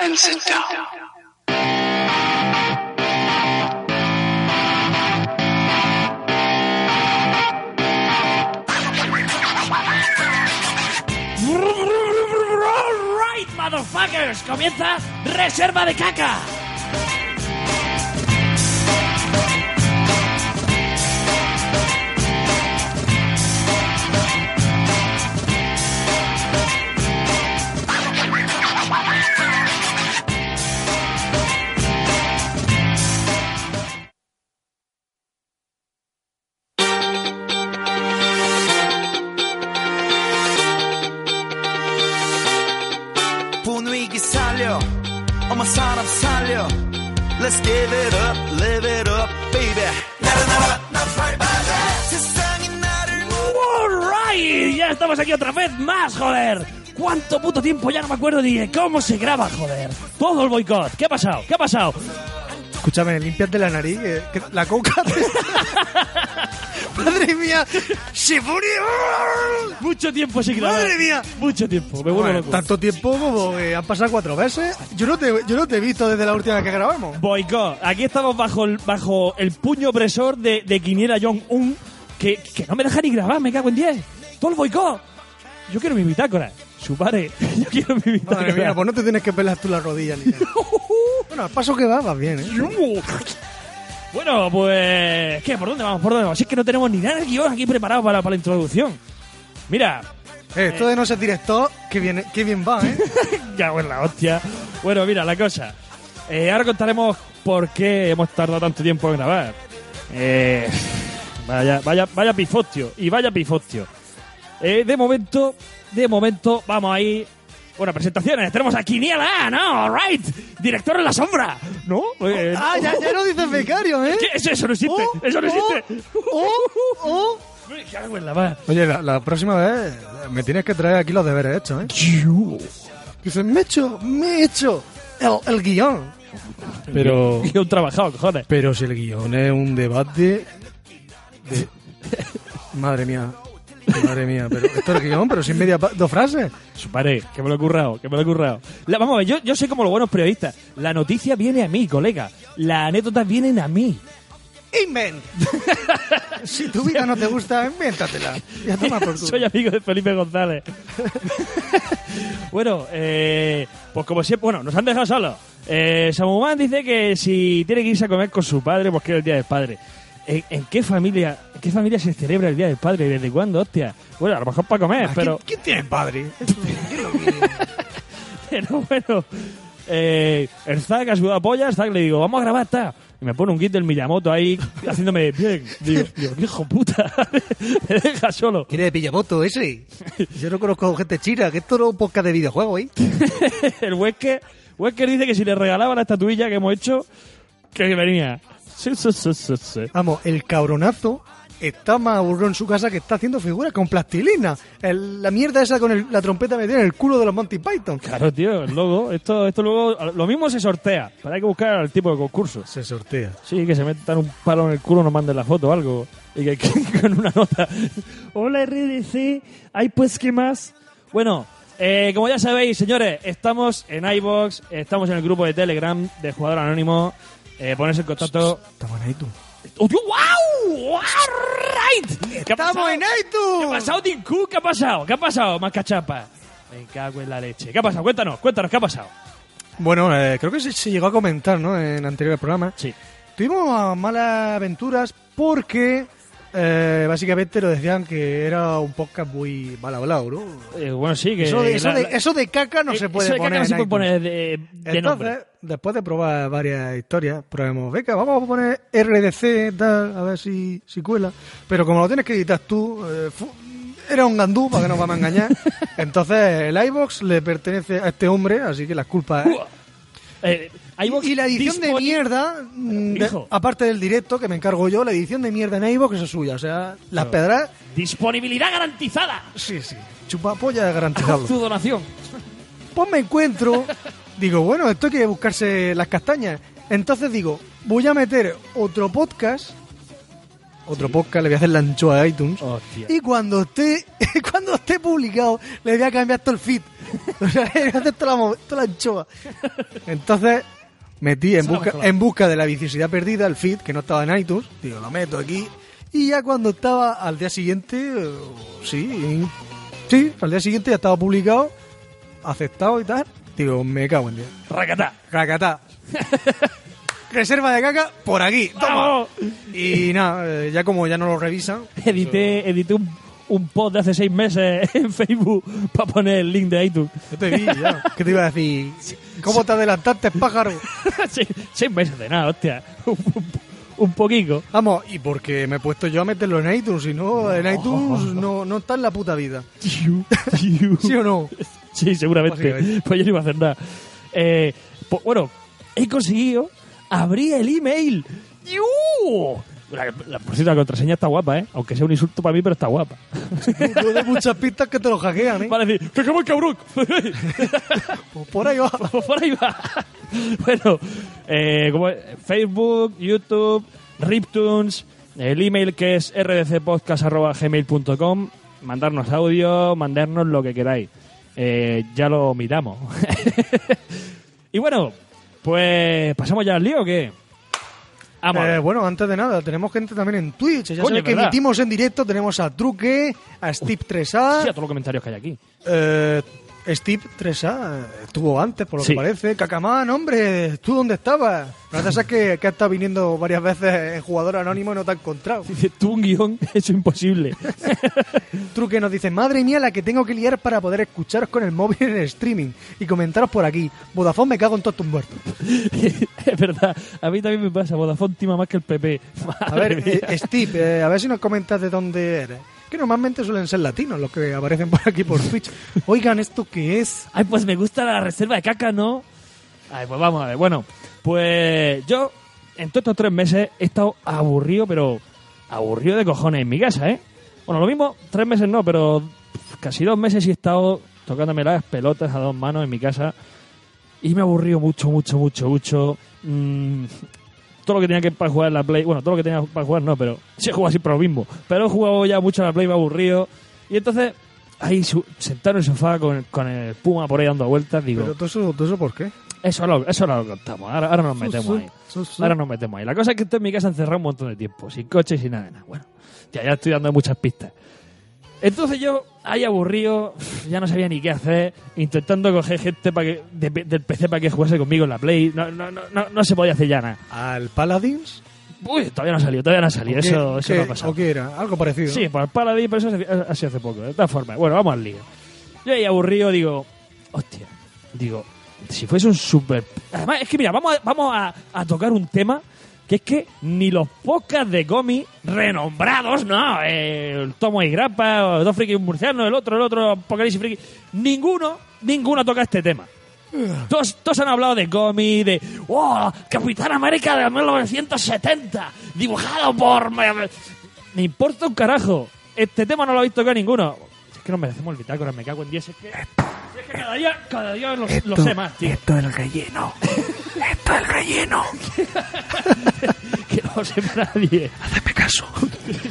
and sit down. Right, motherfuckers, comienza Reserva de Caca. 분위기 살려 어머 사람 살려 Let's give it up, live it up, baby 나른나라 나팔바다 세상이 나를 Alright, ya estamos aquí otra vez más, joder. ¿Cuánto puto tiempo? Ya no me acuerdo ni de cómo se graba, joder. Todo el boicot. ¿Qué ha pasado? ¿Qué ha pasado? Escúchame, límpiate la nariz, que, que la coca. te- Madre mía, se pone. Mucho tiempo sin grabar. Madre mía. Mucho tiempo. Me vuelvo Bueno, loco. tanto tiempo como que han pasado cuatro veces. Yo no te, yo no te he visto desde la última vez que grabamos. Boicot. Aquí estamos bajo el, bajo el puño opresor de, de Quiniera Jong-un, que, que no me deja ni grabar, me cago en 10. Todo el boicot. Yo quiero mi bitácora. Su padre. Yo quiero mi bitácora. Madre mía, pues no te tienes que pelar tú las rodillas ni nada. Bueno, al paso que va, vas bien, ¿eh? Bueno, pues. ¿Qué? ¿Por dónde vamos? ¿Por dónde vamos? Si es que no tenemos ni nada de guión aquí preparado para, para la introducción. Mira, Eh, Esto de no ser director, qué bien, qué bien va, ¿eh? cago en la hostia. Bueno, mira, la cosa. Eh, ahora contaremos por qué hemos tardado tanto tiempo en grabar. Eh, vaya, vaya, vaya pifostio. Y vaya pifostio. Eh, de momento, de momento, vamos ahí. Bueno, presentaciones. Tenemos a Quiniela, ¿no? All right. Director en la sombra. ¿No? Eh, Ah, ya, ya lo dices becario, ¿eh? ¿Qué? Eso, eso no existe. Oh, eso no oh, existe. oh, oh. Me cago en la mar. Oye, la, la próxima vez me tienes que traer aquí los deberes hechos, ¿eh? Dices, me he hecho, me he hecho el, el guión. Pero, Y un trabajado, cojones. pero si el guión es un debate de... Madre mía, madre mía, pero Esto es el guión, pero sin media pa- dos frases. Su pared, que me lo he currado, que me lo he currado. La- vamos a ver, yo, yo sé como los buenos periodistas. La noticia viene a mí, colega. Las anécdotas vienen a mí. Invent. si tu vida no te gusta, invéntatela. Ya toma por tu. Soy amigo de Felipe González. bueno, eh, pues como siempre, bueno, nos han dejado solos. Eh, Samumán dice que si tiene que irse a comer con su padre porque es el Día del Padre. ¿En, en qué familia en qué familia se celebra el Día del Padre? ¿Desde cuándo, hostia? Bueno, a lo mejor para comer, pero... ¿Quién tiene padre? Pero bueno, eh, el Zack ha sudado pollas, Zack le digo, vamos a grabar, está. Y me pone un kit del Miyamoto ahí haciéndome bien. Digo, digo, "Qué hijo puta, me deja solo. ¿Quién es Pillaboto ese? Yo no conozco gente china, que esto no es un podcast de videojuegos, ¿eh? El Wesker, Wesker dice que si le regalaba la estatuilla que hemos hecho, que venía. Sí, sí, sí, sí, sí. Vamos, el cabronazo está más aburrido en su casa que está haciendo figuras con plastilina. El- la mierda esa con el- la trompeta metida en el culo de los Monty Python. Claro, tío, el logo. Esto, esto luego, lo mismo se sortea, pero hay que buscar al tipo de concurso. se sortea. Sí, que se metan un palo en el culo, nos manden la foto o algo. Y que, que con una nota. Hola RDC, ay pues qué más. Bueno, eh, como ya sabéis, señores, estamos en iBox, estamos en el grupo de Telegram de Jugador Anónimo. Eh, ponerse en contacto. Estamos en iTunes. ¡Oh, tío, wow! ¡Alright! ¿Qué ha pasado? ¡Estamos en ¿Qué ha iTunes! pasado, Tim Cook? ¿Qué ha pasado? ¿Qué ha pasado, Mascachapa? Me cago en la leche. ¿Qué ha pasado? Cuéntanos, cuéntanos, ¿qué ha pasado? Bueno, eh, creo que se, se llegó a comentar, ¿no? En anteriores programas. Sí. Tuvimos ah, malas aventuras porque eh, básicamente nos decían que era un podcast muy mal hablado, ¿no? Eh, bueno, sí, que. Eso de, eso la- de- la- eso de caca no eh, se puede eso de caca poner. no en se puede iTunes. poner de, de nombre. Entonces, después de probar varias historias, probemos, venga, vamos a poner RDC, tal, a ver si, si cuela. Pero como lo tienes que editar tú, eh, fu- era un gandú, para que nos vamos a engañar. Entonces, el iBox le pertenece a este hombre, así que las culpas. es- Eh, iVoox y la edición de disponi- mierda, mm, de- Hijo. aparte del directo que me encargo yo, la edición de mierda en iVoox es suya. O sea, las pedras, Disponibilidad garantizada. sí, sí, chupapolla garantizado. Haz tu donación. Pues me encuentro, digo, bueno, esto hay que buscarse las castañas. Entonces digo, voy a meter otro podcast otro podcast, le voy a hacer la anchoa a iTunes. Hostia. Y cuando esté, cuando esté publicado, le voy a cambiar todo el feed. O sea, le voy a hacer toda la, mo- toda la anchoa. Entonces, metí en Esa es la busca, mejor. en busca de la visibilidad perdida el feed, que no estaba en iTunes. Digo, lo meto aquí. Y ya cuando estaba al día siguiente, eh, sí, sí, al día siguiente ya estaba publicado, aceptado y tal. Digo, me cago en Dios. Racatá. Racatá. Reserva de caca por aquí. Toma. ¡Vamos! Y nada, eh, ya como ya no lo revisan, Edité, edité un, un post de hace seis meses en Facebook para poner el link de iTunes. Yo te vi, ya. ¿Qué te iba a decir? ¿Cómo te adelantaste, pájaro? seis, seis meses de nada, hostia. Un, un- un poquito. Vamos, y porque me he puesto yo a meterlo en iTunes, si no, en iTunes no, no está en la puta vida. Tiu, tiu. ¿Sí o no? Sí, seguramente. Básicamente. Pues yo no iba a hacer nada. Eh, pues, bueno, he conseguido abrir el email. ¡Tiu! La, la- por cierto, la contraseña está guapa, ¿eh? Aunque sea un insulto para mí, pero está guapa. Tú de muchas pistas que te lo hackean, ¿eh? Para decir, ¡que como el cabrón! Pues por ahí va. Pues por ahí va. bueno, eh, como es, Facebook, YouTube, Riptunes, el email que es rdcpodcast.gmail.com, mandarnos audio, mandarnos lo que queráis. Eh, ya lo miramos. y bueno, pues pasamos ya al lío, o ¿qué? Vamos. Eh, bueno, antes de nada, tenemos gente también en Twitch. Ya Coño, sabéis que ¿verdad? emitimos en directo, tenemos a Truque, a Steve 3A. Sí, a todos los comentarios que hay aquí. Eh, Steve 3A estuvo antes, por lo Sí. que parece. Cacamán, hombre, ¿tú dónde estabas? La verdad es que, que ha estado viniendo varias veces en jugador anónimo y no te ha encontrado. Dice, tú un guión, eso es imposible. Truque nos dice, madre mía la que tengo que liar para poder escucharos con el móvil en el streaming y comentaros por aquí. Vodafone me cago en todos tus muertos. es verdad, a mí también me pasa. Vodafone tima más que el PP. A Madre ver, mía. eh, Steve, eh, a ver si nos comentas de dónde eres. Que normalmente suelen ser latinos los que aparecen por aquí por Twitch. Oigan, ¿esto qué es? Ay, pues me gusta la reserva de caca, ¿no? Ay, pues vamos a ver. Bueno, pues yo en todos estos tres meses he estado aburrido, pero aburrido de cojones en mi casa, ¿eh? Bueno, lo mismo, tres meses no, pero pff, casi dos meses sí he estado tocándome las pelotas a dos manos en mi casa y me he aburrido mucho, mucho, mucho, mucho. Mm, todo lo que tenía que para jugar en la Play, bueno, todo lo que tenía para jugar no, pero sí he jugado siempre lo mismo. Pero he jugado ya mucho a la Play, me he aburrido. Y entonces, ahí su- sentado en el sofá con, con el Puma por ahí dando vueltas, digo, Pero todo eso, todo eso ¿por qué? eso lo, eso lo contamos, ahora, ahora nos metemos ahí. Su, su. Ahora nos metemos ahí. La cosa es que estoy en mi casa encerrado un montón de tiempo, sin coche y sin nada. de nada. Bueno, ya, ya estoy dando muchas pistas. Entonces yo, ahí aburrido, ya no sabía ni qué hacer, intentando coger gente para que, de- del PC para que jugase conmigo en la Play. No, no, no, no, no se podía hacer ya nada. ¿Al Paladins? Uy, todavía no ha salido, todavía no ha ¿O salido. qué- Eso, eso qué- no ha pasado. ¿O qué era? Algo parecido. Sí, para el Paladín, pero eso se- ha sido hace poco, de todas formas. Bueno, vamos al lío. Yo ahí aburrido digo, hostia, digo, si fuese un super... Además, es que mira, vamos a, vamos a, a tocar un tema que es que ni los podcasts de cómic renombrados, no, eh, el Tomo y Grapa, o Dos Frikis y un Murciano, el otro, el otro, Apocalipsis Friki, ninguno, ninguno toca este tema. Todos, todos han hablado de cómic, de ¡Oh! Capitán América de 1970, dibujado por... me- me- Me importa un carajo. Este tema no lo ha visto que ninguno. Es que no merecemos el bitácora, me cago en 10. Es que, es que cada día, cada día lo, lo sé más, tío. Esto es el relleno. Esto es el relleno. Que no lo sepa nadie. Hazme caso.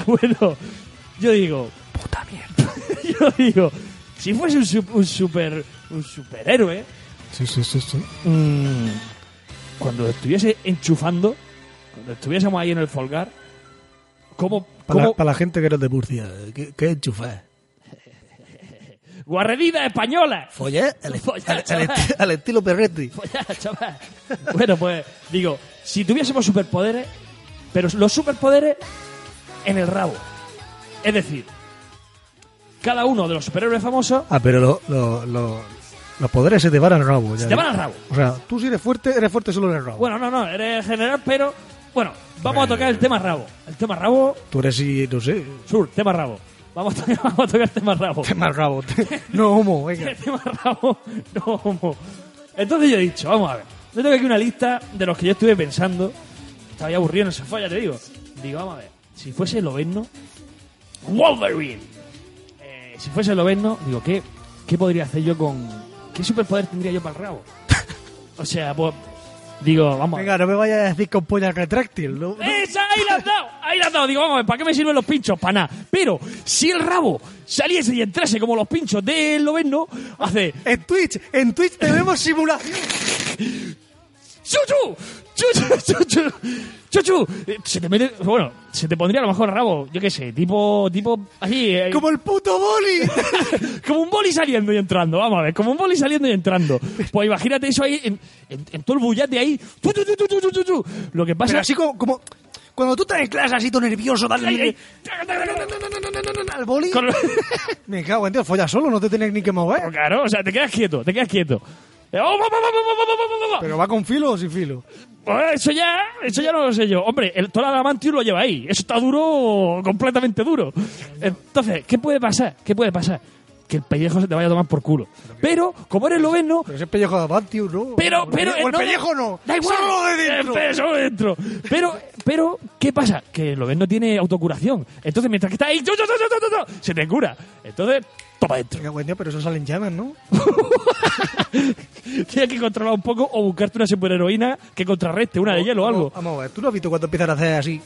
Bueno, yo digo, Puta mierda. yo digo, si fuese un, sup- un super un superhéroe, Sí, sí, sí, sí. mm, cuando estuviese enchufando, cuando estuviésemos ahí en el folgar, ¿cómo, Para, cómo, la- para la gente que eres de Murcia, ¿qué, qué enchufás? guarredida española? ¿Follás? Al, Follás, al- al chaval. esti- al estilo Perretti. Pues ya, chaval. bueno, pues digo, si tuviésemos superpoderes, pero los superpoderes en el rabo. Es decir, cada uno de los superhéroes famosos Ah, pero lo- lo- lo- los poderes se te van al rabo. Pues ya se te van ves. al rabo. O sea, Tú si eres fuerte, eres fuerte solo en el round. Bueno, no, no, eres general, pero bueno, vamos a tocar el tema rabo. El tema rabo, tú eres y no sé. sur, tema rabo. Vamos a tocar, vamos a tocar el tema rabo. Tema al rabo. no, homo, venga. El tema rabo, no homo. Entonces yo he dicho, vamos a ver. Yo tengo aquí una lista de los que yo estuve pensando. Estaba ya aburrido en el sofá, ya te digo. Digo, vamos a ver. Si fuese esloveno, Wolverine. Eh, si fuese esloveno, digo, ¿qué, ¿qué podría hacer yo con. ¿Qué superpoder tendría yo para el rabo? o sea, pues. Digo, vamos. a ver. Venga, no me vayas a decir con polla retráctil. ¿no? ¡Esa! ¡Ahí la has dado! ¡Ahí la has dado! Digo, vamos a ver, ¿para qué me sirven los pinchos? Para nada. Pero si el rabo saliese y entrase como los pinchos del noveno, hace. En Twitch, en Twitch tenemos simulación. ¡Chuchu! ¡Chuchu! ¡Chuchu! ¡Chuchu! Eh, Se te mete. Bueno, se te pondría a lo mejor el rabo, yo qué sé, tipo. tipo. así. eh, Como el puto boli. como un boli saliendo y entrando, vamos a ver, como un boli saliendo y entrando. Pues imagínate eso ahí, en, en- en todo el bullate ahí. ¡Tu, tu, tu, tu, tu, tu, tu, tu! Lo que pasa Pero así como, como cuando tú estás en clase así todo nervioso, Ay, dale ay. al boli. Con- Me cago en Dios, follas solo, no te tienes ni que mover. Claro, o sea, te quedas quieto, te quedas quieto. Eh, ¡oh, va, va, va, va, va, va, va, va, va! Pero va con filo o sin filo. Pues eso ya, eso ya no lo sé yo. Hombre, el todo el adamantium lo lleva ahí. Eso está duro, completamente duro. Entonces, ¿qué puede pasar? ¿Qué puede pasar? Que el pellejo se te vaya a tomar por culo. Pero, como eres noveno, Pero ese pellejo de Avanti, ¿no? pero, O pero... eh, el- o el no- pellejo no. Da igual. Solo de Eh, dentro. pero solo de dentro. Pero, pero, ¿qué pasa? Que el no tiene autocuración. Entonces, mientras que está ahí, ¡chu, chu, chu, chu, chu, chu! se te cura. Entonces, toma dentro. Me cago en Dios, pero eso salen llamas, ¿no? Tienes que controlar un poco o buscarte una superheroína que contrarreste, una de hielo o algo. Vamos a ver, ¿tú no has visto cuando empiezan a hacer así?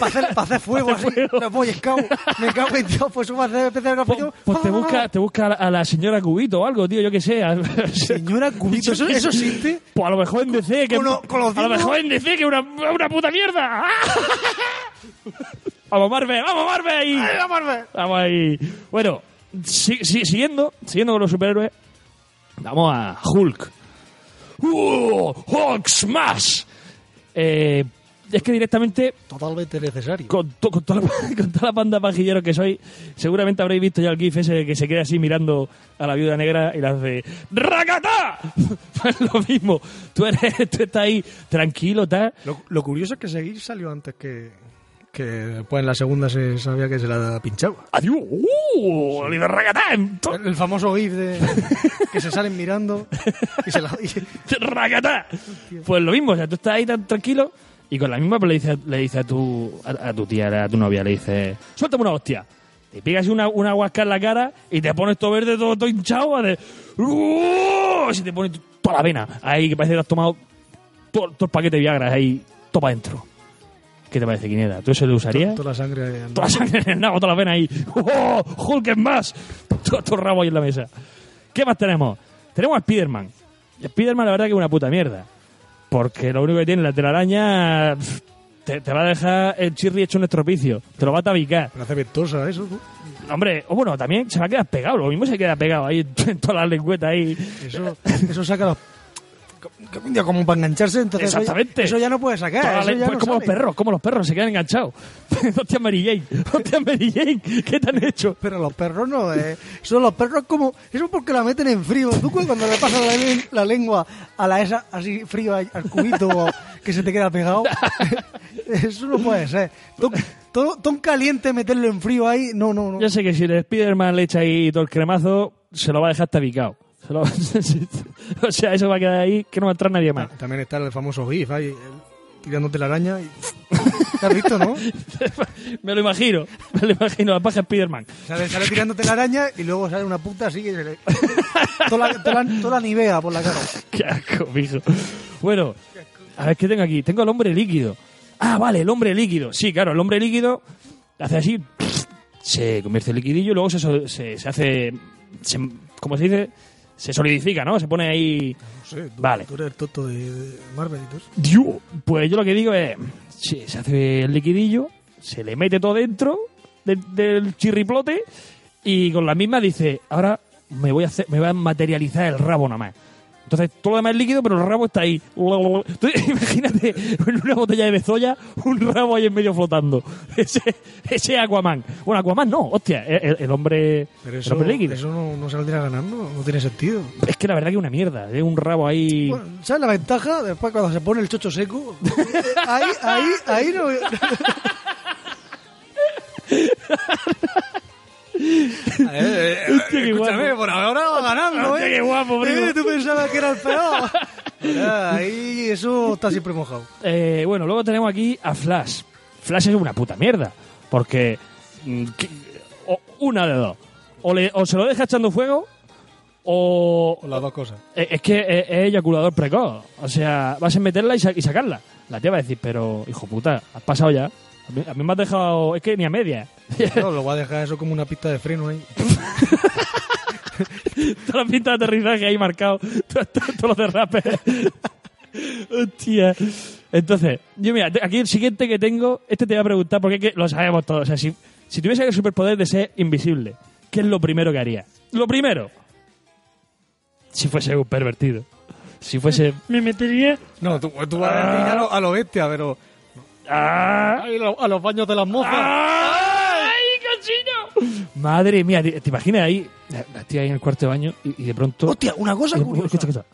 para hacer, pa' hacer fuego, Pa' hacer así. fuego. Los Boy Scouts. Me cago en Dios, pues va a hacer empezar a Pues, pues te busca, te busca a la, a la señora Cubito o algo, tío, yo que sé. a- Señora Cubito, ¿eso- eso existe? Pues a lo mejor en DC, que con lo- con los a lo dildos? mejor en DC que una, una puta mierda. vamos Marvel, vamos Marvel ahí. Vamos ahí. Bueno, si- si- siguiendo, siguiendo con los superhéroes, vamos a Hulk. ¡Uh! Hulk Smash. Eh, es que directamente Totalmente necesario. con, to- con toda la, con toda la banda pajillero que soy, seguramente habréis visto ya el gif ese que se queda así mirando a la viuda negra y la hace ¡Racatá! pues lo mismo. Tú, eres, tú estás ahí tranquilo, tal. Lo, lo curioso es que Seguir salió antes que. Que después en la segunda se sabía que se la pinchaba. ¡Adiós! ¡Uh! Le dice ¡Racatá! en to- El, el famoso GIF de. que se salen mirando y se la. y- ¡Racatá! Pues lo mismo, o sea, tú estás ahí tan tranquilo y con la misma pues, le dice, le dice a, tu, a, a tu tía, a tu novia, le dice ¡Suéltame una hostia! Te pegas una, una guasca en la cara y te pones todo verde, todo, todo hinchado, de... ¡Uh! Y se te pone t- toda la vena ahí, que parece que te has tomado todo, todo el paquete de Viagra ahí, topa adentro. ¿Qué te parece, Quinera? ¿Tú eso lo usarías? Toda la sangre. andando. toda la sangre en el nabo, toda la vena ahí. ¡Oh! ¡Hulk es más! Todo, todo el rabo ahí en la mesa. ¿Qué más tenemos? Tenemos a Spiderman. Spiderman, la verdad, que es una puta mierda. Porque lo único que tiene la telaraña. pf, Te, te va a dejar el chirri hecho un estropicio. Te lo va a tabicar. Me hace ventosa eso, tú. Hombre, o bueno, también se va a quedar pegado. Lo mismo se queda pegado ahí en todas las lengüetas ahí. Eso, eso saca los. como- Como, como para engancharse, entonces. eso ya- Exactamente. Eso ya, no puede sacar. Todas las eso ya lengüetas, no como los sale. perros, como los perros, se quedan enganchados. Hostia Mary Jane, hostia Mary Jane, ¿qué te han hecho? Pero los perros no, eh. Son los perros como. Eso porque la meten en frío. Tú cuando le pasas la, len- la lengua a la esa así frío al al cubito o que se te queda pegado. eso no puede ser. Ton, todo, ton caliente meterlo en frío ahí. No, no, no. Yo sé que si el Spiderman le echa ahí todo el cremazo, se lo va a dejar tabicado. Se lo- o sea, eso va a quedar ahí, que no va a entrar nadie más. También está el famoso GIF ahí, eh, tirándote la araña y. ¿Te has visto, no? me lo imagino, me lo imagino, la paja Spiderman. Sale, sale tirándote la araña y luego sale una puta así que se le... toda, la, toda la- toda la nivea por la cara. Qué asco, mijo. Bueno, a ver qué tengo aquí. Tengo el hombre líquido. Ah, vale, el hombre líquido. Sí, claro, el hombre líquido hace así, se convierte en liquidillo y luego se, sol- se, se hace, se, ¿cómo se dice? Se solidifica, ¿no? Se pone ahí... vale. Tú eres el tonto de, de Marvel y todo eso. Dios, pues yo lo que digo es, sí, se hace el liquidillo, se le mete todo dentro de- del chirriplote y con la misma dice, ahora me voy a hacer, me va a materializar el rabo nada más. Entonces todo lo demás es líquido, pero el rabo está ahí. Entonces, imagínate en una botella de bezoya un rabo ahí en medio flotando. Ese, ese Aquaman. Bueno, Aquaman no, hostia, el, el hombre, Pero el eso, hombre líquido. eso no, no saldría ganando, no tiene sentido. Es que la verdad que es una mierda, es un rabo ahí... Bueno, ¿Sabes la ventaja? Después cuando se pone el chocho seco, ahí, ahí, ahí no... Hostia, qué guapo. Eh, por ahora va ganando, ¿eh? Hostia, qué guapo, primo. tú pensabas que era el peor. Ya, Ahí eso está siempre mojado. Eh, bueno, luego tenemos aquí a Flash. Flash es una puta mierda. Porque. mm, que- o- una de dos. O, le- o se lo deja echando fuego. o Las dos cosas. eh, es que es, es eyaculador precoz. O sea, vas a meterla y, sa- y sacarla. La tía va a decir, pero hijo puta, has pasado ya. A mí, a mí me has dejado, es que ni a media. No, lo voy a dejar eso como una pista de freno ahí. Todas las pistas de aterrizaje ahí marcado, to- to- todos los derrapes. Hostia. Entonces, yo mira, te- aquí el siguiente que tengo, este te voy a preguntar porque es que lo sabemos todos. O sea, si, si tuviese el superpoder de ser invisible, ¿qué es lo primero que haría? Lo primero. Si fuese un pervertido. Si fuese... Me metería... No, tú, tú vas a decir a lo, a lo bestia, pero. ¡Ah! Ay, lo- A los baños de las mozas. ¡Ay, cochino! Madre mía, te te imaginas ahí, la, la tía ahí en el cuarto de baño y, y de pronto... Hostia, una cosa Y- y- curiosa. escucha, escucha.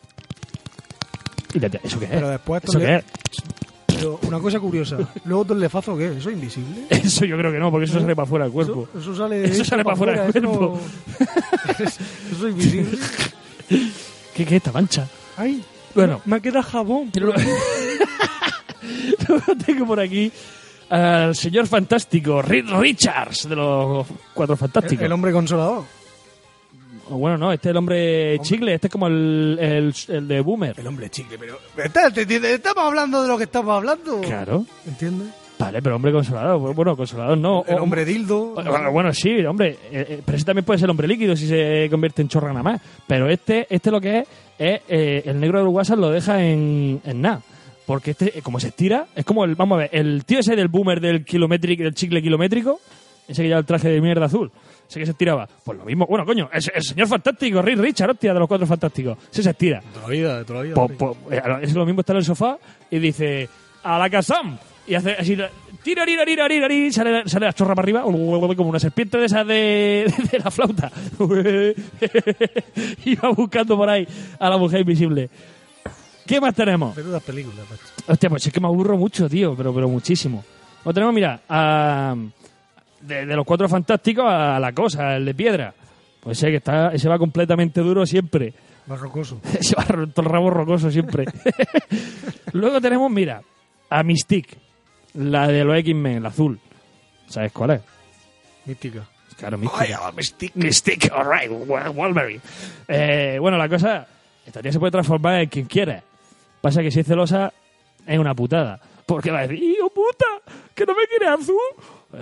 Y la tía, ¿eso qué es? Pero después ¿Eso qué tole- es? Pero una cosa curiosa. Luego tú el lefazo, ¿qué? ¿Eso es invisible? Eso yo creo que no, porque eso sale para fuera del Eso, cuerpo. eso sale de Eso dentro sale pa' fuera del afuera, Eso, eso es invisible. ¿Qué, qué es esta mancha? Ay, Bueno, me queda jabón. pero luego- luego tengo por aquí al señor fantástico, Reed Richards, de los Cuatro El, Fantásticos. el hombre consolador. O bueno, no, este es el hombre chicle, este es como el, el- el de Boomer. El hombre chicle, pero. Está- te- te- estamos hablando de lo que estamos hablando. Claro. ¿Entiendes? Vale, pero hombre consolador, bueno, consolador no. El o- hombre dildo. Bueno, bueno, sí, hombre, eh, eh, pero ese también puede ser el hombre líquido si se convierte en chorra nada más. Pero este, este lo que es, es eh, el negro del WhatsApp lo deja en, en nada. Porque este, eh, como se estira, es como el, vamos a ver, el tío ese del boomer del kilométrico, del chicle kilométrico, ese que lleva el traje de mierda azul, ese que se estiraba. Pues lo mismo, bueno, coño, el, el señor fantástico, Rick Richard, hostia, de los cuatro fantásticos, ese se estira. De toda la vida, de toda la vida. Po- po- eh, es lo mismo estar en el sofá y dice a la casam y hace así tira tira tira tira tira sale, la- sale la chorra para arriba como una serpiente de esas de, de la flauta y va buscando por ahí a la mujer invisible ¿qué más tenemos? Menudas películas, macho. Hostia, pues es que me aburro mucho, tío, pero, pero muchísimo. Bueno, tenemos, mira, a- de, de los cuatro fantásticos a la cosa, el de piedra. Pues ese que está, ese va completamente duro siempre. Barrocoso. Se va ro- todo el rabo rocoso siempre. Luego tenemos, mira, a Mystique, la de los X-Men, la azul. ¿Sabes cuál es? Mística. Claro, Mystique. Mystique. alright, Wolverine. Eh, bueno, la cosa, esta tía se puede transformar en quien quiera. Pasa que si es celosa, es una putada. Porque va a decir, ¡hijo puta! ¡Que no me quiere azul!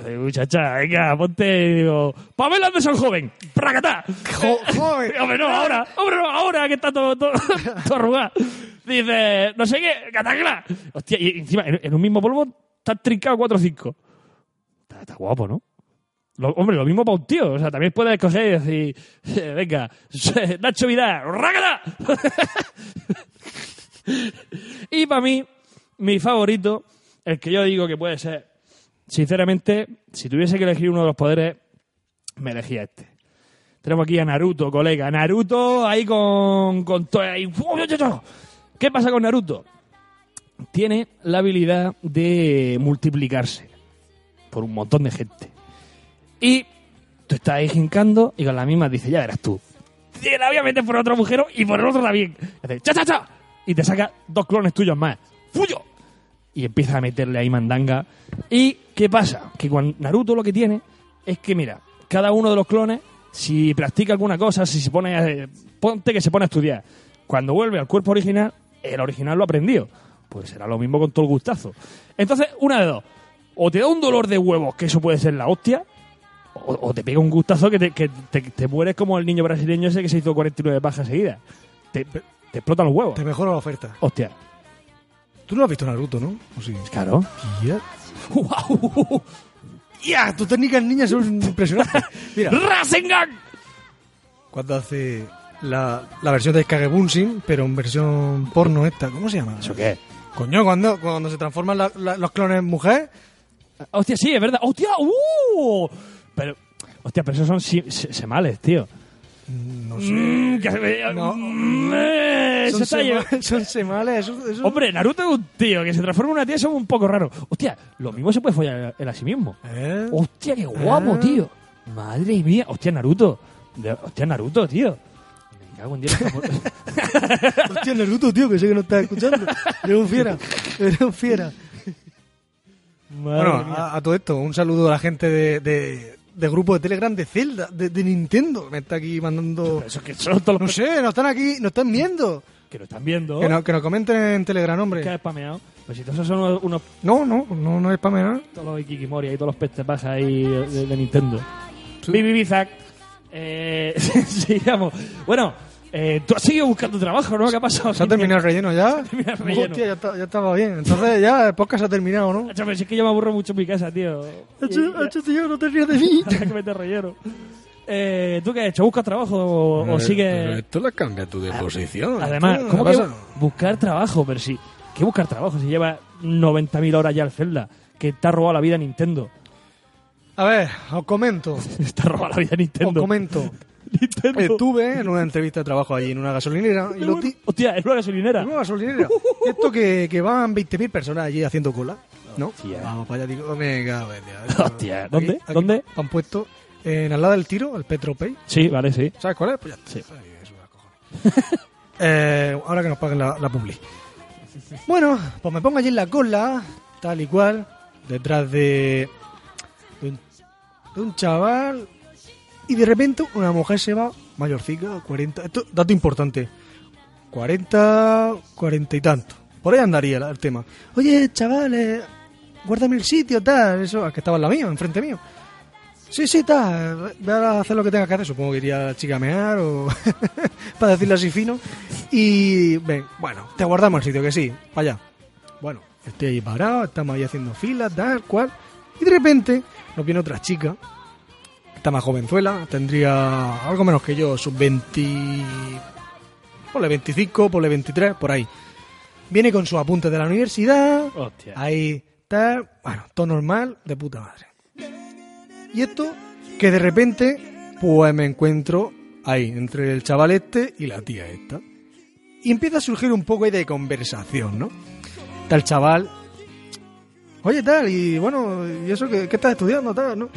Eh, muchacha, venga, ponte, digo, Pamela Anderson joven, ¡pracatá! joven. Hombre, no, ahora, hombre, no, ahora que está todo, todo, todo arrugado. Dice, no sé qué, catacla. Hostia, y encima, en, en un mismo polvo, está trincado 4 o 5. Está, está guapo, ¿no? Lo- hombre, lo mismo para un tío. O sea, también puedes escoger y decir, eh, venga, Nacho Vidal, ¡rácala! y para mí, mi favorito, el que yo digo que puede ser, sinceramente, si tuviese que elegir uno de los poderes, me elegía este. Tenemos aquí a Naruto, colega. Naruto ahí con, con todo ahí. ¡Fu- yo- yo- yo! ¿Qué pasa con Naruto? Tiene la habilidad de multiplicarse por un montón de gente. Y tú estás ahí jincando y con la misma dice, ya verás tú. Te la voy a meter por otro agujero y por el otro también. Y hace, cha, cha, cha. Y te saca dos clones tuyos más. ¡Fuyo! Y empieza a meterle ahí mandanga. ¿Y qué pasa? Que cuando Naruto lo que tiene es que, mira, cada uno de los clones, si practica alguna cosa, si se pone. a- eh, ponte que se pone a estudiar. Cuando vuelve al cuerpo original, el original lo aprendió. Pues será lo mismo con todo el gustazo. Entonces, una de dos. O te da un dolor de huevos, que eso puede ser la hostia, o, o te pega un gustazo que, te, que te, te mueres como el niño brasileño ese que se hizo 49 pajas seguidas. Te, te explotan los huevos. Te mejora la oferta. Hostia. Tú no has visto Naruto, ¿no? ¿O sí? Claro. Ya. ¡Wow! Ya, tus técnicas niñas son impresionantes. Mira, ¡Rasengan! cuando hace la, la versión de Kagebunshin, pero en versión porno esta, ¿cómo se llama? ¿Eso qué? Coño, cuando, cuando se transforman la- la- los clones en mujer, Hostia, sí, es verdad. ¡Hostia! ¡Uh! Pero. Hostia, pero esos son si- se- semales, tío. no sé. Mm, que se ve- No. Mm, eh, se Son, está sema- llevando- son semales. eso- eso- Hombre, Naruto es un tío que se transforma en una tía, eso es un poco raro. Hostia, lo mismo se puede follar él a sí mismo. ¿Eh? Hostia, qué guapo, Ah. tío. Madre mía. Hostia, Naruto. De- hostia, Naruto, tío. Me cago en diez. Hostia, Naruto, tío, que sé que no estás escuchando. Eres un fiera. Eres un fiera. Madre Bueno, mía. a, a todo esto, un saludo a la gente de, de, de grupo de Telegram de Zelda, de, de Nintendo. Me está aquí mandando. Eso que son todos los No sé, nos están aquí, nos están viendo. que lo están viendo. Que, no- que nos comenten en Telegram, Que ha hombre. spameado. Pues si todos son unos, unos- No, no, no, no es para menos. todos los Ikikimori ahí, todos los pestes bajas ahí de, de Nintendo. Bibi Bizak. Eh, sigamos. Bueno, eh, tú has seguido buscando trabajo, ¿no? ¿Qué ha pasado? ¿Se ha terminado el relleno ya? terminado el relleno. Hostia, ya, está- ya estaba bien. Entonces ya el podcast se ha terminado, ¿no? Macho, pero si es que yo me aburro mucho en mi casa, tío. Hacho, hacho, tío, no te rías de mí. Ahora que meter relleno. Eh, ¿Tú qué has hecho? ¿Buscas trabajo o, o Eh, Pero- pero sigues...? esto la cambia tu de posición. Ah, Además, Esto, ¿cómo ¿qué que pasa? bu- buscar trabajo? Pero sí, ¿qué buscar trabajo? Si lleva 90.000 horas ya al Zelda, que te ha robado la vida Nintendo. A ver, os comento. te ha robado la vida Os Nintendo. comento. Nintendo. Estuve en una entrevista de trabajo allí en una gasolinera y los ti- Hostia, es una gasolinera. en una gasolinera. Esto que, que van 20.000 personas allí haciendo cola, ¿no? Hostia. Vamos para allá, digo, me cago en la- Hostia, ¿dónde? Aquí- aquí ¿Dónde? Han puesto en al lado del tiro, el Petropay. Sí, vale, sí. ¿Sabes cuál es? Pues ya está. Sí. Ay, eso da cojones. Eh, ahora que nos paguen la, la publi. Bueno, pues me pongo allí en la cola, tal y cual, detrás de, de, un, de un chaval. Y de repente una mujer se va, mayorcica, 40. Esto, dato importante: 40, 40 y tanto. Por ahí andaría la- el tema. Oye, chavales, guárdame el sitio, tal. Eso, es que estaba en la mía, enfrente mío. Sí, sí, está. Ve a hacer lo que tengas que hacer. Supongo que iría la chica a mear o. para decirlo así fino. Y. Ven, bueno, te guardamos el sitio, que sí. Para allá. Bueno, estoy ahí parado, estamos ahí haciendo filas, tal cual. Y de repente nos viene otra chica. Está más jovenzuela, tendría algo menos que yo, sus 20. Ponle 25, ponle 23, por ahí. Viene con sus apuntes de la universidad. Hostia. Ahí tal, bueno, todo normal, de puta madre. Y esto, que de repente, pues me encuentro ahí, entre el chaval este y la tía esta. Y empieza a surgir un poco ahí de conversación, ¿no? Tal chaval, oye tal, y bueno, ¿y eso que estás estudiando? Tal, ¿no?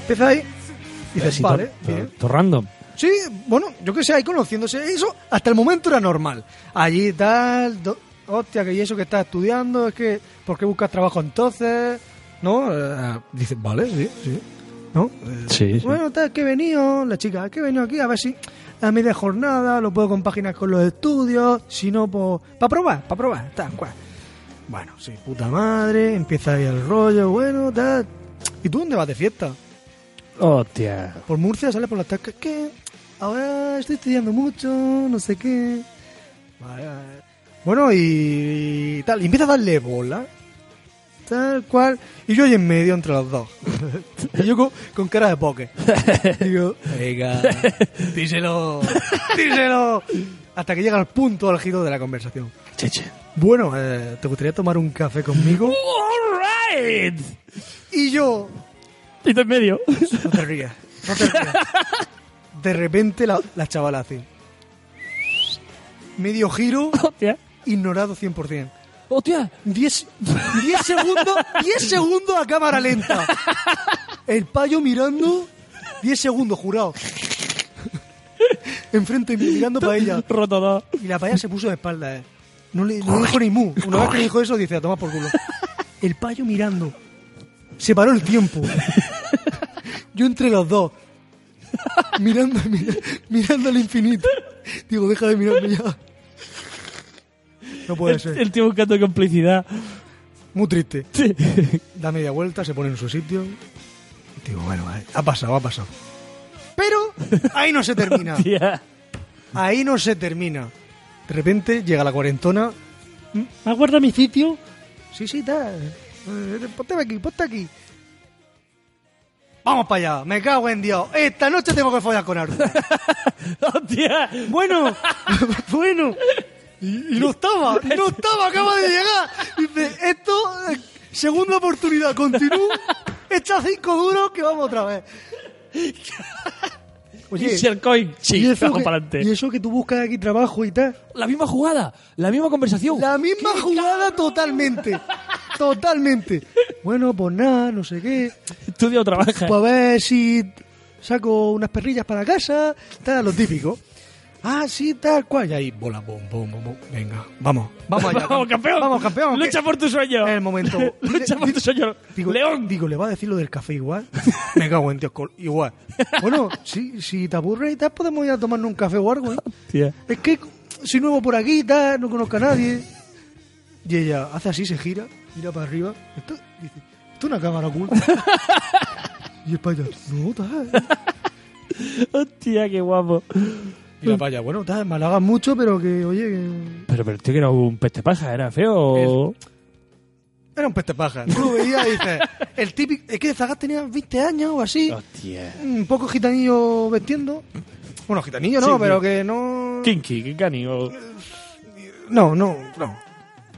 Empieza ahí, y dices, Sí, vale, to- bien. to- to random. Sí, bueno, yo que sé, ahí conociéndose. Eso hasta el momento era normal. Allí tal, do- hostia, que y eso que estás estudiando, es que, ¿por qué buscas trabajo entonces? ¿No? Eh, dices, vale, sí, sí. ¿No? Eh, Sí, sí. Bueno, tal, que he venido, la chica, es que he venido aquí a ver si a media jornada lo puedo compaginar con los estudios, si no, pues. Para probar, para probar, tal, cual. Bueno, sí, puta madre, empieza ahí el rollo, bueno, tal. ¿Y tú dónde vas de fiesta? Hostia. por Murcia sale por las tascas que ahora estoy estudiando mucho, no sé qué. Vale, vale. Bueno, y, y tal, y empieza a darle bola. Tal cual. Y yo ahí en medio entre los dos. y yo con, con cara de poke. Digo, venga, díselo, díselo. Hasta que llega al punto al giro de la conversación. Cheche. Bueno, eh, ¿te gustaría tomar un café conmigo? All right. Y yo, Y tú en medio. No te rías, no te rías. De repente la, la chavala hace. Medio giro, Hostia. ignorado 100%. Hostia. 10 10 segundos, 10 segundos a cámara lenta. El payo mirando, 10 segundos, jurado. Enfrente mío, mirando para ella. Roto dos. Y la paya se puso de espalda, eh. No le no dijo ni mu. Una vez que dijo eso, dice, a tomar por culo. El payo mirando. Se paró el tiempo. Yo entre los dos. Mirando, mira- mirando al infinito. Digo, deja de mirarme ya. No puede El, ser. el tío buscando complicidad. Muy triste. Sí. Da media vuelta, se pone en su sitio. Digo, bueno, vale, ha pasado, ha pasado. Pero ahí no se termina. Tía. Ahí no se termina. De repente llega la cuarentona. Mm, Aguarda mi sitio. Sí, sí, tal. Eh, Ponte aquí, ponte aquí. Vamos para allá, me cago en Dios. Esta noche tengo que follar con Arturo. Hostia. Bueno, bueno. Y, y no estaba, no estaba, acaba de llegar. Dice, esto, eh, segunda oportunidad, continúa. Echa cinco duros que vamos otra vez. Y si el coin. Sí, que, trabajo para Pues y adelante. eso que tú buscas aquí trabajo y tal. La misma jugada. La misma conversación. La misma jugada totalmente. Totalmente. Bueno, pues nada, no sé qué. Estudia o trabaja. Pues a ver si saco unas perrillas para casa. Tal, lo típico. Ah, sí, tal cual. Y ahí, bola, bom, bom, bom, bom. Venga, vamos. Vamos allá. ¡Vamos, campeón! Vamos, campeón. Eh, ¡Lucha por tu sueño! Es el momento. ¡Lucha por tu sueño! Digo, ¡León! Digo, ¿le va a decir lo del café igual? Me cago en Dios, col- igual. Bueno, si, si te aburres y tal, podemos ir a tomarnos un café o algo, ¿eh? Tía. Es que soy nuevo por aquí y tal, no conozco a nadie. Y ella hace así, se gira, mira para arriba. Esto, dice, esto es una cámara oculta. y el payo, no, tal. ¡Hostia, qué guapo! Y la paya, bueno, No, tal, me halagas mucho, pero que, oye, que... Pero, pero, tío, que era un peste paja, ¿era feo o...? era un peste paja. Tú lo veías y dices, el típico... Es que Zagat tenía 20 años o así, ¡Hostia! un poco gitanillo vestiendo. Bueno, gitanillo no, Sí, sí. pero que no... Kinky, Kinkani o... No, no, no.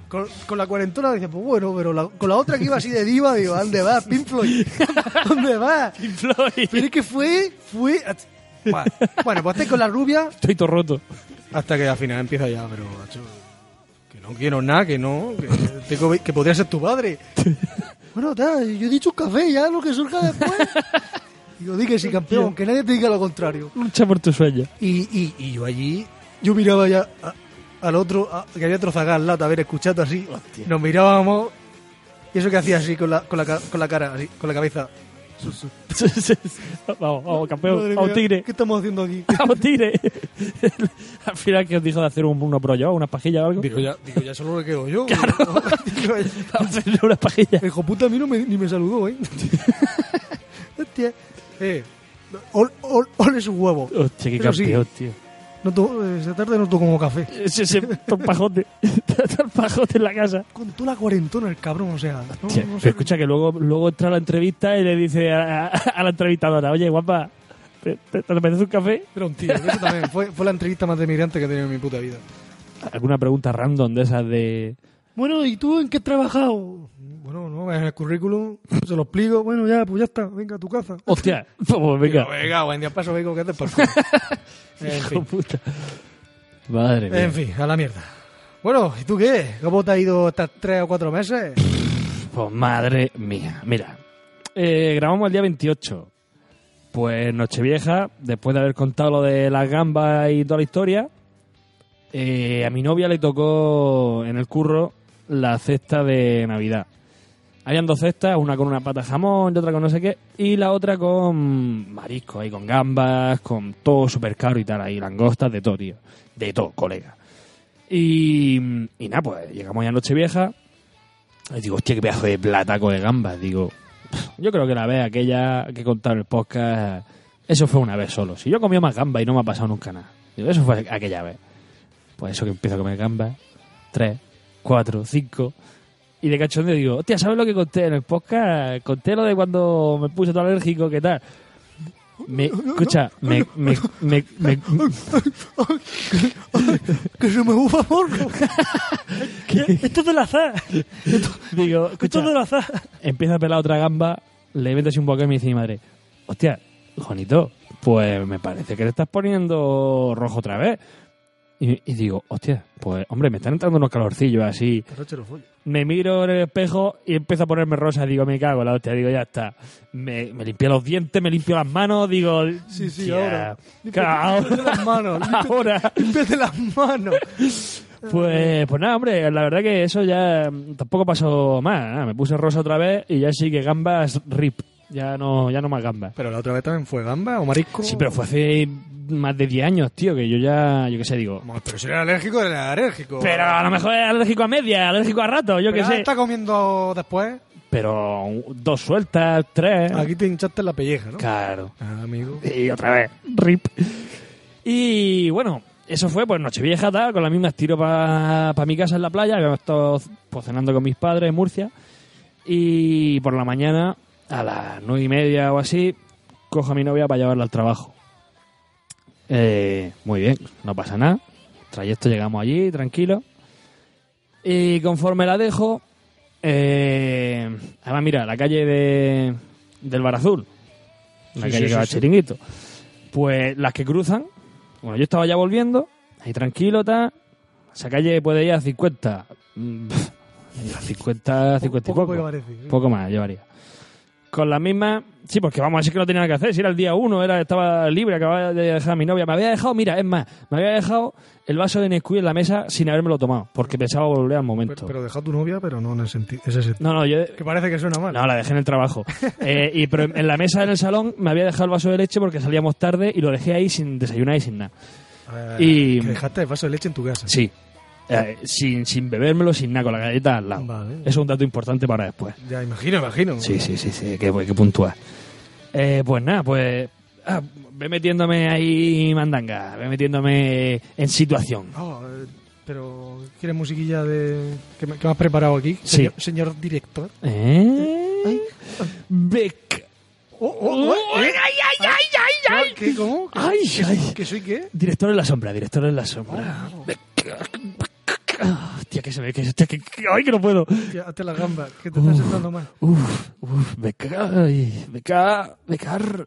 Con, con la cuarentona dice, pues bueno, pero la- con la otra que iba así de diva, digo, ¿dónde vas, Pink Floyd? ¿Dónde vas? Pink Floyd. Pero es que fue, fue... Bueno, pues estáis con la rubia. Estoy todo roto. Hasta que al final empieza ya, pero, macho, que no quiero nada, que no, que, tengo- que podría ser tu padre. Bueno, tal, yo he dicho un café, ya lo que surja después. Digo, di que sí, campeón, que nadie te diga lo contrario. Lucha por tu sueño. Y, y, y yo allí, Yo miraba ya a- al otro, a- que había otro zagal al lado, haber escuchado así. Nos mirábamos. Y eso que hacía así, con la, con la, ca- con la cara, así, con la cabeza. vamos, vamos, campeón. Madre A un mía, tigre. ¿Qué estamos haciendo aquí? A un tigre. Al final, que os dijo de hacer un, unos brollos, unas pajillas o algo? digo ya, digo, ya solo le quedo yo. Digo, Vamos a hacer unas pajillas. El hijo puta a mí no me, ni me saludó, ¿eh? Hostia. Eh, Ol, ol, ole su huevo. Hostia, qué Eso sí. campeón, tío. No to- esta tarde no tomo café. Ese, ese torpajote. torpajote en la casa. Con toda la cuarentona el cabrón, o sea. No, Hostia, no pero sé. escucha que luego, luego entra a la entrevista y le dice a, a- a la entrevistadora, oye, guapa, ¿te, te, te apetece un café? era un tío. Tío, eso también. Fue, fue la entrevista más demigrante que he tenido en mi puta vida. Alguna pregunta random de esas de... Bueno, ¿y tú en qué has trabajado? Bueno, no, en el currículum, se lo explico. Bueno, ya, pues ya está. Venga a tu casa. Hostia, pues venga. Venga, buen día, paso, vengo, que haces por favor. En Hijo fin, puta. Madre mía. En fin, a la mierda. Bueno, ¿y tú qué? ¿Cómo te ha ido estas tres o cuatro meses? Pues madre mía. Mira, eh, grabamos el día 28. Pues Nochevieja, después de haber contado lo de las gambas y toda la historia, eh, a mi novia le tocó en el curro la cesta de Navidad. Habían dos cestas, una con una pata de jamón y otra con no sé qué, y la otra con marisco, ahí con gambas, con todo súper caro y tal, ahí langostas, de todo, tío. De todo, colega. Y, y nada, pues llegamos ya a Nochevieja, y digo, hostia, qué pedazo de plataco de gambas. Digo, "Pff, yo creo que la vez aquella que he contado en el podcast, eso fue una vez solo. Si yo comí más gambas y no me ha pasado nunca nada. Digo, eso fue aquella vez. Pues eso que empiezo a comer gambas, tres, cuatro, cinco. Y de cachondeo digo, hostia, ¿sabes lo que conté en el podcast? Conté lo de cuando me puse todo alérgico, ¿qué tal? Me, escucha, me, me, me, me- que se me bufa morro. Esto es del azar. Digo, escucha, del azar. empieza a pelar otra gamba, le metes un bocado y me dice mi madre, hostia, Juanito, pues me parece que le estás poniendo rojo otra vez. Y, y digo, hostia, pues hombre, me están entrando unos calorcillos así. Me miro en el espejo y empiezo a ponerme rosa. Digo, me cago en la hostia. Digo, ya está. Me, me limpié los dientes, me limpio las manos. Digo, Sí, sí, "Tía, ahora. Límpiate- límpiate las manos, límpiate- ahora. Límpiate las manos. Pues, pues nada, hombre, la verdad que eso ya mm, tampoco pasó más. nada. Me puse rosa otra vez y ya sí que gambas rip. Ya no, ya no más gambas. pero la otra vez también fue gamba o marisco. Sí, pero fue hace más de 10 años, tío, que yo ya, yo qué sé, digo. Vamos, Pero si era alérgico, era alérgico. Pero a lo mejor es alérgico a media, alérgico a rato, yo qué Pero ahora sé. está comiendo después. Pero dos sueltas, tres. Aquí te hinchaste la pelleja, ¿no? Claro. Ah, amigo. Y otra vez, rip. Y bueno, eso fue pues Nochevieja, tal, con la misma estiro para mi casa en la playa, que hemos estado pues, cenando con mis padres en Murcia. Y por la mañana, a las nueve y media o así, cojo a mi novia para llevarla al trabajo. Eh, muy bien, no pasa nada. Trayecto llegamos allí, tranquilo. Y conforme la dejo, eh, además mira, la calle de, del Bar Azul, la Sí, calle sí, que sí, va a sí. Chiringuito, pues las que cruzan, bueno, yo estaba ya volviendo, ahí tranquilo, tal, esa calle puede ir a 50, mm, a 50, 50 y Poco poco. puede parecer, sí. Poco más llevaría. con las mismas. Sí, porque vamos, así que no tenía nada que hacer. Si era el día uno, era, estaba libre, acababa de dejar a mi novia. Me había dejado, mira, es más, me había dejado el vaso de Nesquik en la mesa sin habérmelo tomado, porque pensaba volver al momento. Pero, pero deja a tu novia, pero no en el senti- ese sentido. no, no, yo. Que parece que suena mal. No, la dejé en el trabajo. Eh, y pero en en la mesa en el salón me había dejado el vaso de leche porque salíamos tarde y lo dejé ahí sin desayunar y sin nada. Eh, y- que dejaste el vaso de leche en tu casa. Sí. Eh, sin, sin bebérmelo, sin nada, con la galleta al lado. Vale. Eso es un dato importante para después. Ya, imagino, imagino. Sí, sí, sí, sí, que, que puntuar. Eh, pues nada, pues ah, ve metiéndome ahí mandanga, ve metiéndome en situación. Ah, eh, pero, ¿quieres musiquilla de que me, que me has preparado aquí? Sí. Señor, señor director. ¿Eh? Ay. Bec. Oh, oh, oh, eh. ah, ay, ay, ay, ay, ay! ¿Qué? ¿Cómo? ¿Qué, Ay, ay. ¿Que soy qué? Director en la sombra, director en la sombra. Bec. Ah, Hostia, que se ve que, hostia, que- que- ay, que no puedo. Ya, hazte la gamba, que te estás sentando mal. Uf, uf, beca, ay, beca, becar.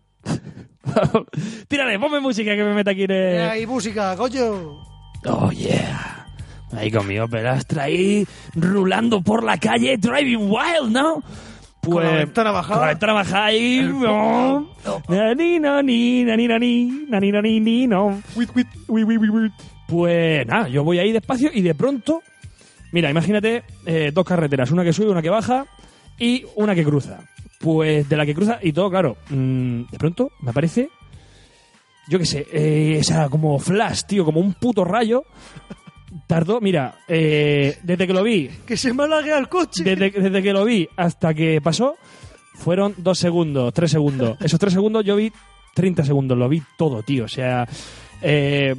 Tírale, ponme música que me meta aquí en el- ¡Ay, música, coño! Oh yeah. Ahí con mi Pelastra ahí rulando por la calle, driving wild, ¿no? Pues, Con la ventana bajada. Con la ventana bajada ahí. no. Na, ni, no, ni, na, ni, no, ni, na, ni, no, ni, ni, no. Ui, ui, ui, ui. Pues nada, yo voy ahí despacio y de pronto. Mira, imagínate eh, dos carreteras, una que sube, una que baja y una que cruza. Pues de la que cruza y todo, claro. mm, de pronto me aparece yo qué sé, eh, esa como flash, tío, como un puto rayo. Tardó, mira, eh, desde que lo vi, ¡Que se me alargue el coche! desde, desde que lo vi hasta que pasó, fueron dos segundos, tres segundos. Esos tres segundos yo vi 30 segundos, lo vi todo, tío. O sea, eh,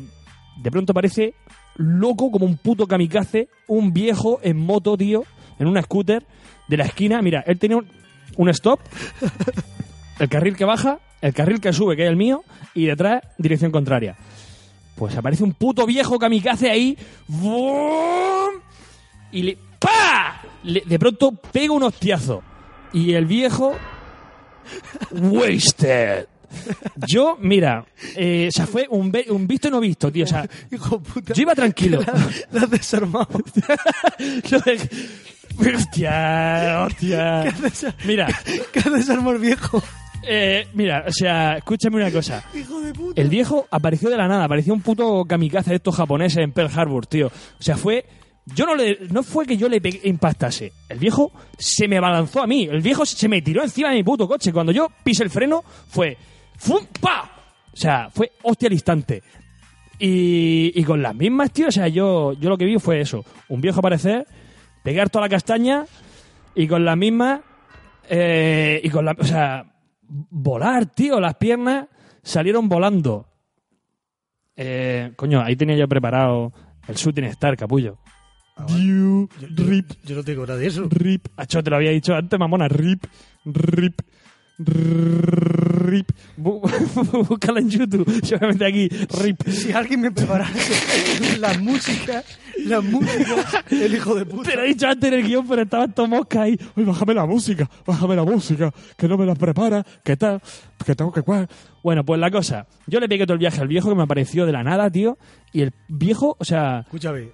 de pronto parece loco como un puto kamikaze, un viejo en moto, tío, en una scooter de la esquina. Mira, él tenía un, un stop, el carril que baja, el carril que sube, que es el mío, y detrás dirección contraria. Pues aparece un puto viejo kamikaze ahí. ¡Bum! y le ¡pa! Le- de pronto pega un hostiazo y el viejo wasted. Yo, mira, eh, o sea, fue un, ve- un visto y no visto, tío. O sea, Hijo puta. yo iba tranquilo. La has desarmado. Lo de- hostia, hostia. Mira, Que has desarmado el viejo. eh, mira, o sea, escúchame una cosa. Hijo de puta. El viejo apareció de la nada, apareció un puto kamikaze de estos japoneses en Pearl Harbor, tío. O sea, fue. Yo no le. No fue que yo le pegué- impactase. El viejo se me abalanzó a mí. El viejo se me tiró encima de mi puto coche. Cuando yo pise el freno, fue. ¡Fum! ¡Pa! O sea, fue hostia al instante. Y, y con las mismas, tío. O sea, yo, yo lo que vi fue eso. Un viejo aparecer, pegar toda la castaña y con las mismas. eh, y con la. O sea, volar, tío. Las piernas salieron volando. Eh, coño, ahí tenía yo preparado el shooting star, capullo. Diu, rip, Ah, Yo no tengo nada de eso. rip. Acho, te lo había dicho antes, mamona. Rip, rip, rip. Bú- Búscala en YouTube. Yo voy a meter aquí. Rip. Si alguien me preparase la música, la música, el hijo de puta. Te lo he dicho antes en el guión, pero estaba esto mosca ahí. Uy, bájame la música, bájame la música, que no me la prepara, que tal, que tengo que cual. Bueno, pues la cosa, yo le pegué todo el viaje al viejo que me apareció de la nada, tío. Y el viejo, o sea, Escúchame.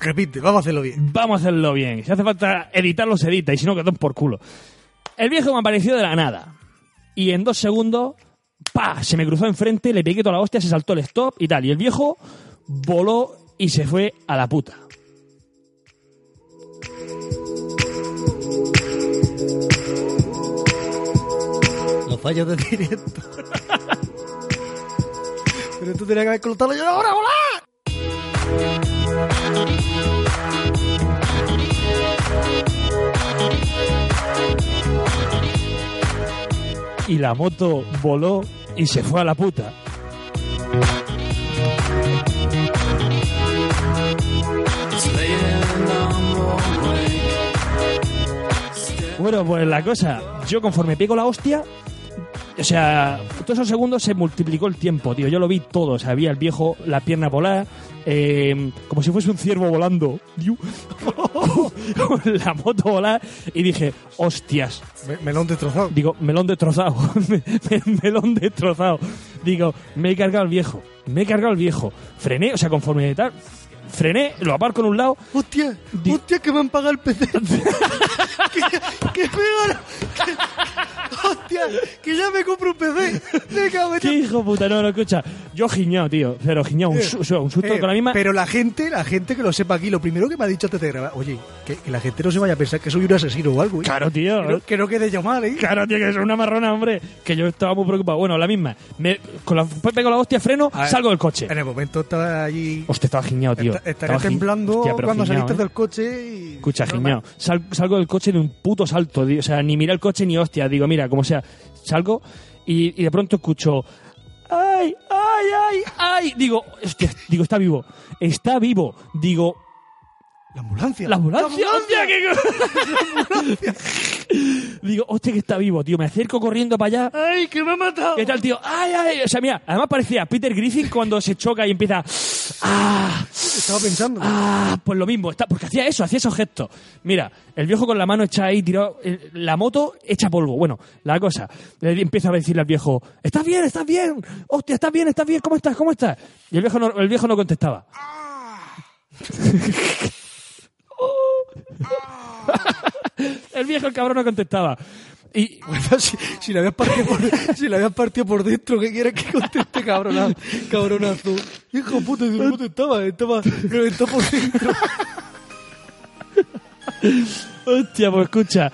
Repite, vamos a hacerlo bien. vamos a hacerlo bien. Si hace falta editarlo, se edita, y si no, que den por culo. El viejo me apareció de la nada. Y en dos segundos, pa, se me cruzó enfrente, le pegué toda la hostia, se saltó el stop y tal. Y el viejo voló y se fue a la puta. Los fallos de directo. Pero tú tenías que haber cortado yo ahora, hola. y la moto voló y se fue a la puta. Bueno, pues la cosa, yo conforme pego la hostia, o sea, todos esos segundos se multiplicó el tiempo, tío. Yo lo vi todo, o sea, vi al viejo la pierna volar, eh, como si fuese un ciervo volando, Diu. la moto volar, y dije, hostias, Me, melón destrozado. Digo, melón destrozado. Me- me- melón destrozado. Digo, me he cargado al viejo. Me he cargado al viejo. Frené, o sea, conforme tal. Frené, lo aparco en un lado. Hostia, Di- hostia, que me han pagado el PC. que, que me han- ¡Hostia! ¡Que ya me compro un PC! ¡Me cago en ¿Qué hijo puta? No, no, escucha. Yo giñado, tío. Pero giñado, un, su- o sea, un susto Eh, con la misma. Pero la gente, la gente que lo sepa aquí, lo primero que me ha dicho antes de grabar, oye, que, que la gente no se vaya a pensar que soy un asesino o algo, ¿eh? Claro, tío. Que no, que no quede llamar, ¿eh? Claro, tío, que es una marrona, hombre. Que yo estaba muy preocupado. Bueno, la misma. Me, con la, pego la hostia, freno, A ver, salgo del coche. En el momento estaba allí. Hostia, estaba giñado, tío. Esta- Estaba Estaría gi- temblando Hostia, pero cuando giñao, saliste ¿eh? del coche y. Escucha, No, giñao. Sal- salgo del coche de un puto salto, tío. O sea, ni miré el coche ni hostia. Digo, mira, como sea, salgo y, y de pronto escucho. ¡Ay, ay, ay, ay! Digo, hostia, digo, está vivo. Está vivo. Digo, La ambulancia. la ambulancia. ¡Hostia, qué co- Digo, hostia, que está vivo, tío. Me acerco corriendo para allá. ¡Ay, que me ha matado! ¿Qué tal, tío? ¡Ay, ay! O sea, mira, además parecía Peter Griffin cuando se choca y empieza. ¡Ah! Estaba pensando. Ah, pues lo mismo, está, porque hacía eso, hacía esos gestos. Mira, el viejo con la mano hecha ahí, tirado, eh, la moto hecha polvo. Bueno, la cosa, le empieza a decirle al viejo, ¿estás bien? ¿Estás bien? Hostia, ¿estás bien? ¿Estás bien? ¿Cómo estás? ¿Cómo estás? Y el viejo no, el viejo no contestaba. el viejo, el cabrón, no contestaba. Y, Bueno, si, si la habías partido por, si la habías partido por dentro, ¿qué quieres que conteste, Ah, cabronazo? cabronazo? Hijo puta, de puta estaba, estaba reventado por dentro. hostia, pues escucha.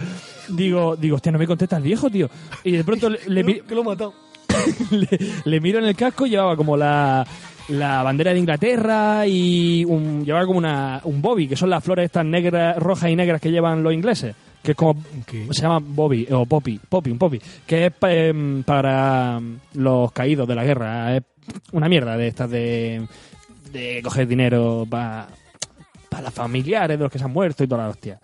Digo, digo, hostia, no me contesta el viejo, tío. Y de pronto le, le, mi- que lo he matado. le, le miro en el casco y llevaba como la, la bandera de Inglaterra y un, llevaba como una, un bobby, que son las flores estas negras, rojas y negras que llevan los ingleses. Que es como. ¿Qué? Se llama bobby, o poppy, poppy, un poppy. Que es pa- em, para em, los caídos de la guerra. Es una mierda de estas de. de coger dinero para. para las familiares de los que se han muerto y toda la hostia.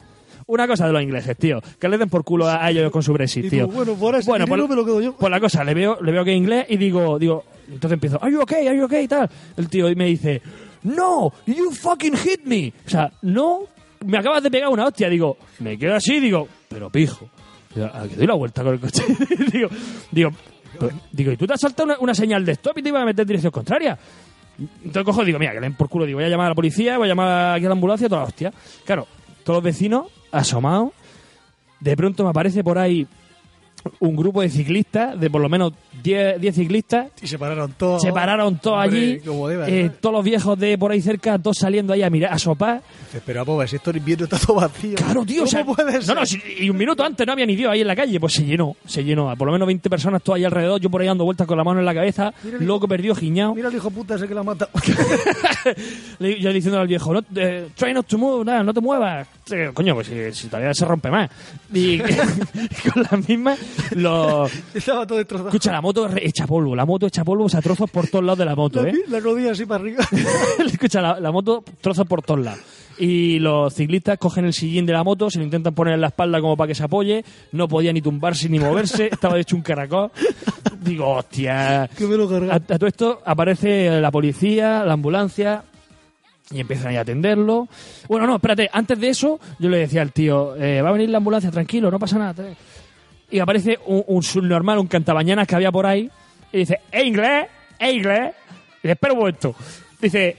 Una cosa de los ingleses, tío. Que le den por culo a a ellos con su Brexit, Y tío. tú, bueno, por ahora ese Bueno, dinero por- me lo quedo yo. pues la cosa, le veo, le veo que es inglés y digo, digo, entonces empiezo, are you okay, are you okay y tal. El tío y me dice, no, you fucking hit me. O sea, no, me acabas de pegar una hostia. Digo, me quedo así, digo, pero pijo. Digo, "Ah, que doy la vuelta con el coche. digo, digo, "Pero", digo, y tú te has saltado una, una señal de stop y te ibas a meter en dirección contraria. Entonces cojo y digo, mira, que le den por culo, digo, voy a llamar a la policía, voy a llamar aquí a la ambulancia, toda la hostia. Claro, todos los vecinos asomados, de pronto me aparece por ahí un grupo de ciclistas, de por lo menos 10 10 ciclistas, Y se pararon todos. se pararon todos Hombre, allí, Como debe, eh, ¿no? todos los viejos de por ahí cerca, todos saliendo ahí a mirar, a sopar. Espera, pues, si esto el invierno está todo vacío. Claro, ¿Cómo tío, o sea, puede ser? No, no, si- y un minuto antes no había ni Dios ahí en la calle, pues se llenó, se llenó, a por lo menos 20 personas todas ahí alrededor, yo por ahí dando vueltas con la mano en la cabeza, Mira, loco, perdido, giñado. Mira el hijo puta ese que la mata. Le- yo diciendo al viejo, no, eh, try not to move, nada, no te muevas. Eh, coño, pues si, si todavía se rompe más. Y, con las mismas, los... Estaba todo destrozado. Escucha, la moto re- hecha polvo, la moto hecha polvo, o sea, trozos por todos lados de la moto, la, ¿eh? la rodilla así para arriba. Escucha, la, la moto trozos por todos lados. Y los ciclistas cogen el sillín de la moto, se lo intentan poner en la espalda como para que se apoye, no podía ni tumbarse ni moverse, estaba hecho un caracol. Digo, hostia, que me lo a, a carga. todo esto aparece la policía, la ambulancia y empiezan ahí a atenderlo. Bueno, no, espérate, antes de eso yo le decía al tío, eh, va a venir la ambulancia, tranquilo, no pasa nada. tal. Y aparece un, un subnormal, un cantabañanas que había por ahí y dice, ¡Eh, inglés! ¡Eh, inglés! Y le espero un momento. Dice,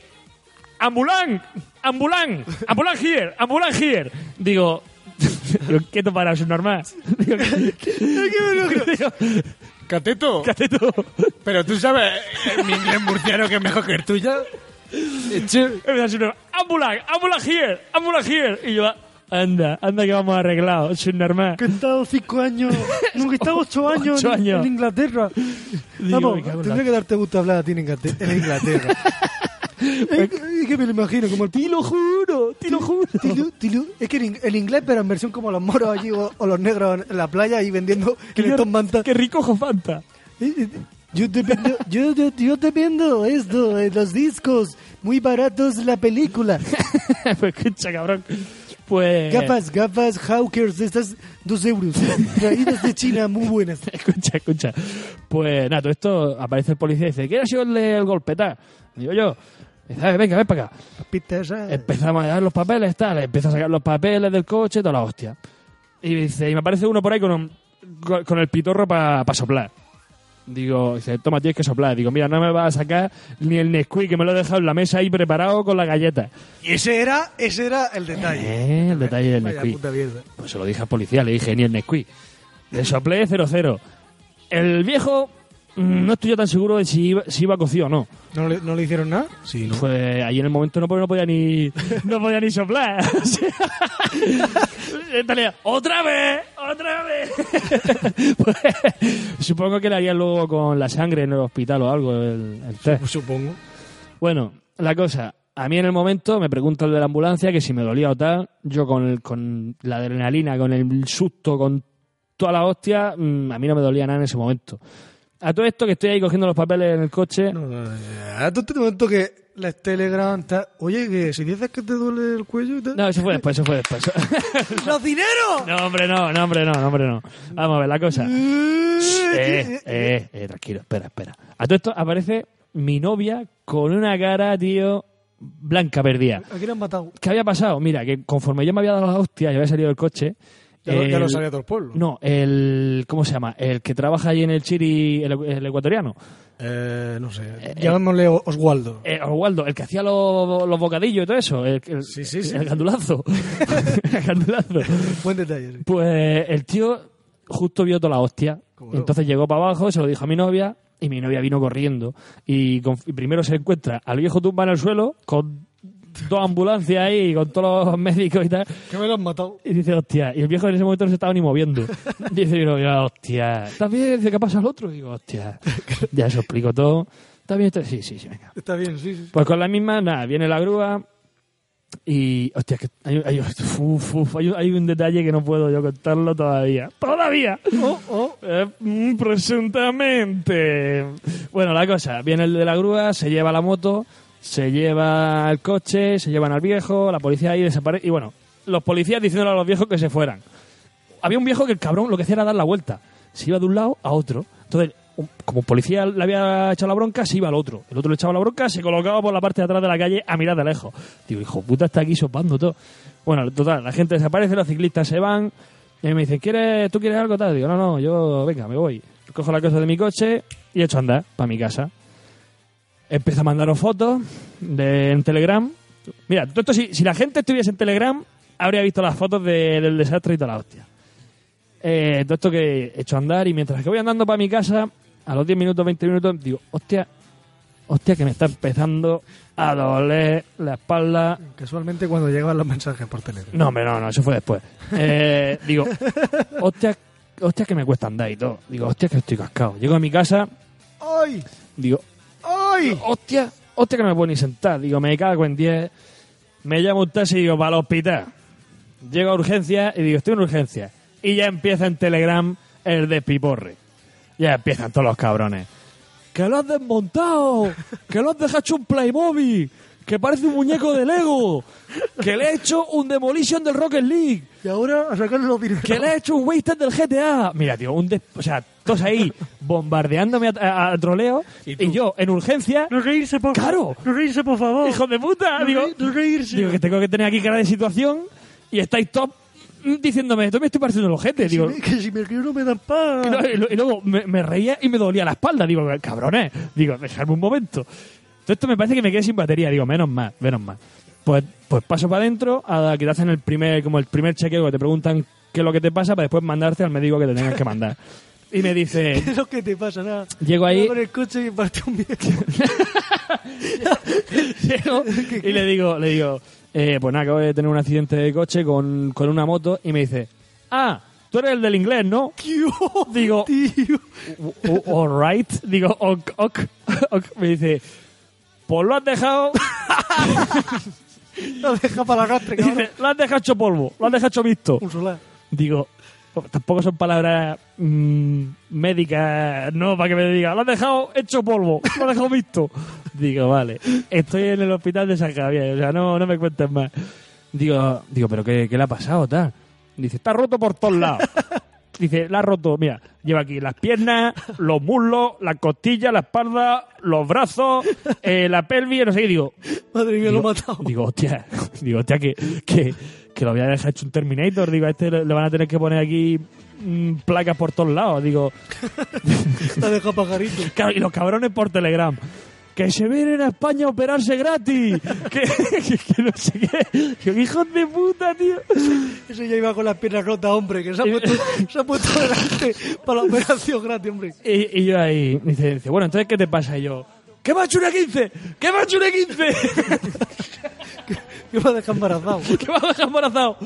¡Ambulan! ¡Ambulan! ¡Ambulan here! ¡Ambulan here! Digo... Pero quieto para subnormal. Digo, Digo, Cateto, ¿qué haces tú? pero tú sabes eh, mi inglés murciano que es mejor que el tuyo. Eche, Y me dice el subnormal, ¡Ambulan! ¡Ambulan here! ¡Ambulan here! Y yo, anda, anda que vamos arreglados, subnormal. Que he estado cinco años. No, que he estado ocho años, Ocho en- años. en Inglaterra. Digo, Vamos, me cago en tendría la- que darte gusto hablar a ti en Inglaterra. En Inglaterra. es, Pues- es que me lo imagino como el Te lo juro, te lo juro. Tilu, tilu. Es que en, ing- en inglés, pero en versión como los moros allí o, o los negros en la playa y vendiendo estos mantas. Qué rico Jofanta. Eh, eh, Yo te vendo, yo, yo, yo te vendo esto, eh, los discos, muy baratos la película. pues escucha, cabrón. Pues... Gafas, gafas, hawkers, estas dos euros. Traídas de China, muy buenas. Escucha, escucha. Pues nada, todo esto aparece el policía y dice, ¿quién ha sido el, de- el golpetá? Digo yo, dice, "Ah, venga, ven para acá. Pita esa. Empezamos a dar los papeles, tal. Empieza a sacar los papeles del coche, toda la hostia. Y dice, y me aparece uno por ahí con, un- con- con el pitorro para soplar. Digo, dice, toma, tienes que soplar. Digo, mira, no me vas a sacar ni el Nesquik, que me lo he dejado en la mesa ahí preparado con la galleta. Y ese era, ese era el detalle. Eh, el detalle del Vaya Nesquik. puta mierda. Pues se lo dije al policía, le dije, ni el Nesquik. Le soplé 0-0. El viejo mm, no estoy yo tan seguro de si iba, si iba cocido o no. ¿No le, no le hicieron nada? Sí, ¿no? Pues ahí en el momento no, po- no podía ni no podía ni soplar. O sea, estaría, ¡Otra vez! ¡Otra vez! Pues, supongo que le harían luego con la sangre en el hospital o algo el, el test. Supongo. Bueno, la cosa, a mí en el momento me pregunta el de la ambulancia que si me dolía o tal, yo con, el- con la adrenalina, con el susto, con toda la hostia, mm, a mí no me dolía nada en ese momento. A todo esto que estoy ahí cogiendo los papeles en el coche, No, no, no. A todo este momento que las Telegram. ta- Oye, que si dices que te duele el cuello y tal. no, eso fue después, eso fue después. ¡Los dineros! No, hombre, no, no, hombre, no, no, hombre, no. Vamos a ver la cosa. Eh, eh, eh, tranquilo, espera, espera. A todo esto aparece mi novia con una cara, tío, blanca perdida. Aquí le han matado. ¿Qué había pasado? Mira, que conforme yo me había dado las hostias y había salido del coche... Ya, lo- ya lo el- sabía todo el pueblo. No, el... ¿Cómo se llama? El que trabaja allí en el Chiri, el, el ecuatoriano. Eh, no sé. Llamémosle O- Oswaldo. Eh, Oswaldo, el que hacía los, los bocadillos y todo eso. El, el- Sí, sí, sí. El gandulazo. el gandulazo. Buen detalle. sí. Pues el tío justo vio toda la hostia. Entonces llegó para abajo, se lo dijo a mi novia y mi novia vino corriendo. Y, con- y primero se encuentra al viejo tumba en el suelo con dos ambulancias ahí, con todos los médicos y tal. Que me lo han matado. Y dice, hostia, y el viejo en ese momento no se estaba ni moviendo. Dice mi novia, hostia, ¿estás bien? Dice, ¿qué pasa al otro? digo, hostia, ya se lo explico todo. ¿Está bien? ¿Está- Sí, sí, sí, venga. Está bien, sí, sí. sí. Pues con la misma, nada, viene la grúa y, hostia, que hay, hay- uf, uf, hay un- hay un detalle que no puedo yo contarlo todavía. ¡Todavía! Oh, oh, eh, mm, presuntamente. Bueno, la cosa, viene el de la grúa, se lleva la moto, se lleva el coche, se llevan al viejo, la policía ahí desaparece. Y bueno, los policías diciéndole a los viejos que se fueran había un viejo que el cabrón lo que hacía era dar la vuelta. Se iba de un lado a otro. Entonces, un- como el policía le había echado la bronca, se iba al otro. El otro le echaba la bronca, se colocaba por la parte de atrás de la calle a mirar de lejos. Digo, hijo puta, está aquí sopando todo. Bueno, total, la gente desaparece, los ciclistas se van. Y me dicen, ¿Quieres, ¿tú quieres algo? Tal? Digo, no, no, yo, venga, me voy. Cojo la cosa de mi coche y echo a andar para mi casa. Empiezo a mandaros fotos de, en Telegram. Mira, todo esto, si, si la gente estuviese en Telegram, habría visto las fotos de- del desastre y toda la hostia. Eh, todo esto que he hecho andar y mientras que voy andando para mi casa, a los 10 minutos, 20 minutos, digo, hostia, hostia, que me está empezando a doler la espalda. Casualmente cuando llegaban los mensajes por teléfono. No, hombre, no, no, eso fue después. Eh, digo, hostia, hostia, que me cuesta andar y todo. Digo, hostia, que estoy cascado. Llego a mi casa, ¡Ay! digo, ¡Ay! hostia, hostia que no me puedo ni sentar. Digo, me cago en 10. Me llamo un taxi y digo, para el hospital. Llego a urgencia y digo, estoy en urgencia. Y ya empieza en Telegram el despiporre. Ya empiezan todos los cabrones. ¡Que lo has desmontado! ¡Que lo has dejado hecho un Playmobil! ¡Que parece un muñeco de Lego! ¡Que le he hecho un Demolition del Rocket League! Y ahora a sacar los dineros. que le ha hecho un wasted del GTA. Mira, tío, un des- o sea, todos ahí bombardeándome a, a- a troleo ¿Y, yo en urgencia. No reírse, por Claro. No reírse, por favor. Hijo de puta, digo. reírse. Digo que tengo que tener aquí cara de situación y estáis top mm, diciéndome esto me estoy pareciendo los gente, digo. que si me río no me dan paz. Y no- y, lo- y luego me, me reía y me dolía la espalda. Digo, cabrones, digo, dejadme un momento. Entonces, esto me parece que me quedé sin batería. Digo, menos mal, menos mal. Pues, pues paso para adentro a que te hacen el primer, como el primer chequeo que te preguntan qué es lo que te pasa para después mandarte al médico que te tengas que mandar. Y me dice, ¿Qué es lo que te pasa? Nada. Llego ahí- Iba con el coche y partí un viejo. Llego y le digo, le digo, eh, pues nada, acabo de tener un accidente de coche con, con una moto y me dice, ah, tú eres el del inglés, ¿no? Digo, Tío. "O- o- all right. Digo, ok, ok, ok. Me dice, pues lo has dejado, Lo deja para la rastre, cabrón. dice, lo has dejado hecho polvo, lo has dejado hecho visto. Un solar. Digo, "Pues tampoco son palabras mm, médicas, no, para que me diga, lo has dejado hecho polvo, lo has dejado visto. Digo, vale, estoy en el hospital de San Javier, o sea, no, no me cuentes más. Digo, digo pero ¿qué, qué le ha pasado, tal? Dice, está roto por todos lados. Dice, la ha roto, mira, lleva aquí las piernas, los muslos, las costillas, la espalda, los brazos, eh, la pelvis, no sé qué. Digo, Madre mía, lo he Digo- matado. Digo, hostia, digo, hostia, que, que, que lo voy a dejar hecho un Terminator. Digo, a este le le van a tener que poner aquí mm, placas por todos lados. Digo, Lo ha dejado pajarito. claro, y los cabrones por Telegram. que se vienen a España a operarse gratis, que, que- que no sé qué, Que hijos de puta, tío. Eso ya iba con las piernas rotas, hombre, que se ha puesto, se ha puesto delante para la operación gratis, hombre. Y, y yo ahí, dice, dice, bueno, entonces, ¿qué te pasa? Y yo, ¿qué macho una 15? ¿Qué macho una 15? Me va a dejar embarazado. que me ha dejado embarazado,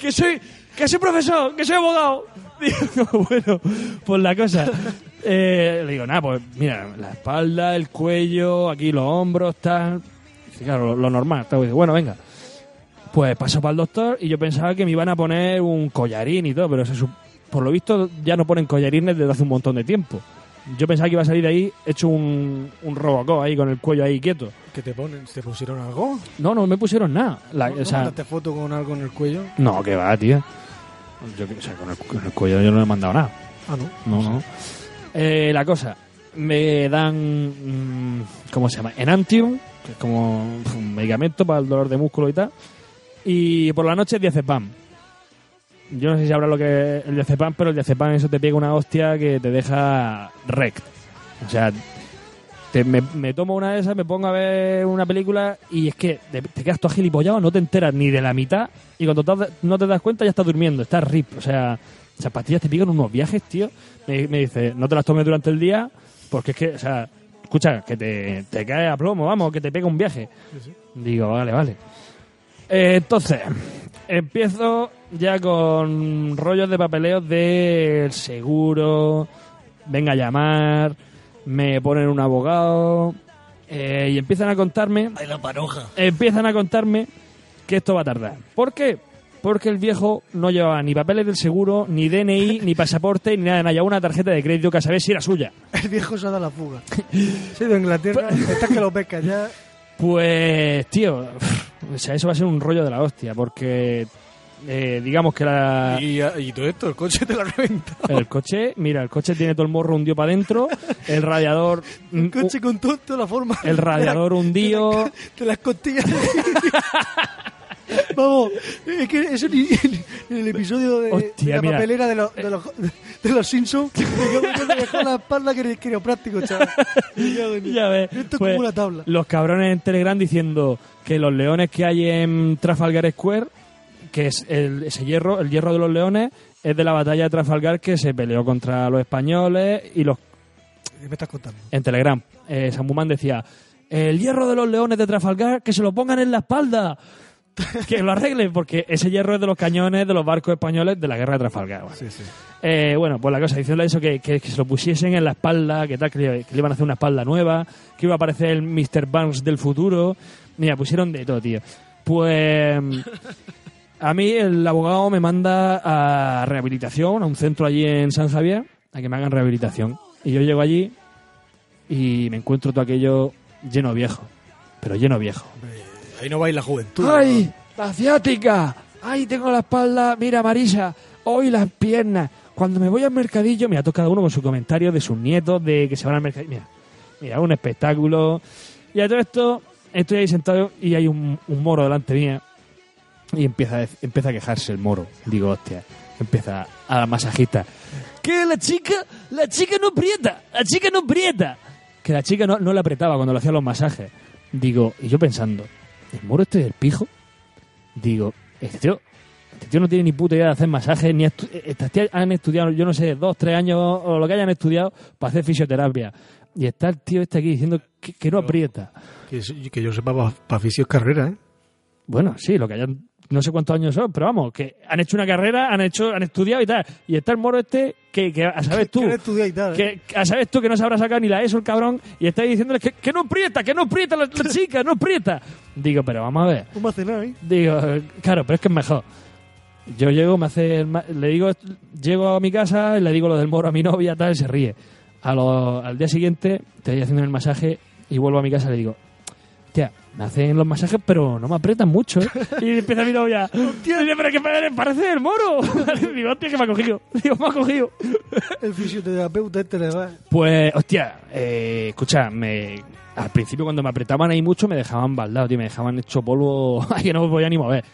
que soy, que soy profesor, que soy abogado. Digo, bueno, pues la cosa. eh, le digo, nada, pues mira, la espalda, el cuello, aquí los hombros, tal. Dice, claro, lo, lo normal. Tal. Dice, bueno, venga. Pues paso para el doctor y yo pensaba que me iban a poner un collarín y todo, pero se sup- por lo visto ya no ponen collarines desde hace un montón de tiempo. Yo pensaba que iba a salir de ahí hecho un, un robocop ahí con el cuello ahí quieto. ¿Qué te ponen? ¿Te pusieron algo? No, no me pusieron nada. La- ¿No- o no sea, mandaste foto con algo en el cuello? no, que va, tío. Yo, que- o sea, con el, con el cuello yo no le he mandado nada. Ah, no. No, no. Eh, la cosa, me dan. mm, ¿Cómo se llama? Enantium, que es como un medicamento para el dolor de músculo y tal. Y por la noche, diazepam. Yo no sé si habrá lo que es el diazepam, pero el diazepam eso te pega una hostia que te deja rect. O sea, te- me, me tomo una de esas, me pongo a ver una película y es que te, te quedas todo agilipollado, no te enteras ni de la mitad y cuando te das- no te das cuenta ya estás durmiendo, estás rip. O sea, esas pastillas te pican unos viajes, tío. Me, me dice, no te las tomes durante el día porque es que, o sea, escucha, que te, te cae a plomo, vamos, que te pega un viaje. Digo, vale, vale. Eh, entonces, empiezo ya con rollos de papeleos del seguro, venga a llamar, me ponen un abogado eh, y empiezan a contarme, Ay, la paroja. empiezan a contarme que esto va a tardar. ¿Por qué? Porque el viejo no llevaba ni papeles del seguro, ni DNI, ni pasaporte, ni nada, de nada, llevaba una tarjeta de crédito que a saber si era suya. El viejo se ha dado la fuga. Se ha ido a Inglaterra, estás que lo pesca ya. Pues, tío, o sea, eso va a ser un rollo de la hostia, porque eh, digamos que la... Y, y todo esto, el coche te la reventa. El coche, mira, el coche tiene todo el morro hundido para adentro, el radiador... mm, El coche con todo, toda la forma. El radiador hundido. De las costillas. Vamos, es que eso ni, ni- ni el episodio de, Hostia, de la mira. Eh. papelera de los, de los, de los Simpsons, que yo yo me dejó la espalda que era quiropráctico, chaval. Ya, bueno. Ya ves. Esto es pues, como una tabla. Los cabrones en Telegram diciendo que los leones que hay en Trafalgar Square, que es el, ese hierro, el hierro de los leones, es de la batalla de Trafalgar que se peleó contra los españoles y los ¿Qué me estás contando? en Telegram. Eh, Samumán decía, el hierro de los leones de Trafalgar, que se lo pongan en la espalda. Que lo arreglen, porque ese hierro es de los cañones de los barcos españoles de la guerra de Trafalgar. Bueno, Eh, bueno, pues la cosa, diciéndole eso, que, que- que se lo pusiesen en la espalda, que tal, que le, que le iban a hacer una espalda nueva, que iba a aparecer el Mr. Banks del futuro. Mira, pusieron de todo, tío. Pues... A mí el abogado me manda a rehabilitación, a un centro allí en San Javier, a que me hagan rehabilitación. Y yo llego allí y me encuentro todo aquello lleno viejo, pero lleno viejo. Ahí no va a ir la juventud. ¡Ay, la asiática! ¡Ay, tengo la espalda! Mira, Marisa, hoy las piernas. Cuando me voy al mercadillo, mira, toca cada uno con su comentario de sus nietos, de que se van al mercadillo. Mira, mira, un espectáculo. Y a todo esto, estoy ahí sentado y hay un, un moro delante mía. Y empieza a, dec- empieza a quejarse el moro. Digo, hostia. Empieza a la masajista. Que la chica, la chica no aprieta, la chica no aprieta. Que la chica no, no le apretaba cuando le hacía los masajes. Digo, y yo pensando, ¿el moro este es el pijo? Digo, este tío, este tío no tiene ni puta idea de hacer masajes, ni estu- estas tías han estudiado, yo no sé, dos, tres años o lo que hayan estudiado para hacer fisioterapia. Y está el tío este aquí diciendo que, que no aprieta. Que, yo- que yo sepa, para Pues, oficios carrera, ¿eh? Bueno, sí, lo que hayan, no sé cuántos años son, pero vamos, que han hecho una carrera, han hecho, han estudiado y tal. Y está el moro este que, que a sabes tú. Que no estudié y tal. ¿eh? Que, que a sabes tú que no sabrá sacar ni la ESO el cabrón y está ahí diciéndole que, que no aprieta, que no aprieta la, la chica, no aprieta. Digo, pero vamos a ver. Un macenado, ¿eh? Digo, claro, pero es que es mejor. Yo llego, me hace el ma- le digo, llego a mi casa y le digo lo del moro a mi novia, tal, y se ríe. A lo- al día siguiente te voy haciendo el masaje y vuelvo a mi casa y le digo, hostia, me hacen los masajes pero no me aprietan mucho, ¿eh?". Y empieza mi novia, hostia, dice, pero que padre, parece el moro. digo, hostia, que me ha cogido. Digo, me ha cogido. El fisioterapeuta este le va. Pues, hostia, eh, escucha, me, al principio cuando me apretaban ahí mucho me dejaban baldado, tío, me dejaban hecho polvo, ay, que no me podía ni mover.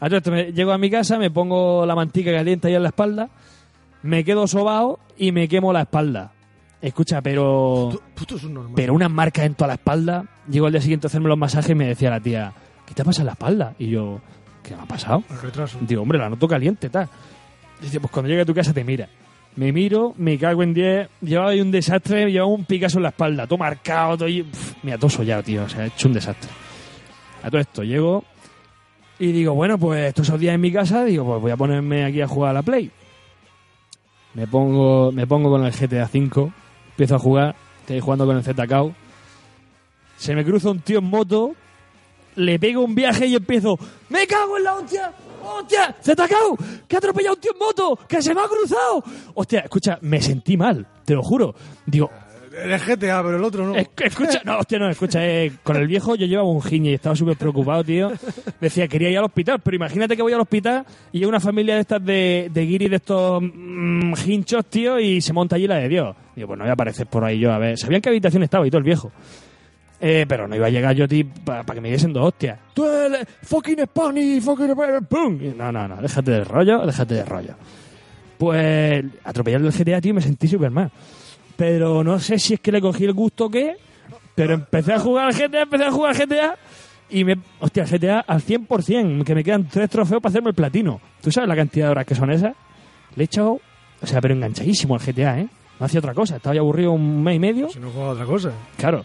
A todo esto, me- llego a mi casa, me pongo la mantica caliente ahí en la espalda, me quedo sobao y me quemo la espalda. Escucha, pero. Puto, puto es un normal. pero unas marcas en toda la espalda. Llego al día siguiente a hacerme los masajes y me decía la tía, ¿qué te pasa en la espalda? Y yo, ¿qué me ha pasado? El retraso. Digo, hombre, la noto caliente, tal. Dice, pues cuando llegue a tu casa te mira. Me miro, me cago en 10, llevaba ahí un desastre, llevaba un Picasso en la espalda, todo marcado, todo... y- pf, me atoso ya, tío, o sea, he hecho un desastre. A todo esto, llego y digo, bueno, pues estos son días en mi casa, digo, pues voy a ponerme aquí a jugar a la Play. Me pongo, me pongo con el GTA V, empiezo a jugar, estoy jugando con el ZKO. Se me cruza un tío en moto, le pego un viaje y empiezo, ¡me cago en la hostia! ¡Hostia! ¡ZKO! ¡Que ha atropellado un tío en moto! ¡Que se me ha cruzado! Hostia, escucha, me sentí mal, te lo juro. Digo, El GTA, pero el otro no. es- Escucha, no, hostia, no, escucha. eh, con el viejo yo llevaba un giñe y estaba súper preocupado, tío. Decía, quería ir al hospital, pero imagínate que voy al hospital y hay una familia de estas de, de guiris, de estos mm, hinchos, tío, y se monta allí la de Dios. Digo, pues no voy a aparecer por ahí yo, a ver. Sabían qué habitación estaba y todo el viejo. Eh, pero no iba a llegar yo a ti para que me diesen dos hostias. Tú eres fucking Spanish, fucking Spanish, pum. Y No, no, no, déjate de rollo, déjate de rollo. Pues atropellar el GTA, tío, y me sentí súper mal. Pero no sé si es que le cogí el gusto o qué, pero empecé a jugar al GTA, empecé a jugar al GTA y me... Hostia, el GTA al 100%, que me quedan tres trofeos para hacerme el platino. ¿Tú sabes la cantidad de horas que son esas? Le he echado... O sea, pero enganchadísimo al GTA, ¿eh? No hacía otra cosa, estaba ya aburrido un mes y medio. Pues Si no juega otra cosa. Claro.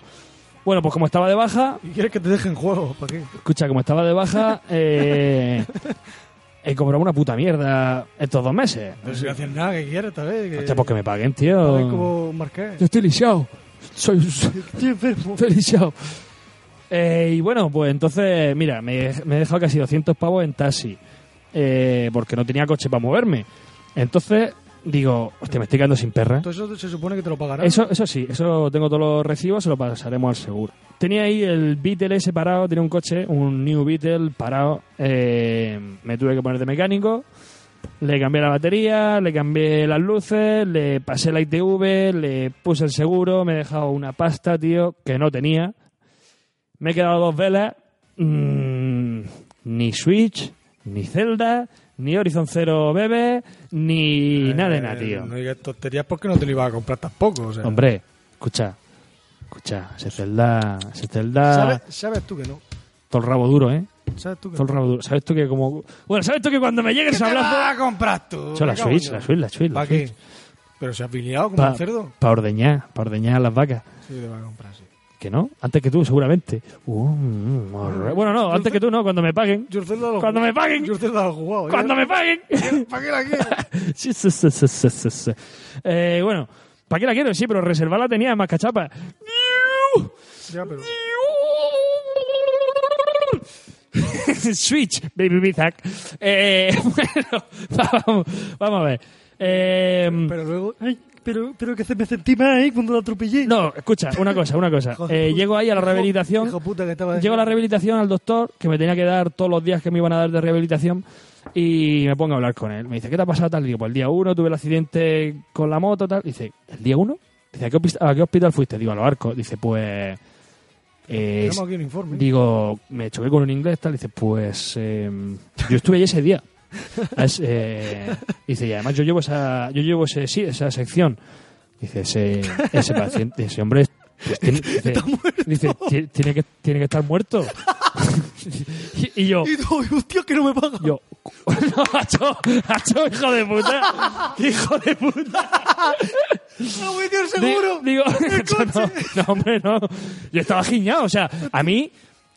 Bueno, pues como estaba de baja, ¿Y quieres que te dejen juegos? ¿Para qué? Escucha, como estaba de baja, eh, he cobrado una puta mierda estos dos meses. Pero si no haces nada, que quieres? Tal vez. Que... Hostia, pues que me paguen, Tal vez tío. como Marqués. Yo estoy lisiado. Soy, soy Estoy enfermo. lisiado. Eh, y bueno, pues entonces, mira, me, me he dejado casi 200 pavos en taxi. eh, porque no tenía coche para moverme. Entonces, digo, hostia, me estoy quedando sin perra. Entonces eso se supone que te lo pagarán. Eso, eso sí, eso tengo todos los recibos, se lo pasaremos al seguro. Tenía ahí el Beetle ese parado, tenía un coche, un New Beetle parado. eh, me tuve que poner de mecánico, le cambié la batería, le cambié las luces, le pasé la ITV, le puse el seguro, me he dejado una pasta, tío, que no tenía. Me he quedado dos velas. mm, ni Switch, ni Zelda, ni Horizon Zero Bebe, ni nada de nada, Eh, tío. No digas tonterías porque no te lo iba a comprar tampoco. O sea. Hombre, escucha, escucha, se celda, se celda ¿Sabes, sabes tú que no. todo el rabo duro, ¿eh? Sabes tú que Todo el no. rabo duro. ¿Sabes tú que como... Bueno, ¿sabes tú que cuando me llegue el ¿Qué te vas sablazo... a comprar tú? Yo Me cago la en Switch, Dios. la Switch, la Switch. ¿Para qué? Pero se ha afiliado como Para un cerdo. ordeñar, para ordeñar a las vacas. Sí, le va a comprar, sí. Que no, antes que tú, seguramente. Uh, mm, arre. bueno, no, antes que tú, no, cuando me paguen. Yo el cerdo lo Cuando me paguen. Yo el cerdo lo he jugado. ¿eh? Cuando me paguen. ¿Para qué la quiero? Sí, sí, sí, sí, sí, sí, sí. Eh, bueno, ¿para qué la quiero? Sí, pero reservarla tenía más cachapa. ya, pero... Eh, Switch, baby Bizak. Eh, bueno, vamos, vamos a ver. Eh, Pero luego... Ay, pero, pero que se me sentí mal, ¿eh? Cuando lo atropellé. no, escucha, una cosa, una cosa. Eh, llego ahí a la Hijo- rehabilitación. hijo puta que estaba Llego a la rehabilitación al doctor, que me tenía que dar todos los días que me iban a dar de rehabilitación, y me pongo a hablar con él. Me dice, ¿qué te ha pasado tal? Y digo, pues el día 1 tuve el accidente con la moto, tal. Dice, ¿el día 1? Dice, ¿a qué, hospi- a qué hospital fuiste? Digo, a los arcos. Dice, pues... eh, Tenemos aquí un informe. Digo, me choqué con un inglés, tal. Dice, pues eh, yo estuve ahí ese día. Es, eh, dice, y además yo llevo esa, yo llevo ese, sí, esa sección. Dice, ese, ese paciente, ese hombre, pues, tiene, dice, dice, "Ti- tiene, que, tiene que estar muerto. y, y yo, Y tú, "Ay, hostia, que no me paga. yo, no, macho, macho, hijo de puta, hijo de puta. ¡No me dio el Di- seguro! Digo, ¡El yo no, coche! no, hombre, no. Yo estaba giñado, o sea, a mí.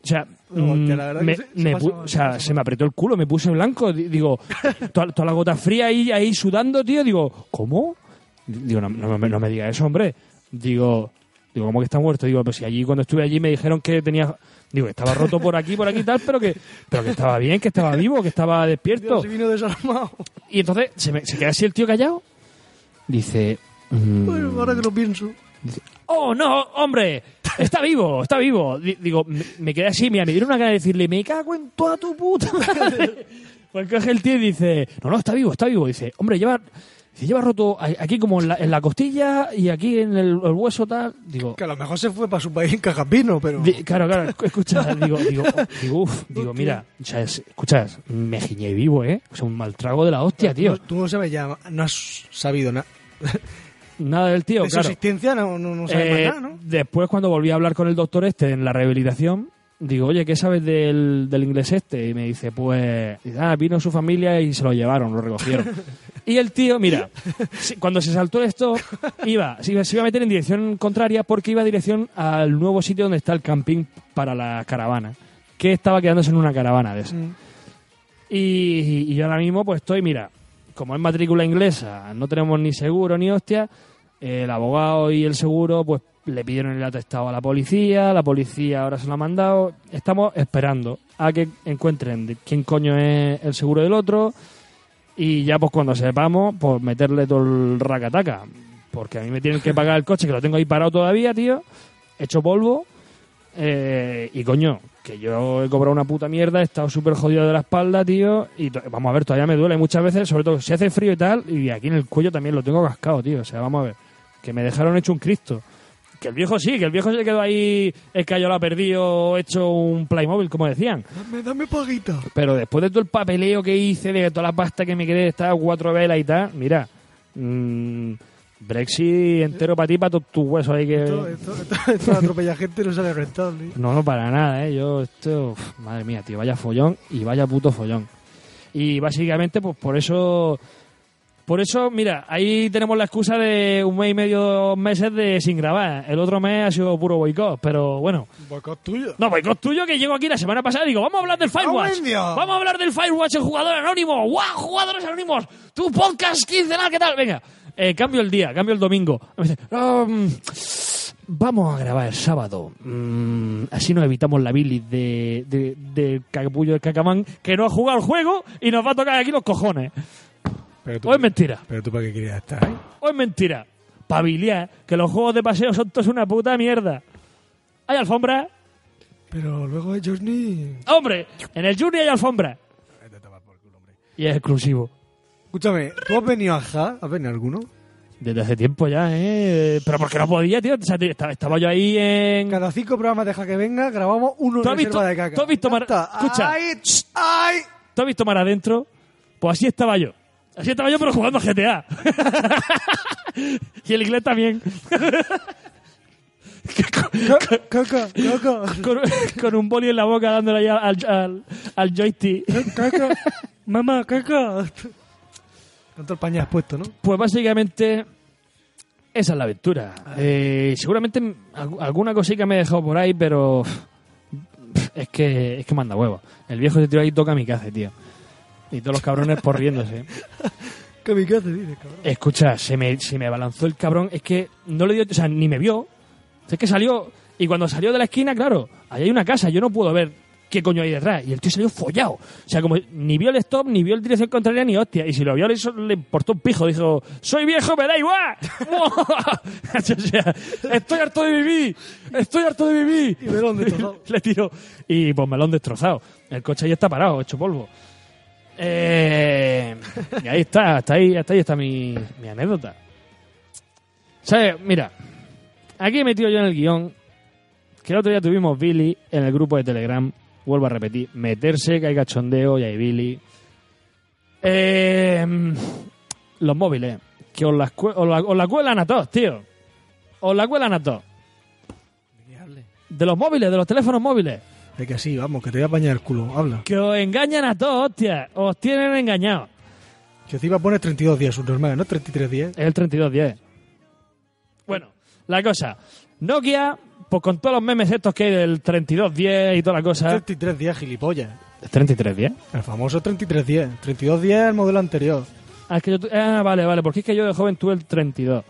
O sea, No, hostia, mm, la verdad me- que se- se me pasa pu- mal, o se sea, pasa se me apretó el culo, me puse blanco. di- Digo, toda, toda la gota fría ahí, ahí sudando, tío. Digo, ¿cómo? Digo, no, no me- no me digas eso, hombre. Digo, digo, ¿cómo que está muerto? Digo, pues si allí, cuando estuve allí, me dijeron que tenía. Digo, que estaba roto por aquí, por aquí y tal, pero que, pero que estaba bien, que estaba vivo, que estaba despierto. Dios, si vino desarmado. Y entonces se, me- se queda así el tío callado. Dice. mm, Bueno, ahora que lo pienso. ¡Oh, no, hombre! Está vivo, está vivo. Di- Digo, me, me quedé así, mira, me dieron una gana de decirle, me cago en toda tu puta madre. Pues coge el tío y dice, no, no, está vivo, está vivo. Dice, hombre, lleva, dice, lleva roto a- aquí como en la, en la costilla y aquí en el, el hueso tal. Digo, Que a lo mejor se fue para su país en Cajapino, pero... di- claro, claro, escu- escucha, digo, digo, oh, digo, uf, digo, mira, o sea, es- escucha, me giñé Pues vivo, ¿eh? O sea, un mal trago de la hostia, tío. No, tú no sabes ya, no has sabido nada. Nada del tío, de su claro. existencia no, no, no sabemos Eh, nada, ¿no? Después, cuando volví a hablar con el doctor este en la rehabilitación, digo, oye, ¿qué sabes del, del inglés este? Y me dice, pues, dice, ah, vino su familia y se lo llevaron, lo recogieron. y el tío, mira, si- cuando se saltó esto, iba, se iba, se iba a meter en dirección contraria porque iba a dirección al nuevo sitio donde está el camping para la caravana, que estaba quedándose en una caravana de esas. Mm. Y, y yo ahora mismo pues estoy, mira, como es matrícula inglesa, no tenemos ni seguro ni hostia, el abogado y el seguro pues le pidieron el atestado a la policía, la policía ahora se lo ha mandado, estamos esperando a que encuentren de quién coño es el seguro del otro y ya pues cuando sepamos pues meterle todo el racataca, porque a mí me tienen que pagar el coche que lo tengo ahí parado todavía, tío, hecho polvo. Eh, y coño, que yo he cobrado una puta mierda, he estado súper jodido de la espalda, tío. Y to- vamos a ver, todavía me duele muchas veces, sobre todo si hace frío y tal. Y aquí en el cuello también lo tengo cascado, tío. O sea, vamos a ver. Que me dejaron hecho un Cristo. Que el viejo sí, que el viejo se quedó ahí, es que yo lo ha perdido, hecho un Playmobil, como decían. Dame, dame paguita. Pero después de todo el papeleo que hice, de toda la pasta que me quedé, estaba cuatro velas y tal, mira. mm, Brexit entero para ti, para tus tu huesos ahí que. Esto, esto, esto- esto de atropellar gente no sale rentable. No, no, para nada, ¿eh? Yo, esto, uf, madre mía, tío, vaya follón y vaya puto follón. Y básicamente, pues por eso, por eso, mira, ahí tenemos la excusa de un mes y medio, dos meses de sin grabar. El otro mes ha sido puro boicot, pero bueno. Boicot tuyo. No, boicot tuyo que llego aquí la semana pasada y digo, vamos a hablar del Firewatch. indio! Vamos a hablar del Firewatch, el jugador anónimo. ¡Guau, jugadores anónimos! ¡Tu podcast quincenal, qué tal! Venga, eh, cambio el día, cambio el domingo. Me dice, "Ah, mm, vamos a grabar el sábado. Mm, así nos evitamos la bilis de, de, del capullo del cacamán que no ha jugado el juego y nos va a tocar aquí los cojones. Pero tú, O es mentira, pero tú para qué querías estar ahí. o es mentira. Pabiliar, que los juegos de paseo son todos una puta mierda. Hay alfombra, Pero luego de Journey. hombre, en el Juni hay alfombra. Vete a tomar por culo, hombre. Y es exclusivo. Escúchame, ¿tú has venido a Ja? ¿Has venido a alguno? Desde hace tiempo ya, ¿eh? Pero porque no podía, tío. O sea, tío, estaba, estaba yo ahí en... Cada cinco programas deja que venga, grabamos uno ¿Tú has de reserva visto- de caca. tú has visto Ya Mar- está. Escucha. ¡Ay! ¡Ay! ¿Tú has visto Mar Adentro? Pues así estaba yo. Así estaba yo, pero jugando a GTA. y el inglés también. Ca- Caca, caca, con, con un boli en la boca dándole ahí al, al, al joystick. caca. Mamá, caca. Con todo el pañal puesto, ¿no? Pues básicamente esa es la aventura. Eh, seguramente al- alguna cosita me he dejado por ahí, pero es que es que manda huevo. El viejo se tiró ahí y toca mi casa, tío. Y todos los cabrones por riéndose. Que mi casa, dices, cabrón. Escucha, se me, se me abalanzó el cabrón. Es que no le dio, o sea, ni me vio. Es que salió, y cuando salió de la esquina, claro, ahí hay una casa, yo no puedo ver qué coño hay detrás. Y el tío salió follado. O sea, como ni vio el stop, ni vio el dirección contraria, ni hostia. Y si lo vio, le, hizo- le importó un pijo. Dijo, soy viejo, me da igual. o sea, estoy harto de vivir. Estoy harto de vivir. Y melón destrozado. le tiró. Y pues melón destrozado. El coche ahí está parado, hecho polvo. Eh, y ahí está, hasta ahí, hasta ahí está mi, mi anécdota. ¿Sabes? Mira, aquí he metido yo en el guión que el otro día tuvimos Billy en el grupo de Telegram. Vuelvo a repetir, meterse, que hay cachondeo y hay Billy. Eh, mm, los móviles, que os las cue- os la, os la cuelan a todos, tío. Os la cuelan a todos. De los móviles, de los teléfonos móviles. Es que así, vamos, que te voy a apañar el culo. Habla. Que os engañan a todos, hostia. Os tienen engañados. Que encima pones 32 días subnormales, no 33 días. Es el 3210. Bueno, la cosa. Nokia, pues con todos los memes estos que hay del 3210 y toda la cosa. 33 días, gilipollas. ¿3310? El famoso 33 días. 32 días el modelo anterior. Ah, es que yo tu- ah, vale, vale, porque es que yo de joven tuve el 32.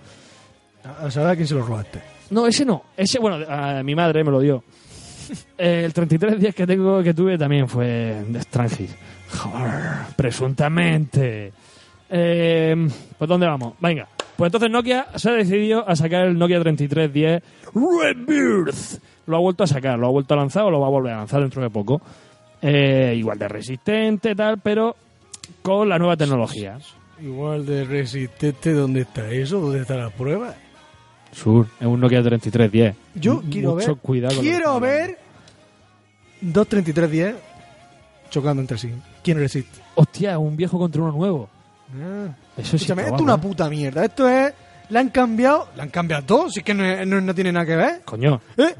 A a saber Ah, a quién se lo robaste. No, ese no. Ese, bueno, a mi madre me lo dio. El 3310 que tengo que tuve también fue de Strangis. Joder, presuntamente. Eh, pues ¿dónde vamos? Venga. Pues entonces Nokia se ha decidido a sacar el Nokia 3310 Rebirth. Lo ha vuelto a sacar, lo ha vuelto a lanzar o lo va a volver a lanzar dentro de poco. Eh, igual de resistente, tal, pero con la nueva tecnología. Igual de resistente, ¿dónde está eso? ¿Dónde está la prueba? Sur, es un Nokia 3310. Yo M- quiero mucho ver. cuidado con lo que quiero estamos ver. Dos 33 días chocando entre sí. ¿Quién resiste? Hostia, un viejo contra uno nuevo. Eso sí. Ah. Escúchame, está esto es guapo, una puta mierda. Esto es Le han cambiado, le han cambiado todo, si es que no, es- no- no tiene nada que ver. Coño, ¿Eh?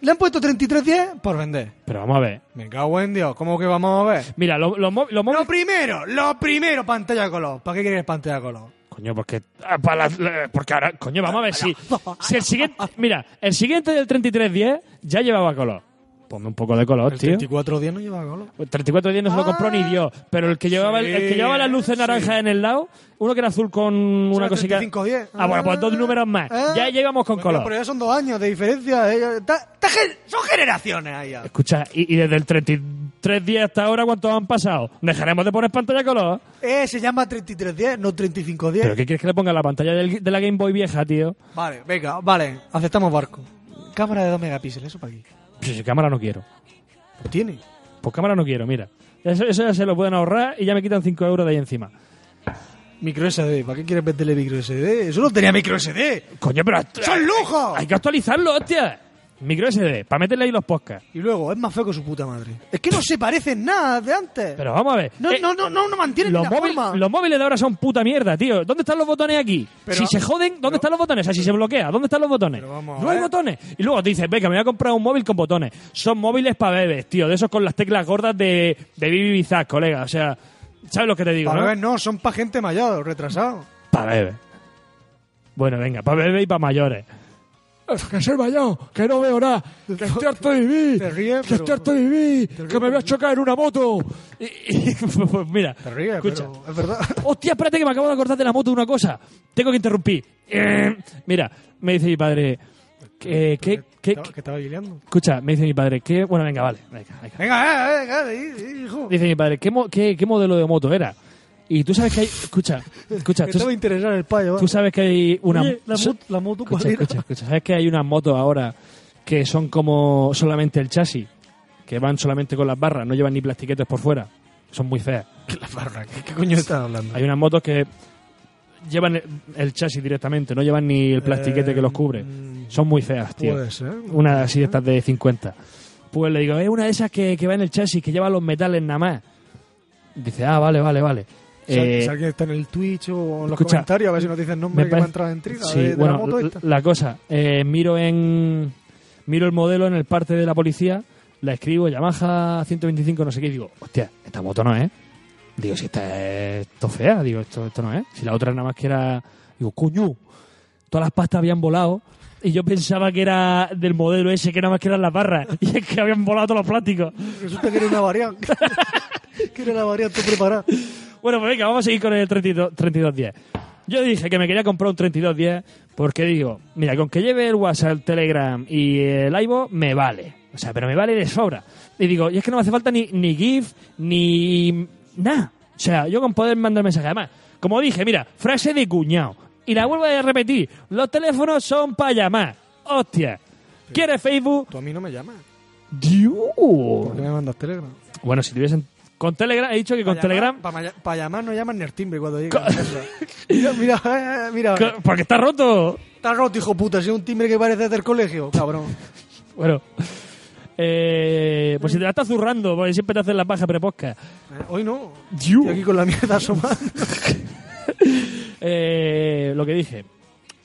Le han puesto 3310 por vender. pero vamos a ver. Me cago en Dios, ¿cómo que vamos a ver? Mira, los lo, mó- los móviles. Lo primero, lo primero, pantalla de color. ¿Para qué quieres pantalla de color? Coño, porque. ah, para las- la- porque ahora. Coño, vamos a ver si. si el siguiente. Mira, el siguiente del 3310 ya llevaba color. Pues Ponme un poco de color, El tío. 2410 no lleva Ah. color. El 3410 no se lo compró ni Dios, pero el que llevaba, el, el que llevaba las luces naranjas en el lado, uno que era azul con una Son cosita. 3510. Ah, bueno, pues dos números más. Ah. Ya llevamos con Pues no, color. Pero ya son dos años de diferencia. eh, ya está- está gen- son generaciones ahí ya. Escucha, y, y desde el 3310 hasta ahora, ¿cuántos han pasado? ¿Dejaremos de poner pantalla color? Eh, se llama 3310, no ¿Pero 3510. qué quieres que le ponga la pantalla del- de la Game Boy vieja, tío? Vale, venga, vale. Aceptamos barco. Cámara de 2 megapíxeles, eso para aquí. Pues, si cámara no quiero. Lo tiene. Pues cámara no quiero, mira. Eso, eso ya se lo pueden ahorrar y ya me quitan 5 euros de ahí encima. Micro SD, ¿para qué quieres venderle micro SD? Eso no tenía micro SD. Coño, pero. ¡Son lujos! Hay que actualizarlo, hostia. Micro SD, para meterle ahí los podcasts. Y luego, es más feo que su puta madre. Es que no se parecen nada de antes. Pero vamos a ver. no, Eh, no, no, no, no mantienen ni Los, la móvil- forma. los móviles de ahora son puta mierda, tío. ¿Dónde están los botones aquí? Pero- si se joden, ¿dónde están los botones? O sea, si se bloquea, ¿dónde están los botones? Pero vamos a no hay ver. botones. Y luego te dices, venga, me voy a comprar un móvil con botones. Son móviles para bebés, tío. De esos con las teclas gordas de, de Bibi Bizarre, colega. O sea, ¿sabes lo que te digo, Para no? ver, no, son para gente mayor, retrasado. Para bebés. Bueno, venga, para bebés y para mayores. Que ser mayor, que no veo nada, que estoy harto de vivir, Te ríes, que pero- estoy harto de vivir, ríes, que me voy a chocar en una moto. Y, y- pues mira, Te ríes, escucha, pero es verdad. Hostia, espérate que me acabo de acordar de la moto de una cosa. Tengo que interrumpir. Eh, Mira, me dice mi padre. eh, Que, que, que- Estaba- que estaba guileando. escucha, me dice mi padre. Que, bueno, venga, vale. Venga, venga. Venga, eh, venga, eh, eh, hijo. Dice mi padre, ¿qué, mo- qué, qué modelo de moto era? Y tú sabes que hay. Escucha, escucha. Que Tú, te va a interesar el payo. va. tú sabes que hay una. Oye, la, so- moto, la moto, ¿cuál escucha, era? escucha, escucha. ¿Sabes que hay unas motos ahora que son como solamente el chasis? Que van solamente con las barras, no llevan ni plastiquetes por fuera. Son muy feas. La barra, ¿qué, qué coño estás hablando? Hay unas motos que llevan el, el chasis directamente, no llevan ni el plastiquete Eh, que los cubre. mm, Son muy feas, tío. Puede ser. Una así de Ah. estas de 50. Pues le digo, es una de esas que, que va en el chasis, que lleva los metales nada más. Dice, ah, vale, vale, vale. Si alguien- Eh, si alguien está en el Twitch o en los escucha, comentarios, a ver si nos dicen nombre que me parece- ha entrado en triga Sí, de, de bueno, la moto l- esta. la cosa, eh, miro en miro el modelo en el parte de la policía, la escribo Yamaha 125 no sé qué y digo, hostia, esta moto no es. Digo, si esta es esto fea, digo, esto, esto no es. Si la otra nada más que era, digo, coño, todas las pastas habían volado y yo pensaba que era del modelo ese que nada más que eran las barras y es que habían volado todos los plásticos. Resulta que era una variante. que era la variante preparada. Bueno, pues venga, vamos a seguir con el 32 3210. Yo dije que me quería comprar un 3210 porque digo, mira, con que lleve el WhatsApp, el Telegram y el iVoox me vale. O sea, pero me vale de sobra. Y digo, y es que no me hace falta ni, ni GIF, ni nada. O sea, yo con poder mandar mensaje. Además, como dije, mira, frase de cuñado. Y la vuelvo a repetir, los teléfonos son para llamar. Hostia. ¿Quieres Facebook? Tú a mí no me llamas. Dios. ¿Por qué me mandas Telegram? Bueno, si tuviesen... Con Telegram, he dicho que con Telegram... Para llamar no llaman ni el timbre cuando llega. mira, mira, eh, mira. co- Porque está roto. Está roto, hijo puta. Si es un timbre que parece del colegio, cabrón. Bueno. Eh, pues si te la estás zurrando, porque siempre te hacen las bajas preposcas. Eh, Hoy no. Diu. Estoy aquí con la mierda asomada. Eh, lo que dije,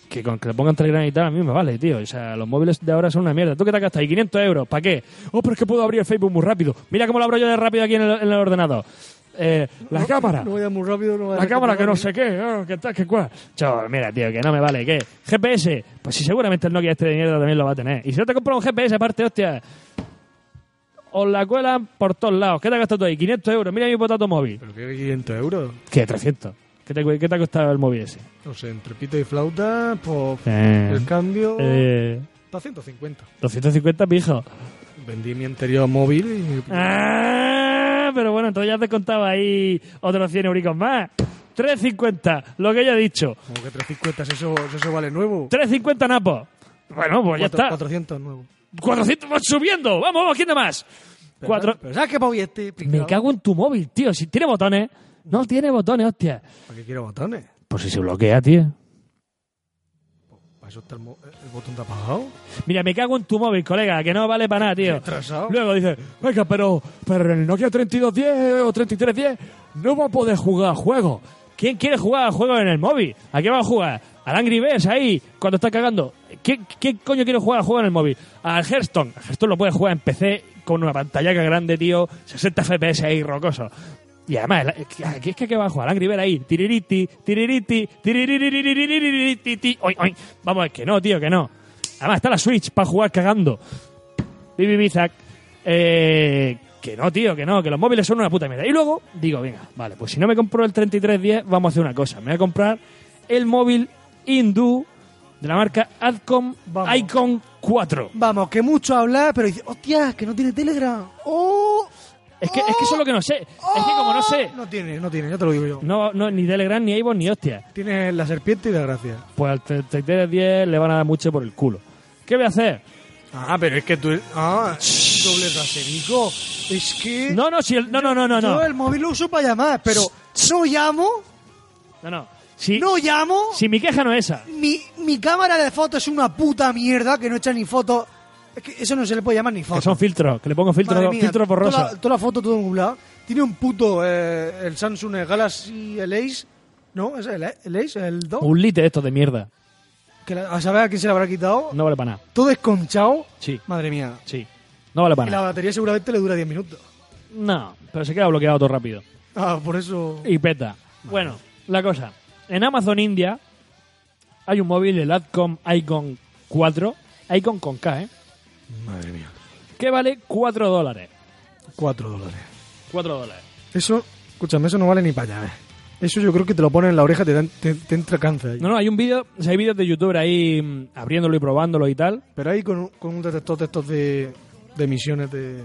que con que le pongan Telegram y tal, a mí me vale, tío. O sea, los móviles de ahora son una mierda. ¿Tú qué te gastas? ¿Y 500 euros? ¿Para qué? Oh, pero es que puedo abrir el Facebook muy rápido. Mira cómo lo abro yo de rápido aquí en el, en el ordenador. Eh, la cámara. No vaya muy rápido. No vaya La cámara que no rápido. sé qué, ah, que tal, que cual. Chaval, mira, tío, que no me vale, ¿qué? GPS, pues si seguramente el Nokia este de mierda también lo va a tener. Y si no te compras un GPS aparte, hostia, os la cuelan por todos lados. ¿Qué te has gastado tú ahí? 500 euros, mira mi potato móvil. ¿Pero qué 500 euros? ¿Qué? 300. ¿Qué te, cu- qué te ha costado el móvil ese? No sé, entre pito y flauta, pues Eh, el cambio... eh, Está a 150. 250 pijo. Vendí mi anterior móvil y... Eh, Ah, pero bueno, entonces ya te contaba ahí otros 100 euricos más. 350, lo que yo he dicho. Como que 350, si eso, si eso vale nuevo. 350 napos. Bueno, pues ya Cuatro- está. 400 nuevo. 400 vamos subiendo. Vamos, vamos, ¿quién da más? Pero, Cuatro. Pero ¿sabes qué pavo y este? Me pringao? cago en tu móvil, tío. Si tiene botones. No tiene botones, hostia. ¿Para qué quiero botones? Pues si se bloquea, tío. ¿Para eso está el, mo- el botón de apagado? Mira, me cago en tu móvil, colega, que no vale para nada, tío. Retrasado. Luego dice, venga, pero, pero en el Nokia 3210 eh, o 3310 no va a poder jugar a juegos. ¿Quién quiere jugar a juegos en el móvil? ¿A qué va a jugar? Al Angry Birds ahí, cuando está cagando. ¿Qué, qué coño quiero jugar? Juega en el móvil. Al Hearthstone. Al Hearthstone lo puedes jugar en PC con una pantallaca grande, tío. 60 FPS ahí, rocoso. Y además, el- es que- es que ¿qué va a jugar? Al Angry Birds ahí. Tiririti, tiririti, tiririririririririti. Oy, oy. Vamos, es que no, tío, que no. Además, está la Switch para jugar cagando. Bibi Bizak. Eh, que no, tío, que no, que los móviles son una puta mierda. Y luego digo, venga, vale, pues si no me compro el 3310, vamos a hacer una cosa. Me voy a comprar el móvil hindú de la marca Adcom Vamos. Icon 4. Vamos, que mucho hablar, pero dice, hostia, que no tiene Telegram. ¡Oh! Es que, es que eso es lo que no sé. Es que como no sé, No tiene, no tiene, ya te lo digo yo. no, no, ni Telegram, ni Avon, ni hostia. Tiene la serpiente y la gracia. Pues al 3310 le van a dar mucho por el culo. ¿Qué voy a hacer? Ah, pero es que tú. Ah, doble raserico. Es que. No, no, si el- no, no, no, no, Yo no. el móvil lo uso para llamar, pero no llamo, No, no. Si, no llamo. si mi queja no es esa. Mi, mi cámara de fotos es una puta mierda que no echa ni fotos. Es que eso no se le puede llamar ni Que fotos. son filtros, que le pongo filtros, filtros borrosos. Toda, la- toda la foto todo nublado. Tiene un puto eh, el Samsung Galaxy el Ace. ¿No? ¿Es el, el Ace? ¿El 2? Un lite de estos de mierda. Que la- a saber a quién se le habrá quitado. No vale para nada. Todo esconchado. Sí, Madre mía. sí. No vale Y para la nada. batería seguramente le dura 10 minutos. No, pero se queda bloqueado todo rápido. Ah, por eso. Y peta. Bueno, la cosa. En Amazon India hay un móvil, el Adcom Icon 4. Icon con K, ¿eh? Madre mía. Que vale 4 dólares. Cuatro dólares. 4 dólares. Eso, escúchame, eso no vale ni para allá. Eso yo creo que te lo ponen en la oreja, te, dan- te, te entra cáncer. ahí. No, no, hay un vídeo, o sea, hay vídeos de YouTube ahí mm, abriéndolo y probándolo y tal. Pero ahí con, un- con un detector de estos de, de emisiones de...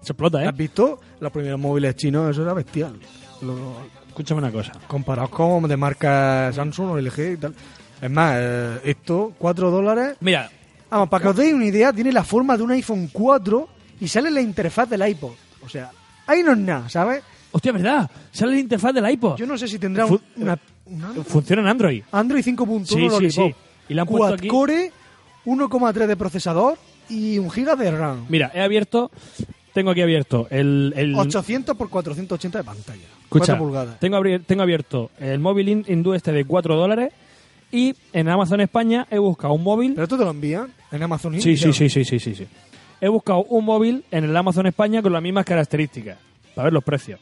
Se explota, ¿eh? ¿Has visto? Los primeros móviles chinos, eso era bestial. Lo- Escúchame una cosa. comparados con de marca Samsung o LG y tal. Es más, eh, esto, 4 dólares... Mira, Vamos, para que os deis una idea, tiene la forma de un iPhone 4 y sale la interfaz del iPod. O sea, ahí no es nada, ¿sabes? hostia, ¿verdad? Sale la interfaz del iPod. Yo no sé si tendrá Fu- un- una, una- Funciona en Android. Android 5.1 Sí, sí, sí. Lollipop. Y la han puesto aquí. Quad-core, 1,3 de procesador y 1 GB de RAM. Mira, he abierto, tengo aquí abierto el, el 800 por 480 de pantalla. Escucha, 4 pulgadas. Tengo, abri- tengo abierto el móvil hin- hindú este de 4 dólares y en Amazon España he buscado un móvil. Pero esto te lo envían en Amazon Sí, India. sí, sí, sí, sí, sí, sí. He buscado un móvil en el Amazon España con las mismas características. Para ver los precios.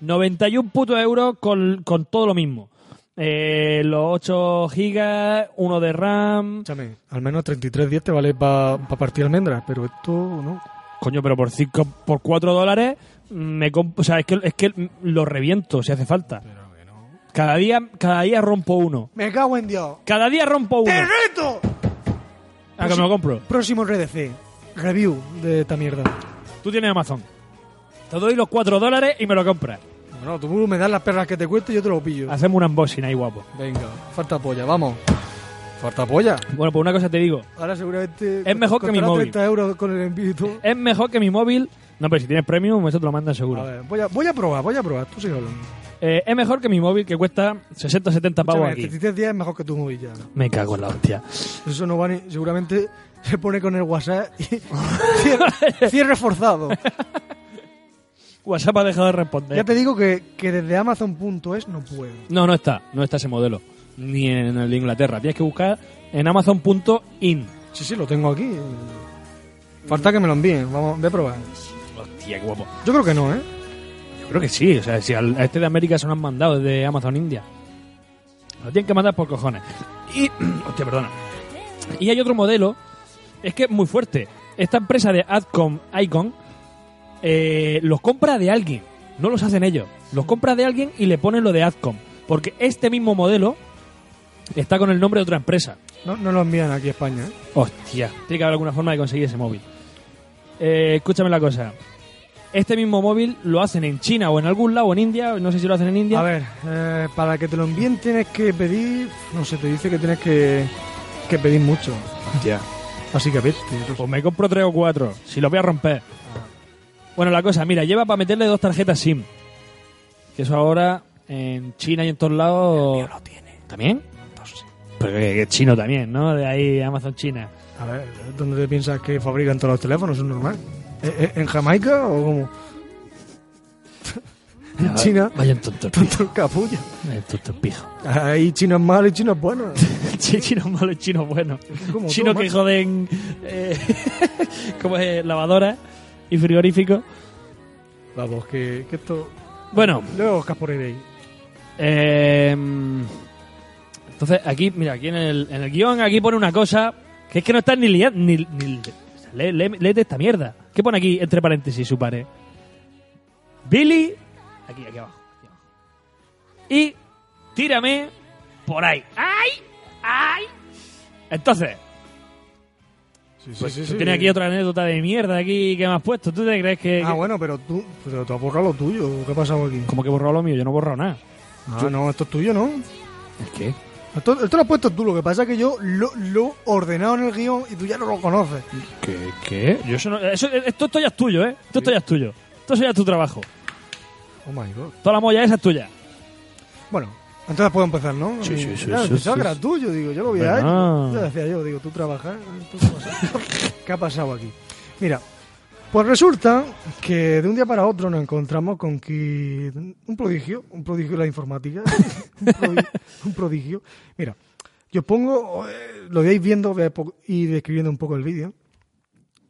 91 putos euros con, con todo lo mismo. Eh, los 8 gigas, uno de RAM. Escúchame, Al menos 33.10 te vale para partir almendras, pero esto no. Coño, pero por 5, por 4 dólares me comp- o sea, es que, es que lo reviento si hace falta. Cada día, cada día rompo uno. Me cago en Dios. Cada día rompo uno. ¡Te reto! Ah, que me lo compro. Eh, Próximo RDC. Review de esta mierda. Tú tienes Amazon. Te doy los 4 dólares y me lo compras. Bueno, tú me das las perras que te cueste y yo te lo pillo. Hacemos un unboxing ahí guapo. Venga, falta polla, vamos. Falta polla. Bueno, pues una cosa te digo. Ahora seguramente... Es mejor que mi costará móvil. 30 euros con el envío y todo. Es mejor que mi móvil. No, pero si tienes premium, eso te lo mandan A seguro. ver, voy a, voy a probar, voy a probar. Tú sigue hablando. Eh, es mejor que mi móvil que cuesta 60 70 pavos Escúchame, aquí. 33 días es mejor que tu móvil ya. Me cago en la hostia. Eso no va ni... Seguramente se pone con el WhatsApp y... cierre, cierre forzado. WhatsApp ha dejado de responder. este Ya te digo que, que desde Amazon.es no puedo. No, no está. No está ese modelo. Ni en el de Inglaterra. Tienes que buscar en amazon.in. Sí, sí, lo tengo aquí. Falta que me lo envíen. Vamos, voy a probar. Hostia, qué guapo. Yo creo que no, ¿eh? Yo creo que sí. O sea, si al- a este de América se lo han mandado desde Amazon India. Lo tienen que mandar por cojones. Y. Hostia, perdona. Y hay otro modelo. Es que es muy fuerte. Esta empresa de Adcom Icon eh, los compra de alguien. No los hacen ellos. Los compra de alguien y le ponen lo de Adcom. Porque este mismo modelo está con el nombre de otra empresa. No, no lo envían aquí a España, ¿eh? Hostia, tiene que haber alguna forma de conseguir ese móvil. Eh, escúchame la cosa. Este mismo móvil lo hacen en China o en algún lado, o en India, no sé si lo hacen en India. A ver, eh, para que te lo envíen tienes que pedir, no sé, te dice que tienes que, que pedir mucho. Así que a ver, tío. Pues me compro tres o cuatro, si los voy a romper. Ah. Bueno, la cosa, mira, lleva para meterle dos tarjetas SIM. Que eso ahora en China y en todos lados... ¿También? Pero que, que es chino también, ¿no? De ahí Amazon China. a ver, ¿dónde te piensas que fabrican todos los teléfonos? ¿Es normal? ¿Eh, eh, ¿En Jamaica o cómo? en China. Vaya un tonto el pijo. Tonto el capullo. Vaya un tonto el pijo. Hay chinos malos y chinos buenos. Sí, chinos malos, chinos buenos. Como tú, Chinos que macho. joden eh, como es, lavadoras y frigoríficos. Vamos, que, que esto. Bueno, Luego buscas por ahí. eh, entonces aquí, mira, aquí en el, en el guión aquí pone una cosa que es que no está ni liando, ni, ni- o sea, lee- lee- léete esta mierda. ¿Qué pone aquí entre paréntesis su pared? Billy, aquí, aquí abajo. aquí abajo. Y tírame por ahí. ¡Ay! ¡Ay! Entonces, Sí, sí, Pues sí, tú sí. tienes aquí otra anécdota de mierda aquí que me has puesto. ¿Tú te crees que.? Ah, que- bueno, pero tú, pero tú has borrado lo tuyo. ¿Qué ha pasado aquí? Como que he borrado lo mío, yo no he borrado nada. Ah, no, esto es tuyo, ¿no? ¿Es qué? Esto, esto lo has puesto tú. Lo que pasa es que yo lo, lo he ordenado en el guión y tú ya no lo conoces. ¿Qué? Yo eso no- eso- esto, esto ya es tuyo, ¿eh? Esto, esto ya es tuyo. Esto ya es tu trabajo. Oh my god. Toda la molla esa es tuya. Bueno, entonces puedo empezar, ¿no? Sí, sí, sí, Claro, sí, pensaba sí, que era tuyo, digo, yo lo voy a Bueno. Yo decía yo, digo, tú trabajas. ¿tú qué pasa? ¿Qué ha pasado aquí? Mira, pues resulta que de un día para otro nos encontramos con que un prodigio, un prodigio de la informática, un, prodigio, un prodigio. Mira, yo pongo, eh, lo vais viendo voy a po- ir describiendo un poco el vídeo.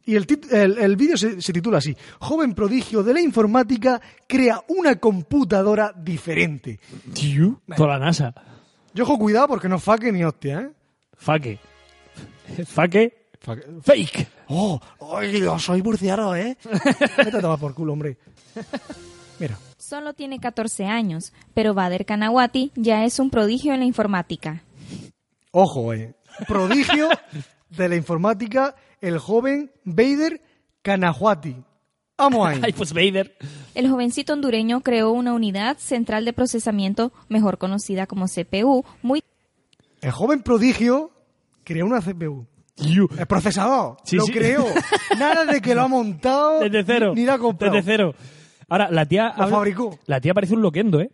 Y el, tit- el, el vídeo se, se titula así, Joven prodigio de la informática crea una computadora diferente. ¿Tío? Toda la NASA. Yo ojo cuidado porque no faque ni hostia, ¿eh? Faque. Faque. Fake. ¡Oh! ¡Ay, yo soy murciano, eh! Vete a tomar por culo, hombre. Mira. Solo tiene 14 años, pero Bader Kanawati ya es un prodigio en la informática. Ojo, eh. Prodigio de la informática, el joven Bader Kanahuati. Vamos Ay, ahí. pues Vader. El jovencito hondureño creó una unidad central de procesamiento, mejor conocida como CPU, muy El joven prodigio creó una CPU. Tío. El procesador. Sí, lo sí. creó. Nada de que lo ha montado. Desde cero. Ni la ha comprado. Desde cero. Ahora, la tía. Lo fabricó. La tía parece un loquendo, ¿eh?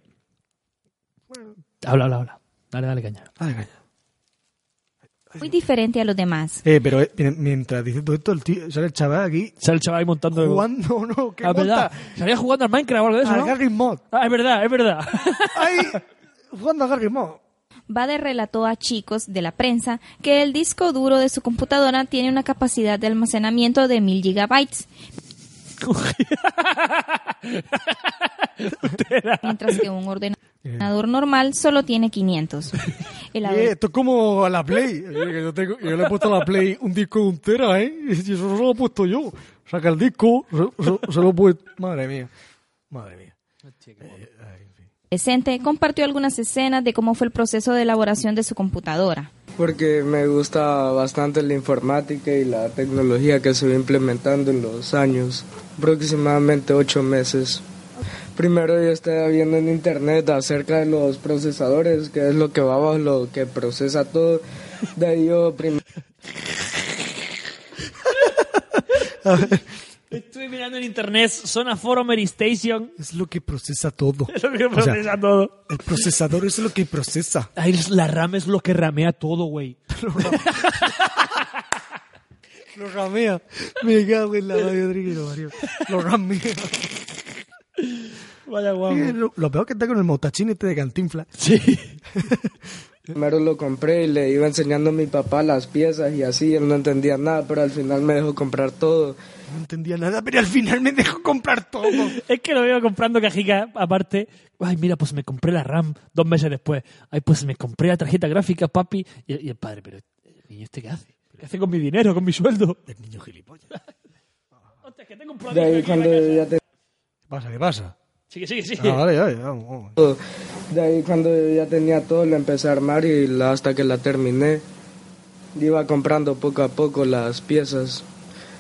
Habla, habla, habla. Dale, dale caña. Ay, calla. muy diferente a los demás. Eh, pero eh, mien- mientras dice todo esto, el tío, sale el chaval aquí Sale el chaval ahí montando. el- jugando, ¿no? ¿Qué Ah, verdad. monta? Salía jugando al Minecraft o algo de eso, Al ¿no? Garry's Mod. Ah, es verdad, es verdad. ¡Ay! Jugando a Garry's Mod. Bader relató a chicos de la prensa que el disco duro de su computadora tiene una capacidad de almacenamiento de 1000 gigabytes, mientras que un ordenador normal solo tiene 500. El Eh, adolescente esto es como a la Play. Eh, que Yo, tengo- yo le he puesto a la Play un disco de un tera, ¿eh? Y eso solo lo he puesto yo. Saca el disco, se, se- se lo he puesto. Madre mía. Madre mía. Eh, compartió algunas escenas de cómo fue el proceso de elaboración de su computadora. Porque me gusta bastante la informática y la tecnología que se va implementando en los años, aproximadamente ocho meses. Primero yo estaba viendo en internet acerca de los procesadores, que es lo que va abajo, lo que procesa todo. De ahí yo primero... Estuve mirando en internet, zona Forum Station. Es lo que procesa todo. Es lo que O sea, procesa todo. el procesador es lo que procesa. Ahí es- la RAM es lo que ramea todo, güey. Lo ramea. Me cago en la madre de Dios, Mario. Lo ramea. Vaya guapo. Eh, Lo, lo peor que está con el motachín este de cantinfla. Sí. Primero lo compré y le iba enseñando a mi papá las piezas y así, él no entendía nada, pero al final me dejó comprar todo. No entendía nada, pero al final me dejó comprar todo. Es que lo veo comprando cajica aparte. Ay, mira, pues me compré la RAM dos meses después. Ay, pues me compré la tarjeta gráfica, papi. Y, y el padre, pero el niño este qué hace? ¿Qué hace con mi dinero, con mi sueldo? El niño gilipollas. Hostia, que tengo un De problema. ahí cuando yo ya tenía... ¿Qué pasa? ¿Qué pasa? Sigue, sigue, sigue. Ah, vale, vale, vamos, vamos. todo. De ahí cuando yo ya tenía todo lo empecé a armar y la- hasta que la terminé iba comprando poco a poco las piezas.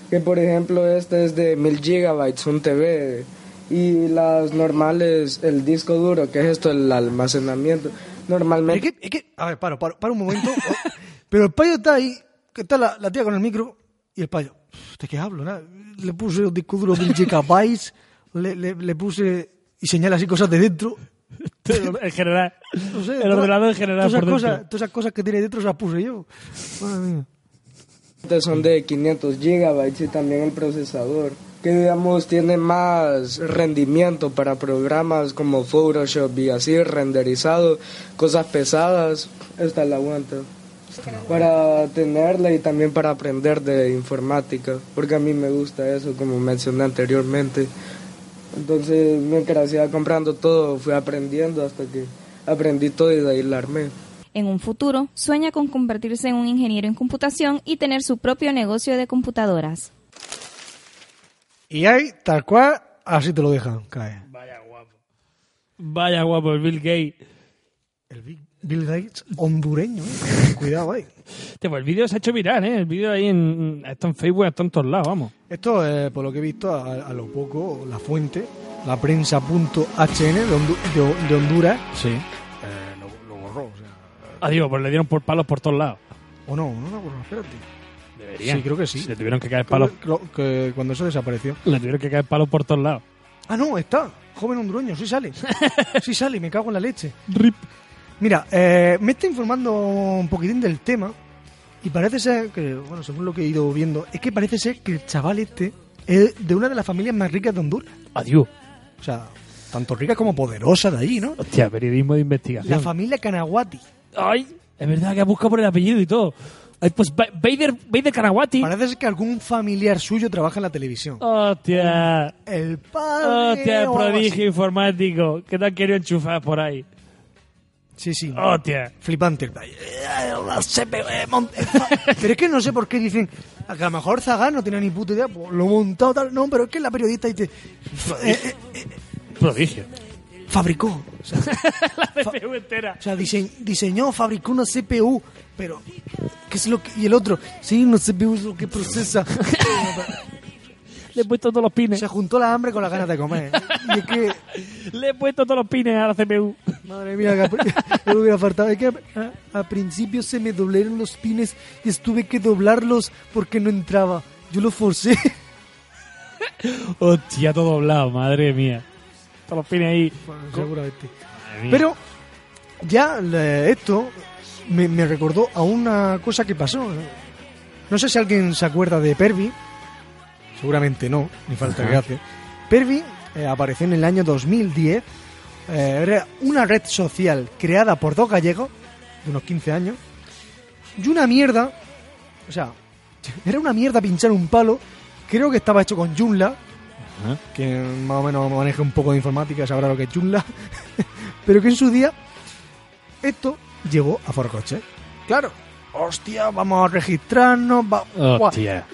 Que por ejemplo este es de 1000 gigabytes, un TV y las normales, el disco duro, que es esto, el almacenamiento. Es Normalmente que, es que- a ver, paro, paro, paro un momento. O- Pero el payo está ahí, que está la, la tía con el micro, y el payo, ¿de qué hablo? nada? Le puse los disco duro mil gigabytes, le, le, le puse y señala así cosas de dentro. en general. No sé, el todas- ordenador en general. Todas esas, Por cosas, dentro. todas esas cosas que tiene dentro se las puse yo. Madre mía. son de 500 gigabytes y también el procesador. que digamos tiene más rendimiento para programas como Photoshop y así renderizado, cosas pesadas, esta la aguanta. Para tenerla y también para aprender de informática, porque a mí me gusta eso, como mencioné anteriormente. Entonces, mientras iba comprando todo, fui aprendiendo hasta que aprendí todo y de ahí la armé. En un futuro, sueña con convertirse en un ingeniero en computación y tener su propio negocio de computadoras. Y ahí, tal cual, así te lo dejan caer. Vaya guapo, el Bill Gates. El Bill, Bill Gates hondureño. ¿eh? Cuidado ahí. Este, pues el vídeo se ha hecho viral, ¿eh? El vídeo ahí en, está en Facebook, está en todos lados, vamos. Esto es, eh, por lo que he visto, a, a lo poco, la fuente, la prensa.hn de, Hondu- de- de Honduras, Sí. eh, lo, lo borró. O, sea, Adiós, pues le dieron por palos por todos lados. o no, no lo borró, espérate. Deberían. Sí, creo que sí. Se le tuvieron que caer palos. Creo que- que cuando eso desapareció. Le tuvieron que caer palos por todos lados. Ah, no, está. Joven hondureño, sí sale. Sí sale, me cago en la leche. Rip. Mira, eh, me está informando un poquitín del tema y parece ser que, bueno, según lo que he ido viendo, es que parece ser que el chaval este es de una de las familias más ricas de Honduras. Adiós. O sea, tanto rica como poderosa de ahí, ¿no? Hostia, periodismo de La investigación. familia Canaguati. Ay, es verdad que ha buscado por el apellido y todo. Ay, pues Ba- Vader, Vader Karawati. Parece ser que algún familiar suyo trabaja en la televisión. Oh. Hostia. El padre. Hostia, el o algo así. prodigio informático. ¿Qué te han querido enchufar por ahí? Sí, sí. Hostia. Flipante. Eh, Pero es que no sé por qué dicen. A que a lo mejor Zagar no tenía ni puta idea. pues, lo he montado tal. No, pero es que la periodista dice. eh, eh, Prodigio. fabricó. O sea, La CPU entera. O sea, dise- diseñó, fabricó una CPU, pero ¿qué es lo que y el otro? Sí, una CPU es lo que procesa. Le he puesto todos los pines. Se juntó la hambre con las ganas de comer. Y es que, Le he puesto todos los pines a la CPU. madre mía, que a pri- no me hubiera faltado. Es que a, a principio se me doblaron los pines y tuve que doblarlos porque no entraba. Yo lo forcé. Hostia, todo doblado, madre mía. Todos los pines ahí. seguramente. Madre mía. Pero ya eh, esto me, me recordó a una cosa que pasó. No sé si alguien se acuerda de Pervi. Seguramente no, ni falta que hace. Pervi eh, apareció en el año 2010. eh, era una red social creada por dos gallegos de unos 15 años. Y una mierda. O sea, era una mierda pinchar un palo. Creo que estaba hecho con Joomla. Ajá. Que más o menos maneja un poco de informática, sabrá lo que es Joomla. Pero que en su día esto llegó a Forcoche. Claro. Hostia, vamos a registrarnos. va- Buah, Hostia.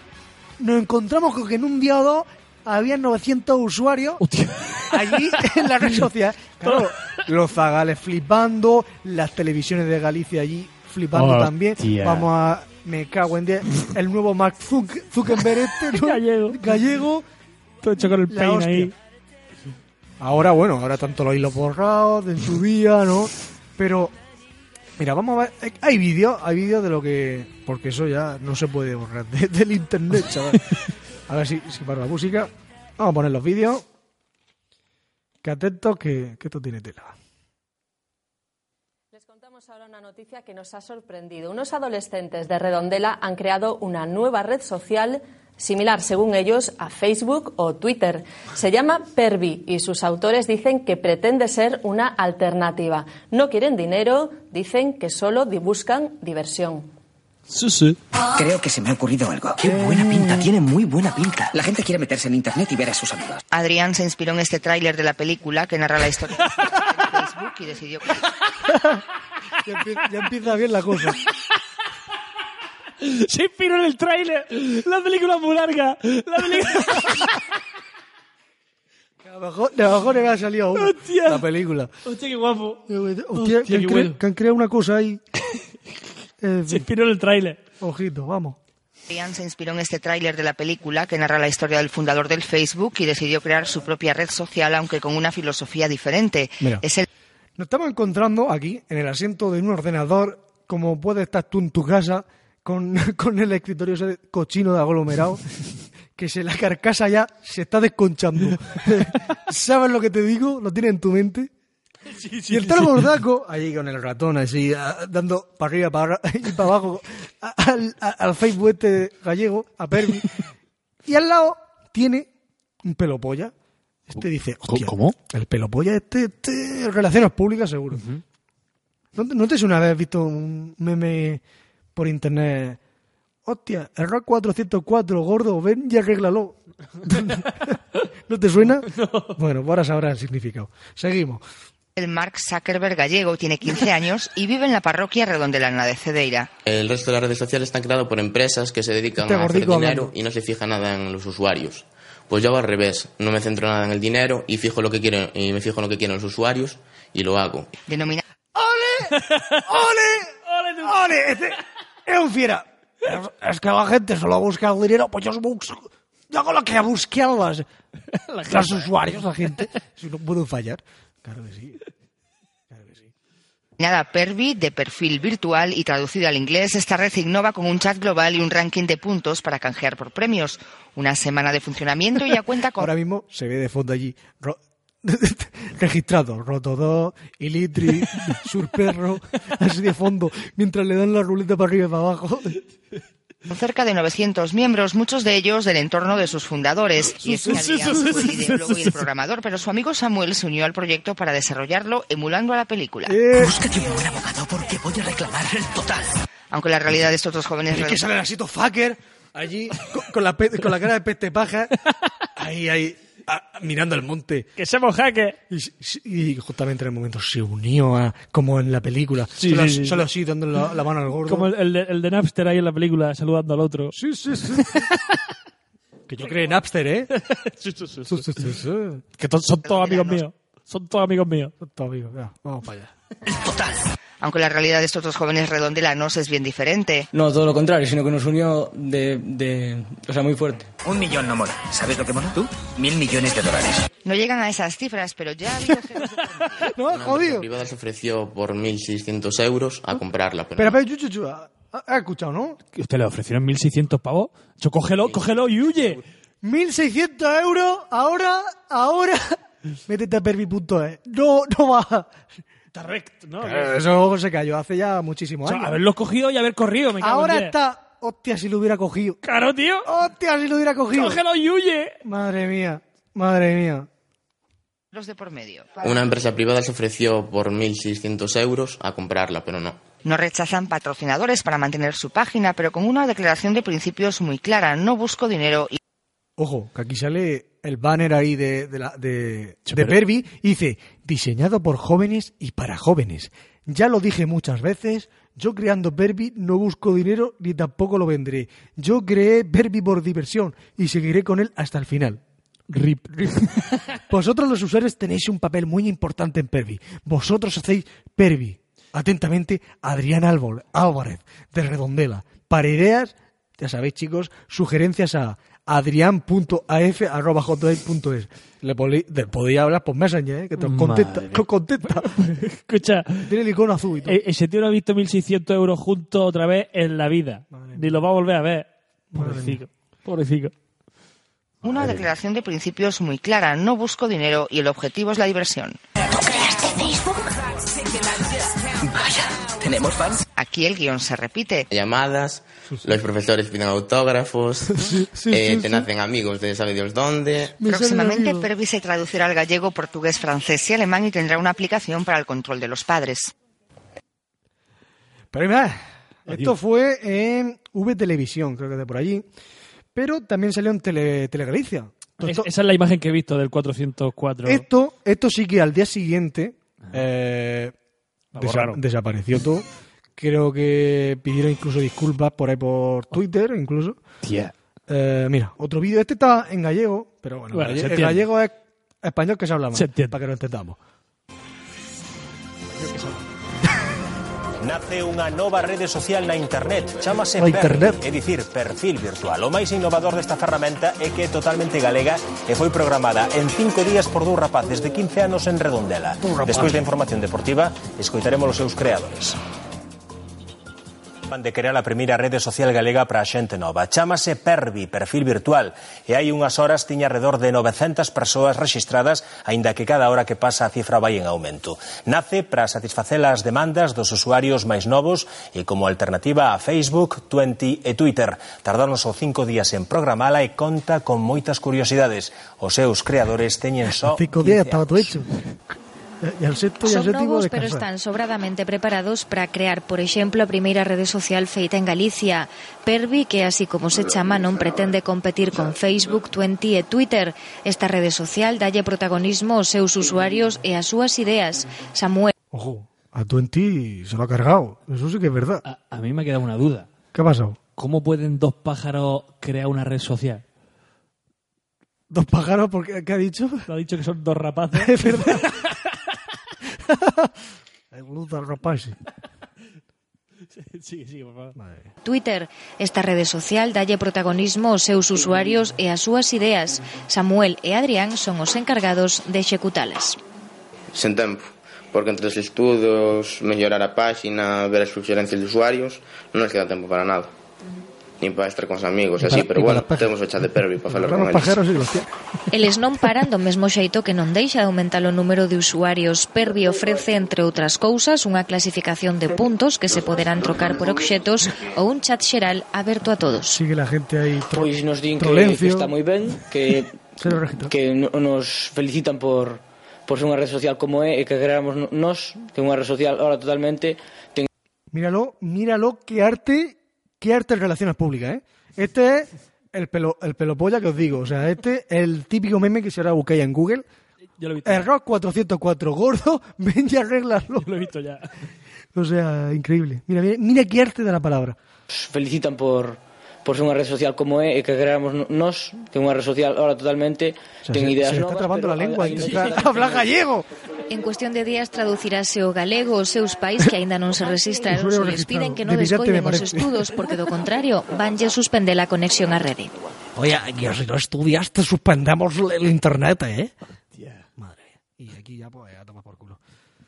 nos encontramos con que en un día o dos había 900 usuarios Hostia. allí en la red social. Claro, los zagales flipando, las televisiones de Galicia allí flipando Hostia. también. Vamos a... Me cago en 10. El nuevo Mark Zuck- Zuckerberg este, ¿no? Gallego. Gallego. Todo hecho con el La pain hostia. ahí. Ahora, bueno, ahora tanto los hilos borrados de en su día, ¿no? Pero, mira, vamos a ver. eh, Hay vídeos, hay vídeos de lo que. Porque eso ya no se puede borrar de- del internet, chaval. A ver si, si paro la música. Vamos a poner los vídeos. Que atentos, que, que esto tiene tela. Les contamos ahora una noticia que nos ha sorprendido. Unos adolescentes de Redondela han creado una nueva red social similar, según ellos, a Facebook o Twitter. Se llama Pervi y sus autores dicen que pretende ser una alternativa. No quieren dinero, dicen que solo di- buscan diversión. Sí, sí. Creo que se me ha ocurrido algo. Qué Ah. buena pinta, tiene muy buena pinta. La gente quiere meterse en internet y ver a sus amigos. Adrián se inspiró en este tráiler de la película que narra la historia de Facebook y decidió que Ya empieza, ya empieza bien la cosa. Se inspiró en el tráiler. La película es muy larga. La película... Que A lo mejor, de a lo mejor le había salido una, Hostia. la película. Hostia, qué guapo. Hostia, Hostia, que, han qué cre- bueno. que han creado una cosa ahí. Eh, Se inspiró en el tráiler. Ojito, vamos. Adrián se inspiró en este tráiler de la película que narra la historia del fundador del Facebook y decidió crear su propia red social, aunque con una filosofía diferente. Mira. Es el Nos estamos encontrando aquí, en el asiento de un ordenador, como puede estar tú en tu casa, con, con el escritorio ese cochino de aglomerado, que se la carcasa ya se está desconchando. ¿Sabes lo que te digo? ¿Lo tienes en tu mente? y el tal Gordaco, allí con el ratón, así, ah, dando para arriba para arra- y para abajo a- al, a- al Facebook este gallego, a Pervi. Y al lado tiene un pelopolla, este dice, hostia, ¿Cómo? el pelopolla este, este, relaciones públicas seguro. ¿No, te- ¿No te sé una vez visto un meme por internet? Hostia, error 404, gordo, ven y arréglalo. ¿No te suena? Bueno, pues ahora sabrás el significado. Seguimos. El Mark Zuckerberg gallego tiene 15 años y vive en la parroquia redondelana de Cedeira. El resto de las redes sociales están creadas por empresas que se dedican Este a hacer gordico dinero hablando. y no se fija nada en los usuarios. Pues yo hago al revés, no me centro nada en el dinero y fijo lo que quieren y me fijo en lo que quieren los usuarios y lo hago. Denomina... ¡Ole! ¡Ole! ¡Ole! Este es un fiera. Es- Es que la gente solo busca el dinero, pues yo, busco, yo hago lo que busquen las, los usuarios, la gente. Si no puedo fallar. Claro que sí. Nada Pervi, de perfil virtual y traducido al inglés, esta red innova con un chat global y un ranking de puntos para canjear por premios. Una semana de funcionamiento y ya cuenta con Ahora mismo se ve de fondo allí ro- registrado Rotodó, Ilitri, Surperro, así de fondo, mientras le dan la ruleta para arriba y para abajo. cerca de 900 miembros, muchos de ellos del entorno de sus fundadores. Y es que había un ideólogo y el programador, pero su amigo Samuel se unió al proyecto para desarrollarlo emulando a la película. Eh. Búscate un buen abogado porque voy a reclamar el total. Aunque la realidad de estos dos jóvenes... Es que sale el asito fucker allí con, con la, pe- con la cara de peste paja, ahí, ahí, Eh, a- mirando el monte. Que somos hackers. Y, s- s- y justamente en el momento se unió a, como en la película, Sí, solo, sí, sí. solo así dándole la, la mano al gordo. Como el, el de, el de Napster ahí en la película saludando al otro. Sí, sí, sí. que yo creo en Napster, ¿eh? sí, sí, sí, Sí, sí, sí. Que to- son todos amigos míos. Son todos amigos míos. Son todos amigos, Vamos para allá. Aunque la realidad de estos dos jóvenes redondelanos es bien diferente. No, todo lo contrario, sino que nos unió de, de- O sea, muy fuerte. Un millón no mola. ¿Sabes lo que mola tú? Mil millones de dólares. No llegan a esas cifras, pero ya ha habido ceros de- No, La jodido. privada se ofreció por 1.600 euros a comprarla, pero Pero, pero, yo, yo, yo, ah. ha- ha escuchado, ¿no? Que Usted le ofrecieron 1.600 pavos. Yo, cógelo, cógelo y huye. 1.600 euros, ahora, ahora, métete a pervi.es. e. No, no va. Está recto, ¿no? Claro, Eso se cayó hace ya muchísimos O sea, años. haberlos cogido y haber corrido, me cago en Ahora diez. está, hostia, si lo hubiera cogido. Claro, tío. Hostia, si lo hubiera cogido. Cógelo y huye. Madre mía, madre mía. los de por medio. una empresa privada se ofreció por 1.600 euros a comprarla, pero no. No rechazan patrocinadores para mantener su página, pero con una declaración de principios muy clara. No busco dinero y Ojo, que aquí sale el banner ahí de, de, la- de, de Pervi y dice, diseñado por jóvenes y para jóvenes. Ya lo dije muchas veces, yo creando Pervi no busco dinero ni tampoco lo vendré. Yo creé Pervi por diversión y seguiré con él hasta el final. Rip, rip. Vosotros los usuarios tenéis un papel muy importante en Pervi. Vosotros hacéis Pervi. Atentamente, Adrián Álvaro- Álvarez, de Redondela. Para ideas, ya sabéis chicos, sugerencias a adrián.af.hotmail.es. Le podéis, le podéis hablar por Messenger, ¿eh? que te os contesta. Madre. Te os contesta. Escucha, Tiene el icono azul y todo. e- ese tío no ha visto 1.600 euros juntos otra vez en la vida. Ni lo va a volver a ver. Pobrecito. Pobrecito. una declaración de principios muy clara. No busco dinero y el objetivo es la diversión. Vaya, tenemos fans. Aquí el guión se repite. Llamadas, los profesores piden autógrafos, eh, te nacen amigos de sabe Dios dónde. Próximamente Pervi se traducirá al gallego, portugués, francés y alemán y tendrá una aplicación para el control de los padres. Pero ahí va. esto fue en V Televisión, creo que de por allí. Pero también salió en Tele, Telegalicia. Es- esa es la imagen que he visto del 404. Esto, esto sí que al día siguiente eh, Lo desa- borraron. desapareció todo. Creo que pidieron incluso disculpas por ahí por Twitter, incluso. Tía. Eh, mira, otro vídeo. Este está en gallego, pero bueno, Bueno, galle- se el entiende. gallego es español que se habla más. Se entiende. Para que lo entendamos. Nace unha nova rede social na internet Chámase Na internet. Pervi, é dicir, perfil virtual O máis innovador desta ferramenta é que é totalmente galega E foi programada en cinco días por dous rapaces de 15 anos en Redondela Dous rapaces. Despois da información deportiva, escoitaremos os seus creadores Van de crear a primeira rede social galega para a xente nova. Chámase Pervi, perfil virtual, e hai unhas horas tiña alrededor de 900 persoas registradas, aínda que cada hora que pasa a cifra vai en aumento. Nace para satisfacer as demandas dos usuarios máis novos e como alternativa a Facebook, Twenty e Twitter. Tardaron só cinco días en programala e conta con moitas curiosidades. Os seus creadores teñen só Cinco días estaba todo hecho. E al sexto e al Son séptimo novos, pero descansar. están sobradamente preparados para crear, por exemplo, a primeira rede social feita en Galicia. Pervi, que así como se chama, non pretende competir con Facebook, Twenty e Twitter. Esta rede social dalle protagonismo aos seus usuarios e ás súas ideas. Samuel Ojo, a Twenty se lo ha cargado. Eso sí que es verdad. A mí me ha quedado una duda. ¿Qué ha pasado? ¿Cómo pueden dos pájaros crear una red social? ¿Dos pájaros? ¿Por qué, ¿Qué ha dicho? Ha dicho que son dos rapaces. es verdad. Hay luz al rapaz. Sigue, sigue, por favor. Twitter. Esta rede social dalle protagonismo aos seus usuarios e ás súas ideas. Samuel e Adrián son os encargados de executalas. sen tempo porque entre os estudos, mellorar a páxina, ver as suxerencias de usuarios, non nos queda tempo para nada. Nin para estar con os amigos, Ni así, para- pero ni bueno, para las temos o chat de Pervi para falar Claro, con los eles. pajeros y los tiene. Eles non paran do mesmo xeito que non deixa de aumentar o número de usuarios. Pervi ofrece, entre outras cousas, unha clasificación de puntos que se poderán trocar por obxetos ou un chat xeral aberto a todos. Sigue la gente ahí. tro- Pois nos din que, Trolencio. que está moi ben, que Se lo registro. que no- nos felicitan por por ser unha red social como é e que creamos no- nos, que é unha red social ahora totalmente ten Míralo, míralo, qué arte, qué arte en relaciones públicas, ¿eh? Este es el pelo, el pelopolla que os digo. O sea, este es el típico meme que si ahora buscáis en Google. Yo lo he visto. Error 404, gordo, ven y arreglarlo. Lo he visto ya. O sea, increíble. Mira, mira, mira qué arte de la palabra. nos felicitan por por ser unha red social como é e que creamos no- nos, que é unha red social ahora totalmente O sea, ten se- ideas se le está novas, trabando la pero lengua, aínda intenta está- hablar gallego. En cuestión de días traducirase o galego aos seus pais que aínda non se registraron Usuario se les piden que non registrado. Debilidad me descoiden parece. os estudos porque do contrario vanlle suspender a conexión á rede. Oye, que si no estudias te suspendemos el internet, ¿eh? Y aquí ya, pues, a tomar por culo.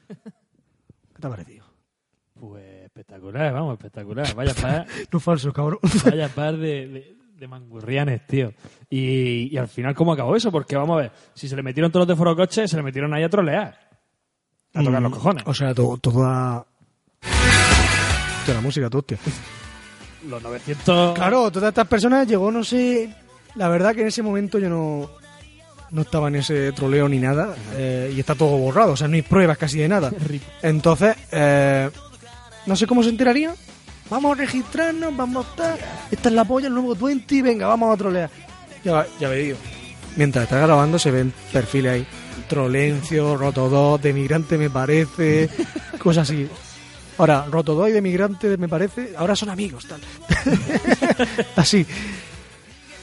¿Qué te ha parecido? Pues espectacular, vamos, espectacular. Vaya par, No falso, cabrón. vaya par de, de, de mangurrianes, tío. Y, y al final, ¿cómo acabó eso? Porque vamos a ver, si se le metieron todos los de foro coche, se le metieron ahí a trolear. A tocar los cojones. Mm, O sea, to- toda... Toda la música, todo, hostia. Los 900. Claro, todas estas personas llegó, no sé. La verdad que en ese momento yo no, no estaba en ese troleo ni nada. eh, y está todo borrado, o sea, no hay pruebas casi de nada. Entonces, eh, no sé cómo se enteraría. Vamos a registrarnos, vamos a estar. Esta es la polla, el nuevo 20, venga, vamos a trolear. Ya, ya veis. Mientras está grabando se ven perfiles ahí. Trolencio, Rotodot, de migrante me parece, cosas así. Ahora, Rotodot y de migrante me parece, ahora son amigos, tal. así.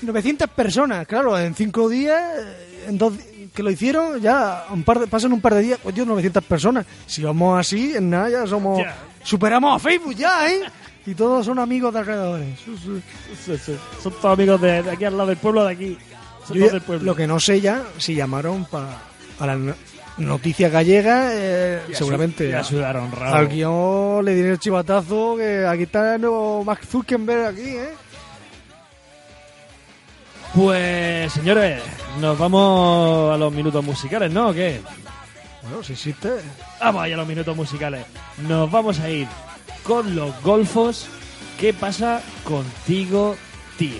900 personas, claro, en cinco días, eh, en dos di- que lo hicieron, ya un par de- pasan un par de días, pues Dios, 900 personas. Si vamos así, en nada, ya somos... Ya. Superamos a Facebook ya, ¿eh? Y todos son amigos de alrededores. Sí, sí. Sí, sí. Son todos amigos de, de aquí al lado del pueblo, de aquí. Son Yo todos ya- del pueblo. lo que no sé ya, si llamaron para la no- noticia gallega, eh, Y a su- seguramente. y a sudar honrado. Al guión le diré el chivatazo que aquí está el nuevo Max Zuckerberg aquí, ¿eh? Pues, señores, nos vamos a los minutos musicales, ¿no? ¿O qué? Bueno, si existe. Vamos allá a los minutos musicales. Nos vamos a ir con los golfos. ¿Qué pasa contigo, tío?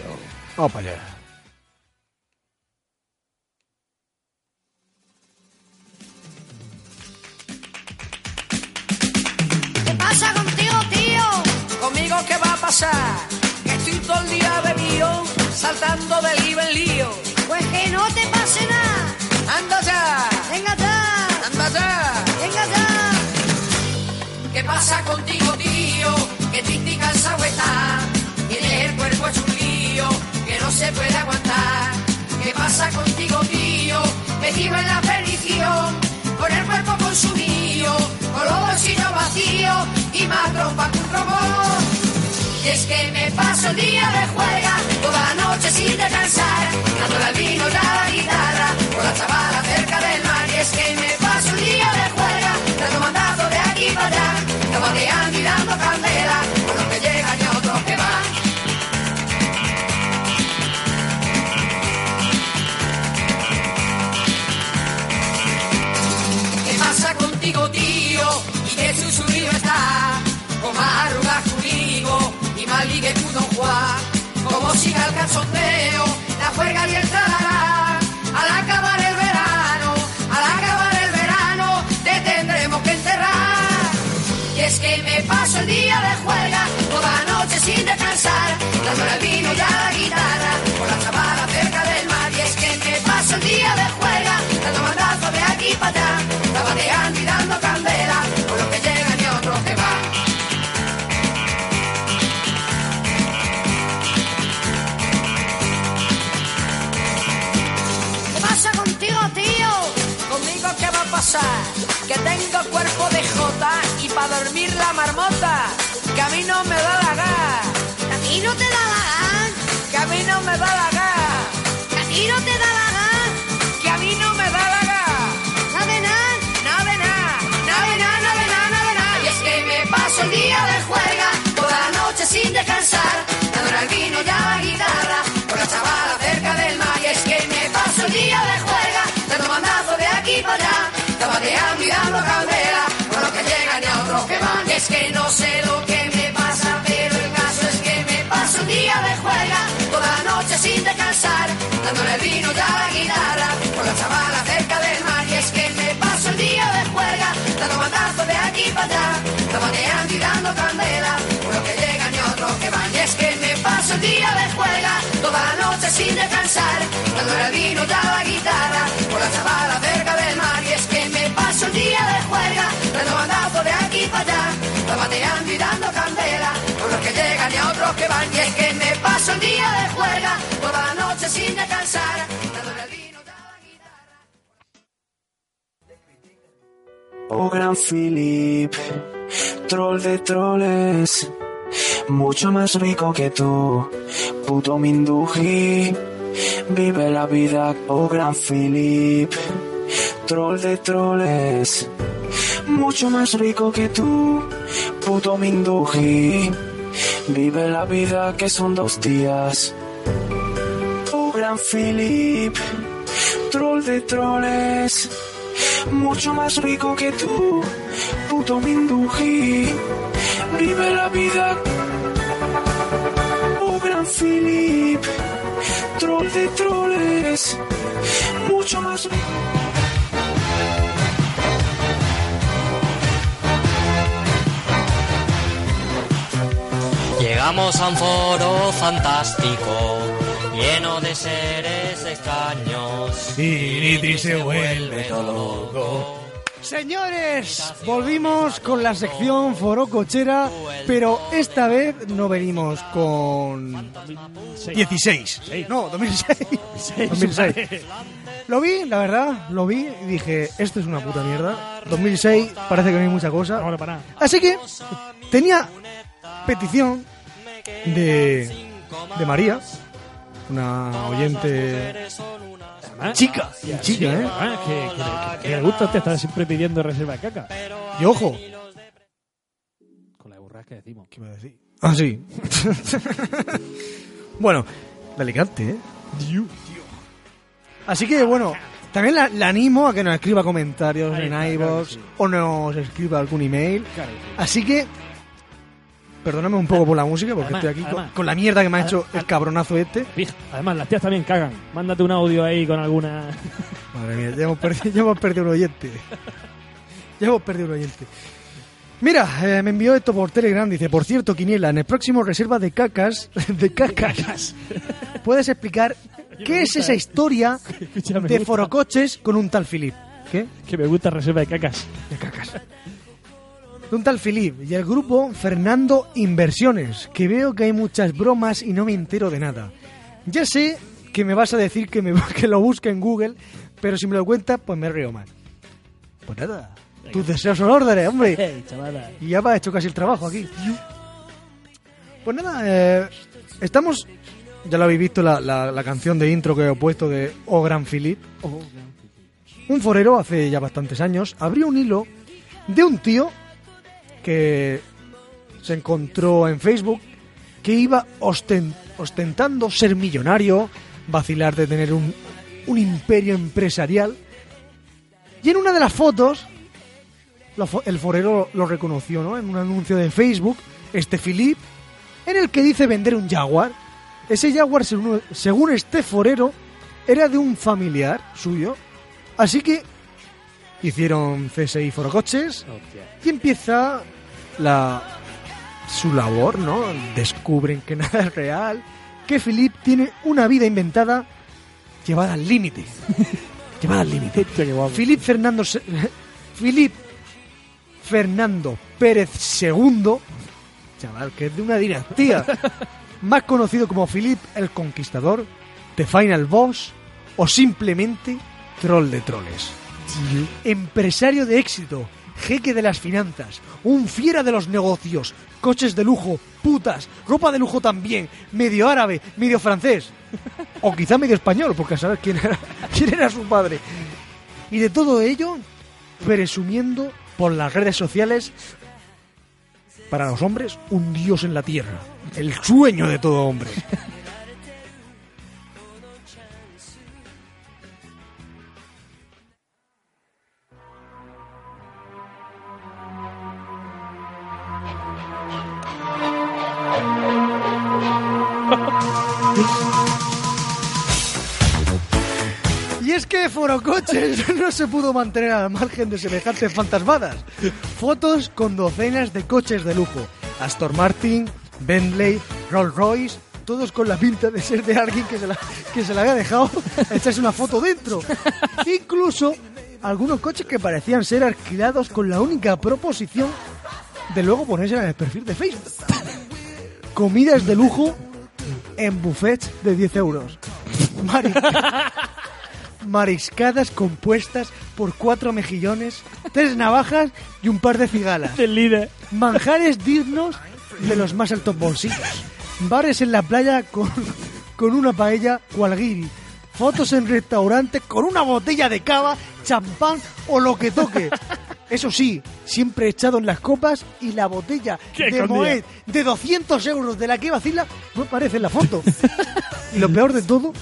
Vamos para allá. ¿Qué pasa contigo, tío? ¿Conmigo qué va a pasar? Que estoy todo el día bebido, saltando de lío en lío. Pues que no te pase nada. ¡Anda ya! Venga ya. ¡Anda ya! Venga ya. ¿Qué pasa contigo, tío? Que triste y cansado está. Tienes el cuerpo es un lío que no se puede aguantar. ¿Qué pasa contigo, tío? Metido en la perdición, con el cuerpo consumido, con los bolsillos vacíos y más trompa que un robot. Y es que me paso el día de juega, toda la noche sin descansar, dándole al vino y a la guitarra, con la chavala cerca del mar. Y es que me paso el día de juega, dando mandazo de aquí para allá, cabareando y dando candela, con los que llegan el calzondeo, la juerga y el trarará. Al acabar el verano, al acabar el verano, te tendremos que enterrar. Y es que me paso el día de juerga, toda la noche sin descansar, dándole al vino y a la guitarra, por la chavala cerca del mar. Y es que me paso el día de juerga, dando mandazo de aquí para allá, tabateando y dando candela, por los que llegan y otros que van. ¿Qué pasa contigo, tío? ¿Conmigo qué va a pasar? Que tengo cuerpo de jota y para dormir la marmota. Que a mí no me da la gana. ¿Que a ti no te da la gana? Que a mí no me da la gana. ¿Que a ti no te da la gana? Que a mí no me da la gana. ¿No de nada? No de nada. No de nada, no de nada, no de nada. Y es que me paso el día de juerga, toda la noche sin descansar. Dándole al vino y a la guitarra, con la chavala cerca del mar. Y es que me paso el día de juerga, dando mandazo de aquí para allá. Tabateando y dando candela, con los que llegan y a otros que van. Y es que no sé lo que me pasa, pero el caso es que me paso el día de juerga, toda la noche sin descansar. Dándole al vino y a la guitarra, con la chavala cerca del mar. Y es que me paso el día de juerga, dando mandazo de aquí para allá. Tabateando y dando candela, con los que llegan y otros que van. Y es que me paso el día de juerga, toda la noche sin descansar. Dándole al vino y a la guitarra, con la chavala cerca del mar. Y es que me paso el día de juerga, dando mandazo de aquí para allá. Tabateando y dando candela, con los que llegan y a otros que van. Y es que me paso el día de juerga, toda la noche sin descansar. Dándole al vino Oh, gran Philip, troll de troles, mucho más rico que tú, puto Minduji, vive la vida, oh gran Philip, troll de troles, mucho más rico que tú, puto Minduji, vive la vida que son dos días, oh gran Philip, troll de troles mucho más rico que tú, puto Minduji. Vive la vida, oh gran Philip, troll de troles, mucho más rico. Llegamos a un foro fantástico, lleno de seres extraños. Trinity se vuelve loco. Señores, volvimos con la sección Forocochera, pero esta vez no venimos con 16. No, 2006. 2006. Lo vi, la verdad, lo vi y dije, esto es una puta mierda. 2006 parece que no hay mucha cosa. Así que tenía petición de, de María, una oyente chica, chica, ¿eh? Ah, que, que- que- que le gusta a usted estar siempre pidiendo reserva de caca. Y ojo. Con la burrasca que decimos. ¿Qué me decís? Ah, sí. bueno, de Alicante, ¿eh? Así que, bueno, también la, la animo a que nos escriba comentarios en iVoox o nos escriba algún email. Claro que sí. Ah, Así que, perdóname un poco por la música, porque Además, estoy aquí con- además. con, la mierda que me ha Ad- hecho el cabronazo este. Fija, Además, las tías también cagan. Mándate un audio ahí con alguna. Madre mía, ya hemos perdido, ya hemos perdido un oyente. Ya hemos perdido un oyente. Mira, eh, me envió esto por Telegram. Dice, por cierto, Quiniela, en el próximo reserva de cacas, de cacas, ¿puedes explicar qué es esa historia eh". me de gusta. forocoches con un tal Filip? ¿Qué? Que me gusta reserva de cacas. De un tal Filip y el grupo Fernando Inversiones, que veo que hay muchas bromas y no me entero de nada. Ya sé que me vas a decir que, me, que lo busque en Google, pero si me lo cuentas, pues me río más. Pues nada, tus deseos son órdenes, hombre. Hey, chavala. Y ya va hecho casi el trabajo aquí. Pues nada, eh, estamos. Ya lo habéis visto la, la- la canción de intro que he puesto de O Gran Philip. Oh, Un forero hace ya bastantes años abrió un hilo de un tío que se encontró en Facebook que iba osten- ostentando ser millonario, vacilar de tener un, un imperio empresarial. Y en una de las fotos lo fo- el forero lo reconoció, ¿no? En un anuncio de Facebook, este Philip, en el que dice vender un Jaguar. Ese jaguar, según, según este forero, era de un familiar suyo. Así que hicieron CSI Forocoches Oh. y empieza la, su labor, ¿no? Descubren que nada es real, que Philip tiene una vida inventada llevada al límite. llevada al límite. Philip Fernando se- Philip Fernando Pérez II, chaval, que es de una dinastía, más conocido como Philip el Conquistador, The Final Boss o simplemente Troll de Troles. Empresario de éxito, jeque de las finanzas, un fiera de los negocios, coches de lujo, putas, ropa de lujo también, medio árabe, medio francés, o quizá medio español, porque a saber quién era, quién era su padre. Y de todo ello, presumiendo por las redes sociales, para los hombres, un dios en la tierra, el sueño de todo hombre. Y es que Forocoches no se pudo mantener al margen de semejantes fantasmadas. Fotos con docenas de coches de lujo. Aston Martin, Bentley, Rolls Royce, todos con la pinta de ser de alguien que se la, que se la había dejado echarse una foto dentro. Incluso algunos coches que parecían ser alquilados con la única proposición de luego ponerse en el perfil de Facebook. Comidas de lujo en buffets de 10 euros. Mari- mariscadas compuestas por cuatro mejillones, tres navajas y un par de cigalas. Del líder. Manjares dignos de los más altos bolsillos. Bares en la playa con, con una paella gualguiri. Fotos en restaurantes con una botella de cava, champán o lo que toque. Eso sí, siempre echado en las copas y la botella Qué de escondida. Moet de 200 euros de la que vacila no aparece en la foto. Y lo peor de todo,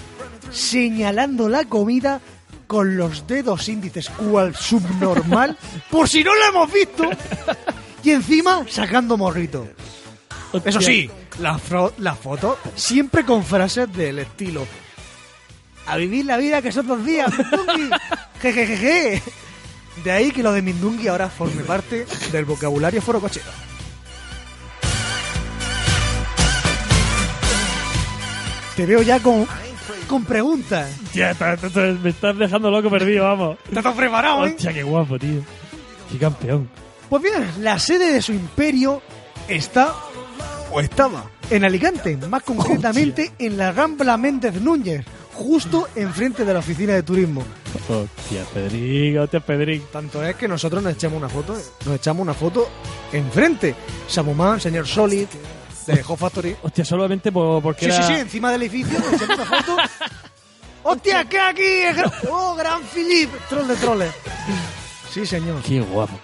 señalando la comida con los dedos índices cual subnormal, por si no la hemos visto, y encima sacando morrito. Eso sí, las fro- las fotos siempre con frases del estilo a vivir la vida que son dos días, Mindungui. Jejejeje. De ahí que lo de Mindungui ahora forme parte del vocabulario foro cochero. Te veo ya con, con preguntas. Tía, ta- ta- ta- me estás dejando loco perdido, vamos. ¿Estás todo preparado, eh? Hostia, qué guapo, tío. Qué campeón. Pues bien, la sede de su imperio está o estaba en Alicante, más concretamente en la Rambla Méndez Núñez, justo enfrente de la oficina de turismo. Hostia, Pedrín, hostia, Pedrín. Tanto es que nosotros nos echamos una foto, eh. nos echamos una foto enfrente. Samuman, señor Solid, de Hot Factory. Hostia, solamente por- porque Sí, sí, era- sí, encima del edificio, nos echamos una foto. ¡Hostia, que aquí! el gran- ¡Oh, gran Philip! Troll de troles. Sí, señor. Qué guapo.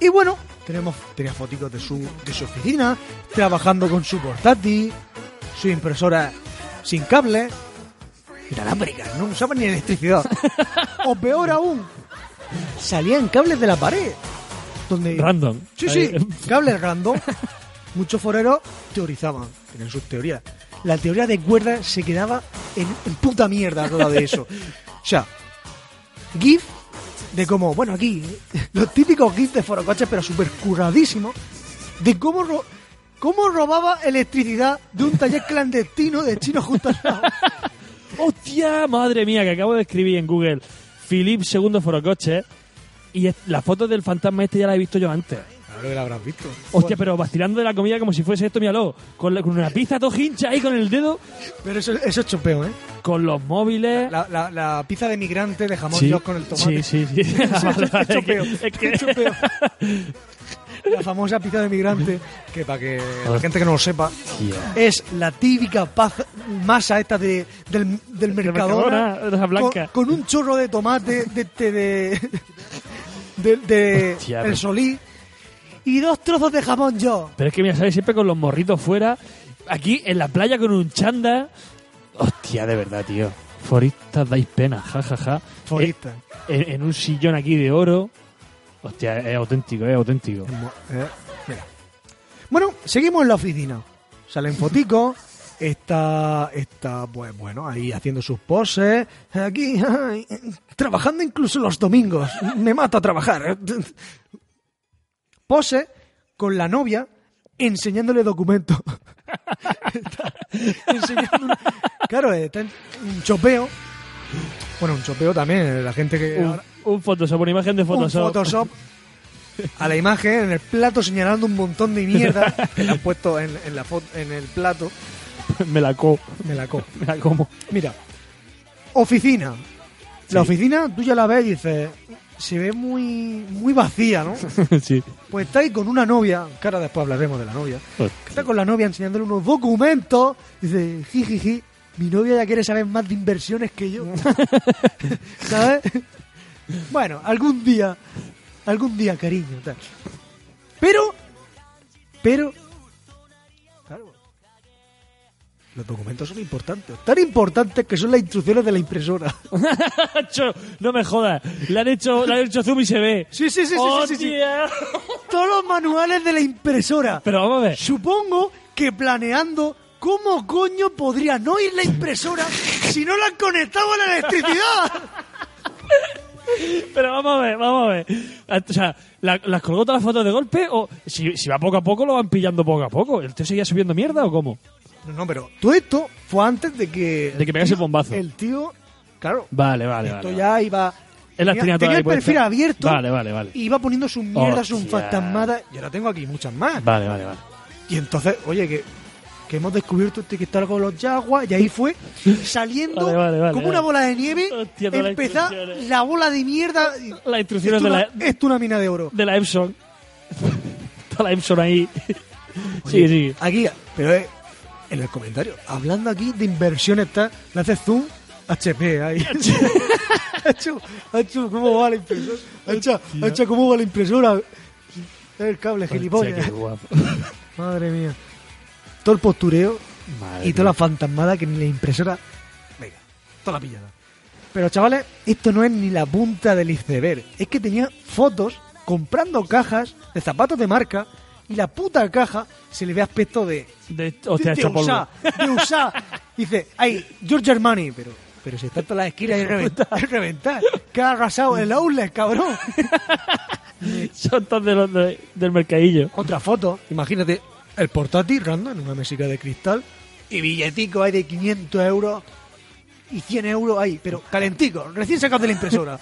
Y bueno, tenemos, tenía fotitos de su, de su oficina, trabajando con su portátil, su impresora sin cable, inalámbrica, no usaba ni electricidad. o peor aún, salían cables de la pared. Donde, Random. Sí, sí, cables random. Muchos foreros teorizaban, tenían sus teorías. La teoría de cuerda se quedaba en, en puta mierda toda de eso. O sea, GIF de cómo, bueno, aquí, los típicos GIF de forocoches, pero súper curradísimos, de cómo, ro- cómo robaba electricidad de un taller clandestino de chinos justo al lado. Hostia, madre mía, que acabo de escribir en Google. Philip II Forocoche. Y es- las fotos del fantasma este ya las he visto yo antes. Claro que la habrás visto. Hostia, pero vacilando de la comida como si fuese esto, míralo. Con, la- con una pizza todo hincha ahí con el dedo. Pero eso, eso es chopeo, ¿eh? Con los móviles. La, la- la pizza de migrante de jamón Sí. york con el tomate. Sí, sí, sí. Eso es- es chopeo. Es que- es que- es chopeo. La famosa pizza de migrante, que para que la gente que no lo sepa, es la típica paz- masa esta de, del, del Mercadona, Mercadona, roja blanca. Con, con un chorro de tomate de, de, de, de- de- Hostia, el pero- solí y dos trozos de jamón yo. Pero es que mira, ¿sabes? Siempre con los morritos fuera. Aquí en la playa con un chanda. Hostia, de verdad, tío. Foristas dais pena, jajaja. Ja, ja. Foristas. Eh, En, en un sillón aquí de oro. Hostia, es auténtico, es Eh, auténtico. Bueno, seguimos en la oficina. Salen foticos, está, está, pues bueno, ahí haciendo sus poses, aquí, ay, trabajando incluso los domingos. Me mata trabajar. Pose con la novia enseñándole documentos. Está enseñando un- claro, está en- un chopeo. Bueno, un chopeo también, la gente que... Un, ahora- un Photoshop, una imagen de Photoshop. un Photoshop a la imagen en el plato señalando un montón de mierda que le han puesto en, en la foto, en el plato. me la co. Me la co. Me la como. Mira, oficina. Sí. La oficina tú ya la ves y dices, se ve muy, muy vacía, ¿no? sí. Pues está ahí con una novia, que ahora después hablaremos de la novia. Está con la novia enseñándole unos documentos. Dice, jijiji, mi novia ya quiere saber más de inversiones que yo. ¿Sabes? Bueno, algún día, algún día, cariño, tal. Pero, pero, claro, los documentos son importantes. Tan importantes que son las instrucciones de la impresora. Cho, no me jodas. Le han hecho, le han hecho zoom y se ve. Sí, sí, sí, sí, sí, sí, sí. Todos los manuales de la impresora. Pero vamos a ver. Supongo que planeando cómo coño podría no ir la impresora si no la han conectado a la electricidad. Pero vamos a ver, vamos a ver. O sea, ¿la- ¿las colgó todas las fotos de golpe o si, si va poco a poco lo van pillando poco a poco? ¿El tío seguía subiendo mierda o cómo? No, no, pero todo esto fue antes de que... De que pegase el bombazo. El tío, claro, Vale, vale, esto vale. ya iba... Él las tenía todas tenía el ahí puestas. perfil abierto Vale, vale, vale. y iba poniendo sus mierdas, sus Hostia. fantasmadas. Y ahora tengo aquí muchas más. Vale, vale, vale. Y entonces, oye, que, que hemos descubierto este que está algo los yaguas, y ahí fue saliendo Vale, vale, vale, como vale. una bola de nieve, Hostia, todas las empezá instrucciones. la bola de mierda. y- Las instrucciones esto de una- la, Esto una mina de oro. de la Epson. Está la Epson ahí. Sí, sí. Aquí, pero eh, en el comentario, hablando aquí de inversiones, tal, le haces zoom, HP ahí. ha hecho, ha hecho, ¿cómo va la impresora? Ha hecho, ha hecho, ¿cómo va la impresora? El cable, gilipollas. Hostia, qué guapo. Madre mía. Todo el postureo Madre y toda mía. la fantasmada que ni la impresora. Venga, toda la pillada. Pero chavales, esto no es ni la punta del iceberg. Es que tenía fotos comprando cajas de zapatos de marca y la puta caja se le ve aspecto de. De, hostia, de hecho polvo. usar, de usar. Dice, ay, George Armani, pero. Pero si está en todas las esquinas y reventar, y reventar. Que ha arrasado el outlet, cabrón. Son todos de los de- del mercadillo. Otra foto, imagínate, el portátil random en una mesica de cristal y billetico hay de 500 euros y 100 euros ahí, pero calentico, recién sacado de la impresora.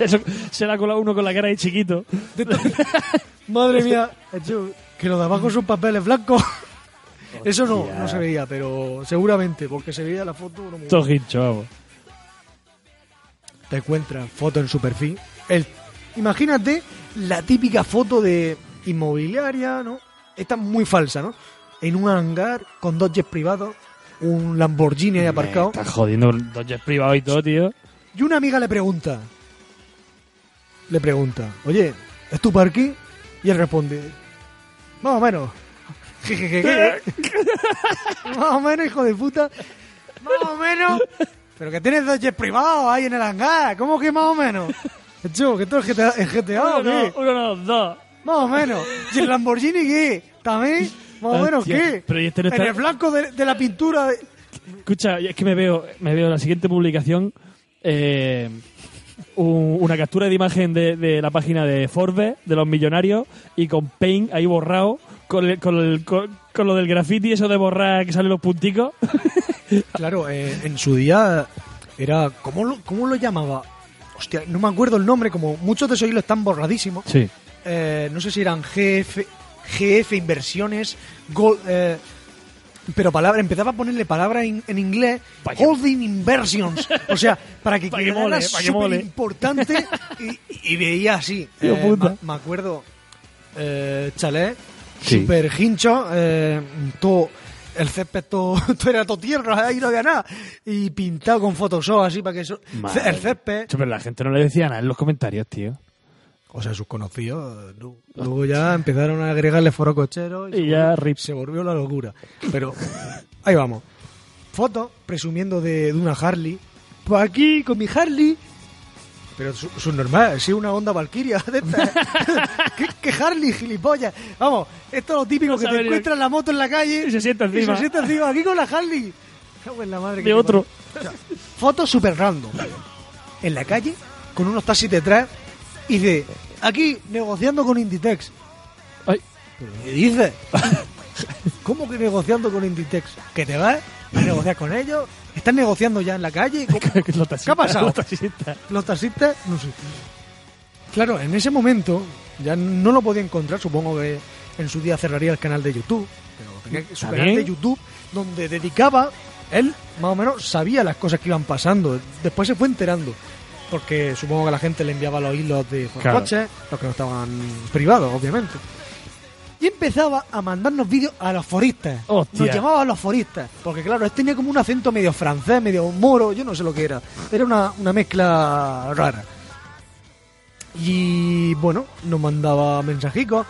Eso, se la cola uno con la cara de chiquito. Madre mía, hecho, que los de abajo son papeles blancos. Eso no, no se veía, pero seguramente, porque se veía la foto. no me- Todo hincho, vamos. Te encuentras foto en su perfil. El, imagínate la típica foto de inmobiliaria, ¿no? Esta es muy falsa, ¿no? En un hangar con dos jets privados, un Lamborghini ahí aparcado. Estás jodiendo dos jets privados y todo, tío. Y una amiga le pregunta, le pregunta, oye, ¿es tu parking? Y él responde, más o menos. Jejeje. más o menos, hijo de puta. Más o menos. Pero que tienes dos jets privados ahí en el hangar. ¿Cómo que más o menos? Yo, que todo es GTA, es GTA ¿o uno, qué? no, uno, no, dos. Más o menos. ¿Y el Lamborghini qué? ¿También? ¿Más o menos Hostia, qué? Ah, pero y este no en está- el blanco de, de la pintura. de- Escucha, es que me veo, me veo en la siguiente publicación eh, un- una captura de imagen de, de la página de Forbes, de los millonarios, y con Paint ahí borrado, con, el- con, el- con- con lo del graffiti, eso de borrar que salen los punticos. Claro, eh, en su día era. ¿cómo lo, ¿Cómo lo llamaba? Hostia, no me acuerdo el nombre, como muchos de esos hilos están borradísimos. Sí. Eh, no sé si eran GF, GF Inversiones, Gold. eh, pero palabra, empezaba a ponerle palabras en- en inglés, Holding Inversions. O sea, para que Pa' que quedara mole, pa' que mole. súper importante y, y veía así. Tío Eh, puta. ma- Me acuerdo, eh, chalet, Sí. super hincho, eh, todo, el césped todo, todo era todo tierra, ahí no había nada. Y pintado con Photoshop así para que eso. Madre El césped. Pero la gente no le decía nada en los comentarios, tío. O sea, sus conocidos. no. Luego ya empezaron a agregarle foro cochero Y ya, rip. se volvió la locura. Pero ahí vamos. Fotos presumiendo de, de una Harley. Pues aquí con mi Harley. Pero su, su normal, sí, una onda valquiria de esta. ¿Qué, qué Harley, gilipollas? Vamos, esto es lo típico No que te sabe ni- encuentras en la moto en la calle. Y se sienta encima. Y se sienta encima, aquí con la Harley. Cago en la madre que te De otro. parió. O sea, fotos super random. En la calle, con unos taxis detrás, y de aquí negociando con Inditex. Ay. ¿Qué dices? ¿Cómo que negociando con Inditex? ¿Que te vas a negociar con ellos? ¿Estás negociando ya en la calle? ¿Cómo- ¿Qué ha pasado? Los taxistas. Los taxistas, no sé. Claro, en ese momento ya no lo podía encontrar. Supongo que en su día cerraría el canal de YouTube. Pero tenía que- su ¿También? canal de YouTube, donde dedicaba, él más o menos sabía las cosas que iban pasando. Después se fue enterando. Porque supongo que la gente le enviaba los hilos de los Claro. coches, los que no estaban privados, obviamente. Y empezaba a mandarnos vídeos a los foristas. Hostia. Nos llamaba a los foristas. Porque claro, él tenía como un acento medio francés, medio moro, yo no sé lo que era. Era una, una mezcla rara. Y bueno, nos mandaba mensajicos.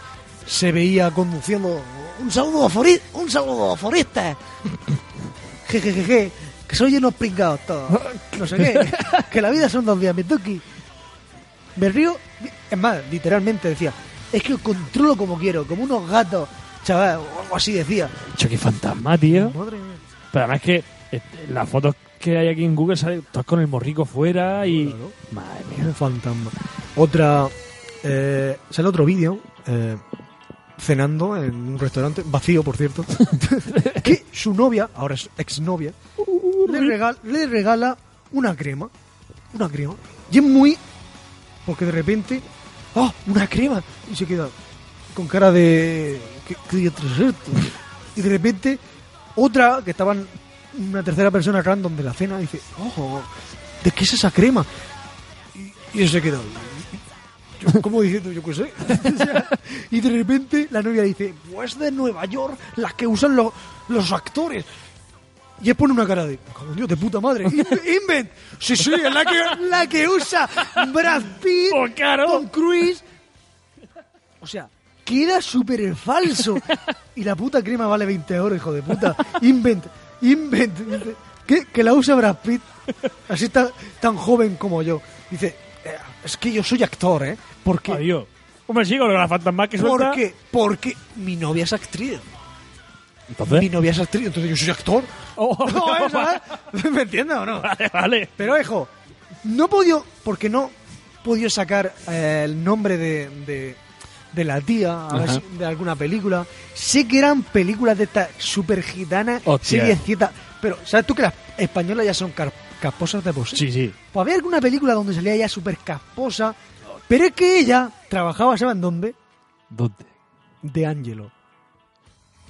Se veía conduciendo. Un saludo a Forista. Un saludo a Forista. Jejejeje. Que soy unos pringados todos. No sé qué. Que la vida son dos días, me toqui. Me río. Es más, literalmente decía. Es que os controlo como quiero, como unos gatos. Chaval, o algo así decía. Chucky fantasma, tío. Madre mía. Pero además que este, las fotos que hay aquí en Google salen todas con el morrico fuera y. Madre mía. Un fantasma. Otra. eh, sale otro vídeo. eh, cenando en un restaurante, vacío por cierto. que su novia, ahora es exnovia, le, regal- le regala una crema. Una crema. Y es muy. Porque de repente. ¡Oh! ¡Una crema! Y se queda con cara de. ¿Qué, qué día tras esto? Y de repente, otra que estaban. Una tercera persona random de la cena dice: ¡Ojo! ¿De qué es esa crema? Y, y se queda. Yo, ¿Cómo diciendo? Yo qué sé. O sea, y de repente la novia le dice: Pues de Nueva York, las que usan lo- los actores. Y él pone una cara de, "Me cago en Dios, de puta madre. In- Invent. Sí, sí, es la que, la que usa Brad Pitt, Oh, Tom Cruise. O sea, queda súper el falso. Y la puta crema vale 20 euros, hijo de puta. Invent, invent. Dice, ¿Qué? Que la usa Brad Pitt. Así está tan joven como yo. Dice, "Eh, es que yo soy actor, ¿eh? ¿Por qué? Adiós. Hombre, sí, con la fantasma que suelta. ¿Por qué? Porque mi novia es actriz. Entonces. Oh, Mi novia es actriz, entonces yo soy actor. No, ¿eh? ¿Sabes? ¿Me entiendes o no? Vale, vale. Pero, hijo, no podido, porque no podido sacar eh, el nombre de, de, de la tía a ver Ajá. si- de alguna película. Sé que eran películas de estas super gitanas, Hostia. series cietas, pero ¿sabes tú que las españolas ya son car- casposas de por sí? Sí, sí. Pues había alguna película donde salía ella super casposa, pero es que ella trabajaba, ¿saben dónde? ¿Dónde? De Angelo.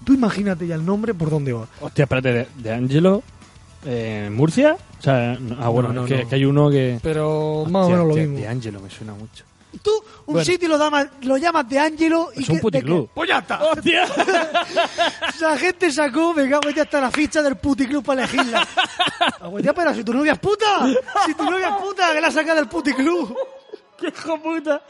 Tú imagínate ya el nombre por dónde va. Hostia, espérate, de, de Angelo. eh, ¿En Murcia? O sea, no- ah, bueno, No, no, es que, no. que hay uno que. Pero más o Hostia, menos lo hostia, mismo. De Angelo me suena mucho. Tú un Bueno. sitio lo, dama- lo llamas de Angelo y Es un que- puticlub. de que- Pues ya está. ¡Hostia! La gente sacó, me cago en ya hasta la ficha del puticlub para elegirla. Cago en ya, pero si tu novia es puta, si tu novia es puta, que la saca del puticlub. ¡Qué hijo puta!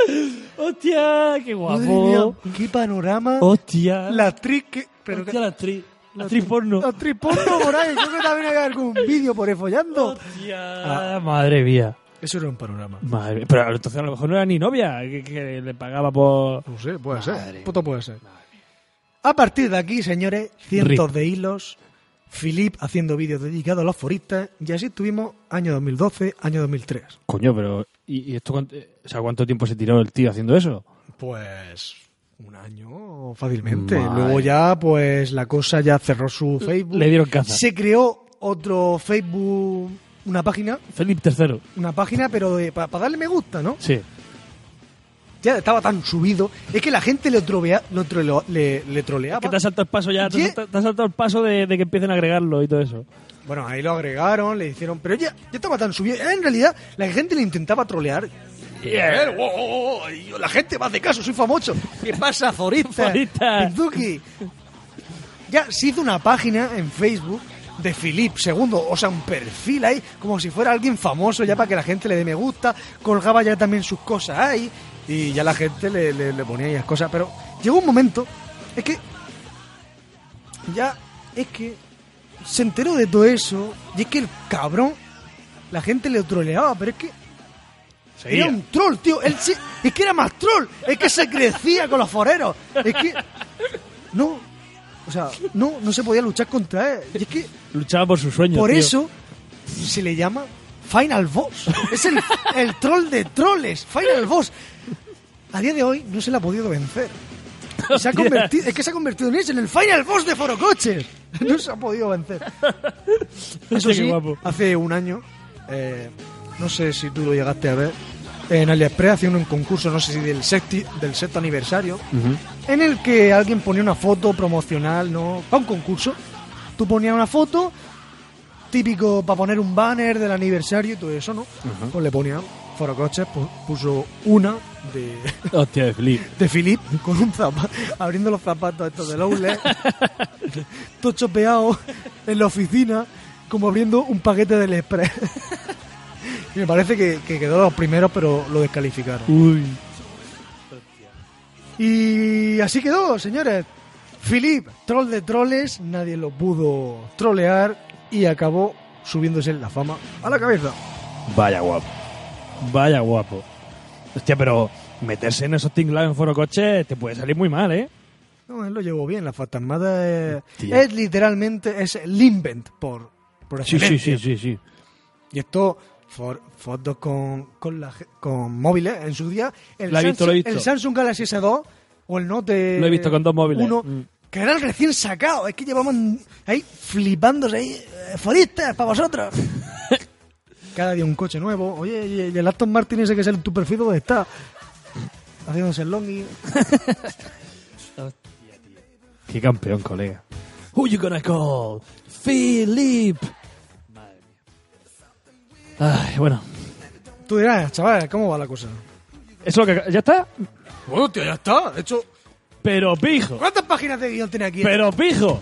¡Hostia! ¡Qué guapo! Madre mía, qué panorama. ¡Hostia! La actriz que... Pero ¡Hostia, que- la actriz! La actriz porno. la actriz porno por ahí, creo que también hay algún vídeo por ahí follando. Ah, madre mía. Eso era un panorama. Madre mía. Pero entonces a lo mejor no era ni novia que, que le pagaba por. No sé, puede ser. Puto puede ser. A partir de aquí, señores, cientos Rip. de hilos. Philip haciendo vídeos dedicados a los foristas. Y así estuvimos año 2012, año 2003. Coño, pero. ¿Y, y esto cuánto, eh, o sea, cuánto tiempo se tiró el tío haciendo eso? Pues un año fácilmente. Madre. Luego ya, pues la cosa ya cerró su Facebook. le dieron caza. Se creó otro Facebook, una página, Felipe III. una página, pero para darle me gusta, ¿no? Sí. Ya estaba tan subido. Es que la gente le, trovea- lo troleo- le, le troleaba. Es que te has saltado el paso ya. Te, Ye- has saltado- te has saltado el paso de, de que empiecen a agregarlo y todo eso. Bueno, ahí lo agregaron, le hicieron, pero ya, ya estaba tan subido. En realidad, la gente le intentaba trolear. Y a oh, él, "Wow, wow, wow", y yo, la gente me hace caso, soy famoso. ¿Qué pasa, Zorista? Zorita. Pinzuki. Ya se hizo una página en Facebook de Philip II, o sea, un perfil ahí, como si fuera alguien famoso, ya para que la gente le dé me gusta. Colgaba ya también sus cosas ahí, y ya la gente le, le- le ponía ahí las cosas. Pero llegó un momento, es que. Ya, es que se enteró de todo eso y es que el cabrón, la gente le troleaba, pero es que Era un troll, tío. Él se- es que era más troll. Es que se crecía con los foreros. Es que. No. O sea, no, no se podía luchar contra él. Y es que Luchaba por sus sueños. por tío. eso se le llama Final Boss. Es el, el troll de troles. Final Boss. A día de hoy no se le ha podido vencer. Y se ha Hostias. convertido, es que se ha convertido en eso, en el Final Boss de Forocoches. No se ha podido vencer. Eso Qué sí, guapo. hace un año, eh, no sé si tú lo llegaste a ver, en AliExpress hacían un concurso, no sé si del, sexti, del sexto aniversario, en el que alguien ponía una foto promocional, ¿no? Para un concurso. Tú ponías una foto, típico para poner un banner del aniversario y todo eso, ¿no? Ujú. Pues le ponían Forocoches, pu- puso una de, Hostia, de flip. de Philip con un zapato, abriendo los zapatos estos de Lowle, todo chopeado en la oficina, como abriendo un paquete del Express. y me parece que, que quedó los primeros, pero lo descalificaron. Uy. Y así quedó, señores. Philip, troll de troles, nadie lo pudo trolear y acabó subiéndose en la fama a la cabeza. Vaya guapo. Vaya guapo. Hostia, pero meterse en esos tinglados en foro coche te puede salir muy mal, ¿eh? No, él lo llevó bien, la fantasmada es, es literalmente es el invent por, por Sí, sí, excelencia. sí, sí, sí. Y esto, for- fotos con, con, la ge- con móviles en su día. El Lo he visto, Samsung, lo he visto. El Samsung Galaxy S2 o el Note. Lo he visto con dos móviles. Uno, Mm. que era el recién sacado. Es que llevaban ahí flipándose ahí. eh, Foristas, para vosotros. Cada día un coche nuevo. Oye, y y el Aston Martin ese que es el tu perfil, ¿dónde está? Haciéndose el longi. Qué campeón, colega. Who you gonna call? Philip. Ay, bueno. Tú dirás, chaval, ¿cómo va la cosa? ¿Eso lo que... ¿Ya está? Bueno, tío, ya está. De hecho... Pero pijo. ¿Cuántas páginas de guión tiene aquí? Pero pijo.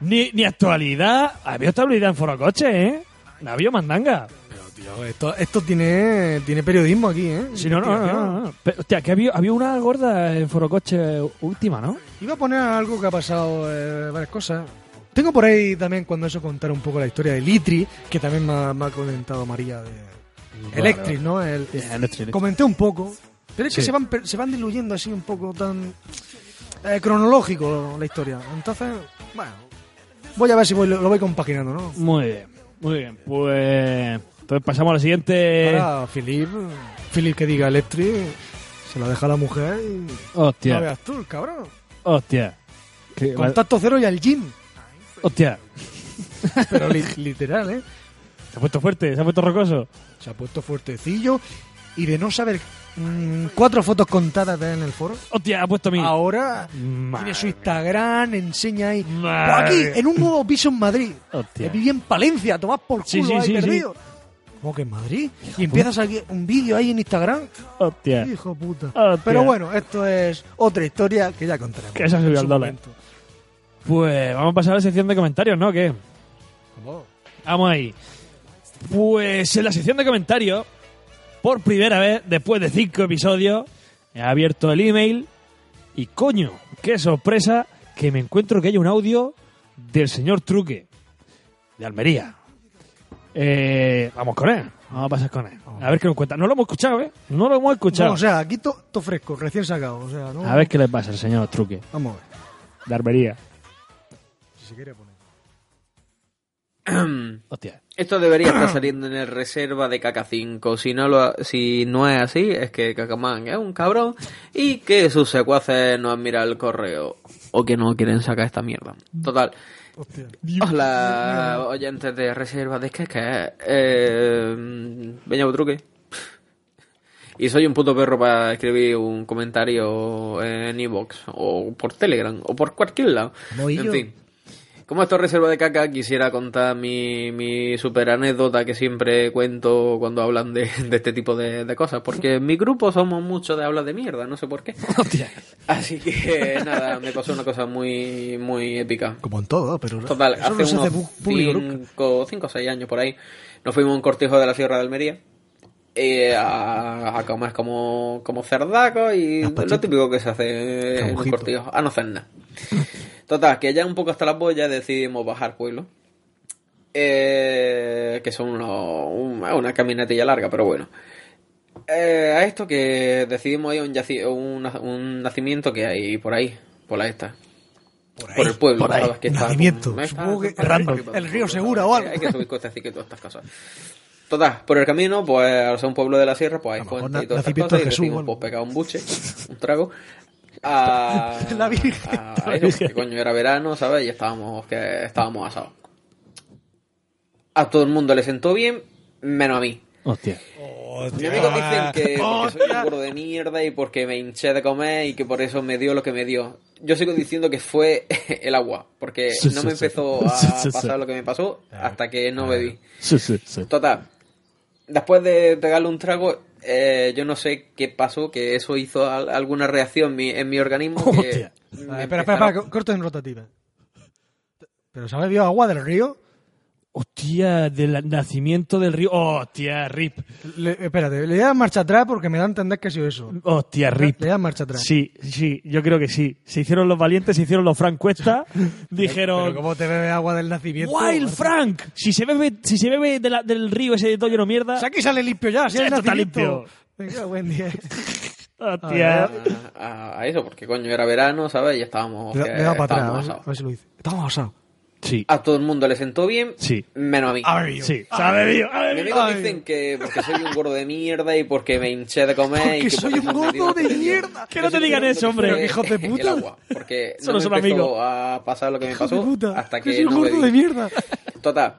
Ni, ni actualidad. Había actualidad en foro coche, ¿eh? La había mandanga. Tío, esto, esto tiene, tiene periodismo aquí, ¿eh? Si no, no, no, no, no. Pero, hostia, que había, había una gorda en Forocoche última, ¿no? Iba a poner algo que ha pasado, eh, varias cosas. Tengo por ahí también, cuando eso, contar un poco la historia de Litri, que también me ha, me ha comentado María de Electric, ¿no? El, Comenté un poco, pero es que Sí. se, van, per- se van diluyendo así un poco tan eh, cronológico la historia. Entonces, bueno, voy a ver si voy- lo, lo voy compaginando, ¿no? Muy bien, muy bien. Pues. Entonces pasamos a la siguiente. Ahora, Philip, Philip que diga Electric, se la deja a la mujer y... Hostia. No veas tú, el cabrón. Hostia. Que- Contacto cero y al gym. Hostia. Pero li- literal, ¿eh? Se ha puesto fuerte, se ha puesto rocoso. Se ha puesto fuertecillo y de no saber mm, cuatro fotos contadas de él en el foro. Hostia, ha puesto a mí. Ahora tiene su Instagram, enseña ahí. "Pues Aquí, en un nuevo piso en Madrid. Hostia. Que viví en Palencia, tomás por culo Sí, sí, ahí sí, sí. perdido. ¿Cómo que en Madrid? Y empiezas aquí un vídeo ahí en Instagram. Hostia. Hijo puta. Hostia. Pero bueno, esto es otra historia que ya contaremos. Que esa subió En al su dólar. momento. Pues vamos a pasar a la sección de comentarios, ¿no? ¿Qué? Vamos ahí. Pues en la sección de comentarios, por primera vez, después de cinco episodios, he abierto el email y coño, qué sorpresa que me encuentro que hay un audio del señor Truque, de Almería. Eh, vamos con él, vamos a pasar con él. A ver qué nos cuenta. No lo hemos escuchado, ¿eh? No lo hemos escuchado. No, o sea, aquí to- to fresco, recién sacado. O sea, no, A ver qué le pasa al señor Truque, Vamos a ver. de Almería. Si se quiere pues. poner. Hostia. Esto debería estar saliendo en el reserva de Caca 5. Si no, lo, ha- si no es así, es que Cacamán es un cabrón y que sus secuaces no han mirado el correo o que no quieren sacar esta mierda. Total. Hola, oyentes de reserva de Caca. Eh, Venga, truque. Y soy un puto perro para escribir un comentario en iBox o por Telegram o por cualquier lado. Voy en yo. fin. Como esto es reserva de caca, quisiera contar mi, mi super anécdota que siempre cuento cuando hablan de, de este tipo de, de cosas. Porque en mi grupo somos muchos de hablar de mierda, no sé por qué. Así que nada, me pasó una cosa muy, muy épica. Como en todo, pero. Total, eso hace no se hace unos pu- público 5 o 6 años por ahí, nos fuimos a un cortejo de la Sierra de Almería eh, a, a comer como, como cerdacos y lo típico que se hace en un Cabujito. cortejo, a no hacer nada. Total, que ya un poco hasta las boyas decidimos bajar pueblo. ah, Eh, que son unos- un- una caminatilla larga, pero bueno. eh, a esto que decidimos ir a un, yaci- un, un nacimiento que hay por ahí, por la esta. Por, el pueblo, por ahí. ¿sabes? Que está- Nacimiento. no está- Supongo que está- random. está- El río Segura o algo. Hay que subir costas y que todas estas cosas. Total, por el camino, pues al ser un pueblo de la sierra, pues hay fuentes y todas estas nacimiento cosas. Y de Jesús, decidimos, pues pegar un buche, un trago. A, La Virgen. a eso, que coño era verano, ¿sabes? Y estábamos, que estábamos asados. A todo el mundo le sentó bien, menos a mí. Hostia. Mis amigos dicen que porque soy un gordo de mierda y porque me hinché de comer y que por eso me dio lo que me dio. Yo sigo diciendo que fue el agua, porque Sí, no sí, me sí. empezó Sí, a sí, sí. pasar lo que me pasó hasta que no bebí. Sí, sí, sí. Total, después de pegarle un trago, eh, yo no sé qué pasó, que eso hizo al- alguna reacción en mi, en mi organismo. que Hostia. me Espera, espera, espera, empezaron- co- corto en rotativa. ¿Pero se ha bebido agua del río? Hostia, del nacimiento del río. Hostia, rip. Le- espérate, le voy a dar marcha atrás porque me da a entender que ha sido eso. Hostia, rip. Le voy a dar marcha atrás. Sí, sí, yo creo que sí. Se hicieron los valientes, se hicieron los Frank Cuesta. Pero dijeron, ¿cómo te bebe agua del nacimiento? Wild Marta? Frank, si se bebe, si se bebe de la- del río ese de todo lleno de mierda. Si aquí sale limpio ya, si Sí, hay esto está nacimiento. limpio. Venga, buen día. Hostia. a, a eso, porque coño era verano, ¿sabes? Y estábamos, Le da- que le da para atrás, a estábamos ver, asados. a ver si lo dice. Estamos asados. Sí. A todo el mundo le sentó bien, Sí. menos a mí. A ver, yo. Sí, se ha bebido, ha Mis bebido. amigos dicen que porque soy un gordo de mierda y porque me hinché de comer Porque y que por soy un eso me gordo dio- de mierda. Que no te digan eso, hombre. Fue hijos de El puta. agua, porque Eso no no me son empezó amigos. a pasar lo que me Hijo de pasó puta. hasta que que soy un no gordo de bebí. mierda. Total,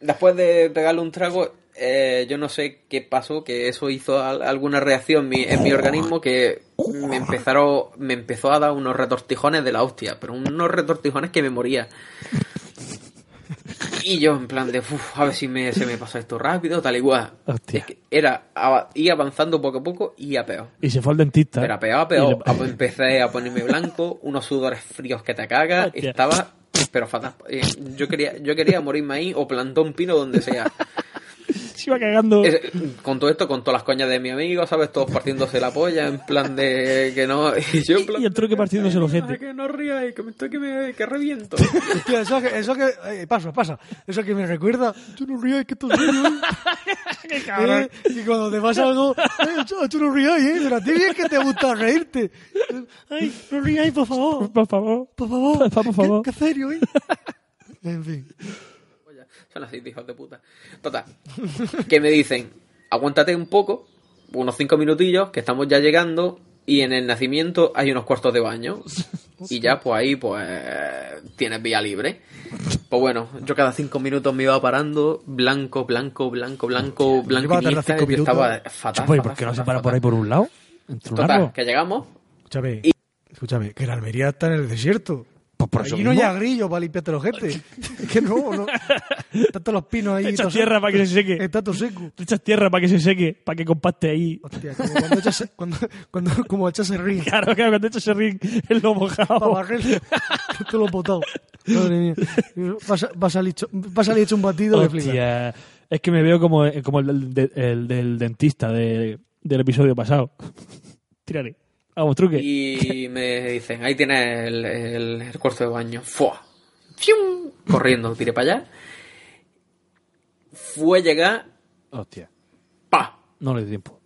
después de pegarle un trago, eh, yo no sé qué pasó, que eso hizo al- alguna reacción en mi- en mi organismo que me empezaron, me empezó a dar unos retortijones de la hostia, pero unos retortijones que me moría. Y yo en plan de, "Uf, a ver si me, se me pasa esto rápido, tal y cual. Hostia. Es que era a- ir avanzando poco a poco y a peor. Y se fue al dentista. Pero a peor, a Y peor. le- A- Empecé a ponerme blanco, unos sudores fríos que te cagas. Hostia. Estaba, pero fatal. Eh, Yo quería, yo quería morirme ahí o plantar un pino donde sea. Se iba cagando. Es- con todo esto, con todas las coñas de mi amigo, ¿sabes? Todos partiéndose la polla, en plan de que no. Y yo en plan. Y el truque partiéndose los "Ay, gente. que no ríais, que me estoy que me que reviento. Hostia, eso que, eso que eh, pasa, pasa. Eso que me recuerda, yo no río, es que esto es serio, ¿eh? cabrón. Eh, Y cuando te pasa algo, eh, yo, yo no río, eh, pero a ti bien que te gusta reírte. Ay, no ríais, por favor, Por favor. por favor. Por favor. Qué, qué serio, eh. En fin. Son así, hijos de puta. Total. Que me dicen, aguántate un poco, unos cinco minutillos, que estamos ya llegando, y en el nacimiento hay unos cuartos de baño. Y ya, pues ahí, pues, tienes vía libre. Pues bueno, yo cada cinco minutos me iba parando, blanco, blanco, blanco, blanco, blanco, iba a tardar iniesta, cinco y yo estaba minutos. fatal. Oye, ¿por fatal, qué no se fatal, para por ahí fatal. por un lado? ¿Entre un árbol? Total, que llegamos, Escúchame, escúchame, que en Almería está en el desierto. Pues por eso Allí no hay mismo. agrillo para limpiarte los gente. que no, no. Están todos los pinos ahí. Te echas todo seco. tierra para que se seque. Está todo seco. Te echas tierra para que se seque, para que compacte ahí. Hostia, como cuando echas, cuando, cuando, como echas el río. Claro, claro, cuando echas el ring, el lo para mojado. barrerlo. Te lo he botado. Madre mía. Va a, sa- va a salir, cho- va a salir hecho un batido de flipa. Hostia, es que me veo como, eh, como el, del- de- el del dentista de- del episodio pasado. Tírale. Vamos, truque. y me dicen, ahí tienes el, el- el cuarto de baño. ¡Fua! ¡Fium! Corriendo, tiré para allá. Fue llegar, Hostia, pa. no le dio tiempo.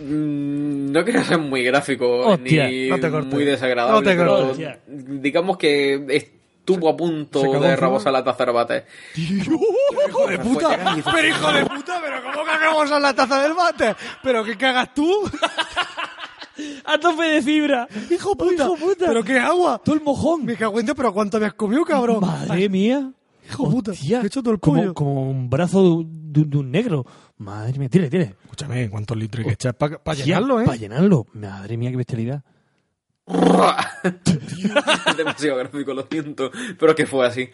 Mm, No quería ser muy gráfico Hostia, ni no te cortes. muy desagradable, No te pero cortes. Hostia. digamos que estuvo a punto se cagó de encima. rebosar la taza de bate. ¡Hijo de puta! ¡Pero hijo de puta! ¿Pero cómo cagamos en la taza del mate? ¿Pero qué cagas tú? ¡A tope de fibra! ¡Hijo puta! ¡Hijo puta! ¿Pero qué agua? ¡Todo el mojón! Me cago en Dios, ¿pero cuánto habías comido, cabrón? ¡Madre mía! ¡Hijo de puta! Hostia, Me he hecho todo el como, pollo. como un brazo de, un- de un- de un negro. Madre mía, tire, tire. Escúchame, ¿cuántos litros hay que echar para Tía, llenarlo, eh? Para llenarlo. Madre mía, qué bestialidad. Demasiado gráfico, lo siento, pero que fue así.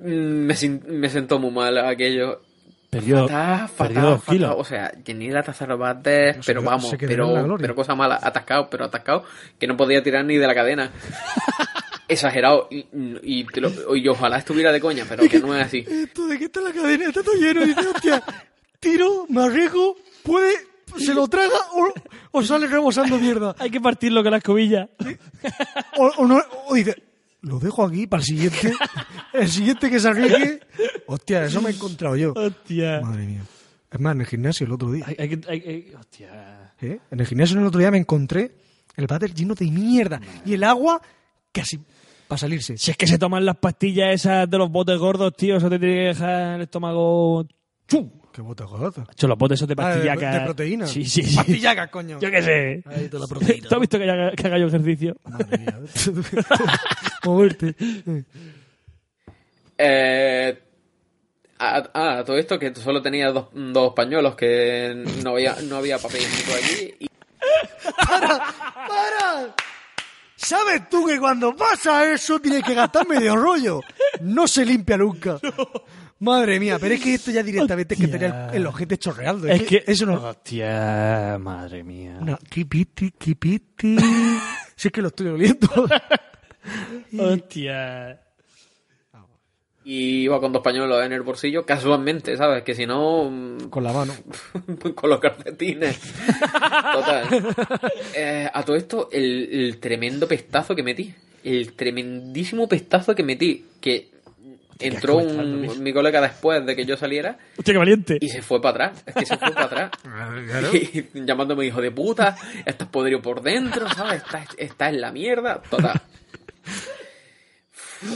Mm, Me, sin- me sentó muy mal aquello. Perdió, Fatal, perdió Ah, fatal, dos fatal. kilos. O sea, llené la taza de los bates, pero quedó- vamos, se quedó en la pero, gloria. pero cosa mala, atascado, pero atascado, que no podía tirar ni de la cadena. Exagerado, y, y, te lo- y ojalá estuviera de coña, pero que no es así. ¿Esto Eh, de qué está la cadena? Está todo lleno. Y dice, hostia, tiro, me arriesgo, puede, se lo traga o, o sale rebosando mierda. Hay que partirlo con la escobilla. O, o no- o dice, lo dejo aquí para el siguiente. El siguiente que se arriesgue. Hostia, eso me he encontrado yo. Hostia. Madre mía. Es más, en el gimnasio el otro día. Hay- hay que- hay- hay- hostia. ¿eh? En el gimnasio el otro día me encontré el váter lleno de mierda y el agua casi para salirse. Si es que se toman las pastillas esas de los botes gordos, tío, eso te tiene que dejar el estómago. ¡Chu! ¿Qué botas gordas? Hecho, los botes esos de Ah, de- pastillacas. de proteína. Sí, sí, sí. Pastillacas, coño. Yo qué sé. Ahí te la proteína. ¿Tú has visto que haga, que haga yo ejercicio? Madre mía. Moverte. Eh, ah, ah, todo esto que solo tenía dos, dos pañuelos que no había, no había papel higiénico allí. Y... ¡Para! ¿Sabes tú que cuando pasa eso tienes que gastar medio rollo? No se limpia nunca. Madre mía, pero es que esto ya directamente es que tenía el, el ojete chorreando. Es que. eso no. Hostia, madre mía. No, kipiti, kipiti. si es que lo estoy oliendo. Hostia. Y iba con dos pañuelos en el bolsillo, casualmente, ¿sabes? Que si no. mm, Con la mano. con los calcetines. Total. Eh, a todo esto, el, el tremendo pestazo que metí. El tremendísimo pestazo que metí. Que entró asco me está dando, un, mi colega después de que yo saliera Hostia, qué valiente. y se fue para atrás. Es que se fue para atrás. Y llamándome hijo de puta, estás podrido por dentro, ¿sabes? Estás, estás en la mierda. Total.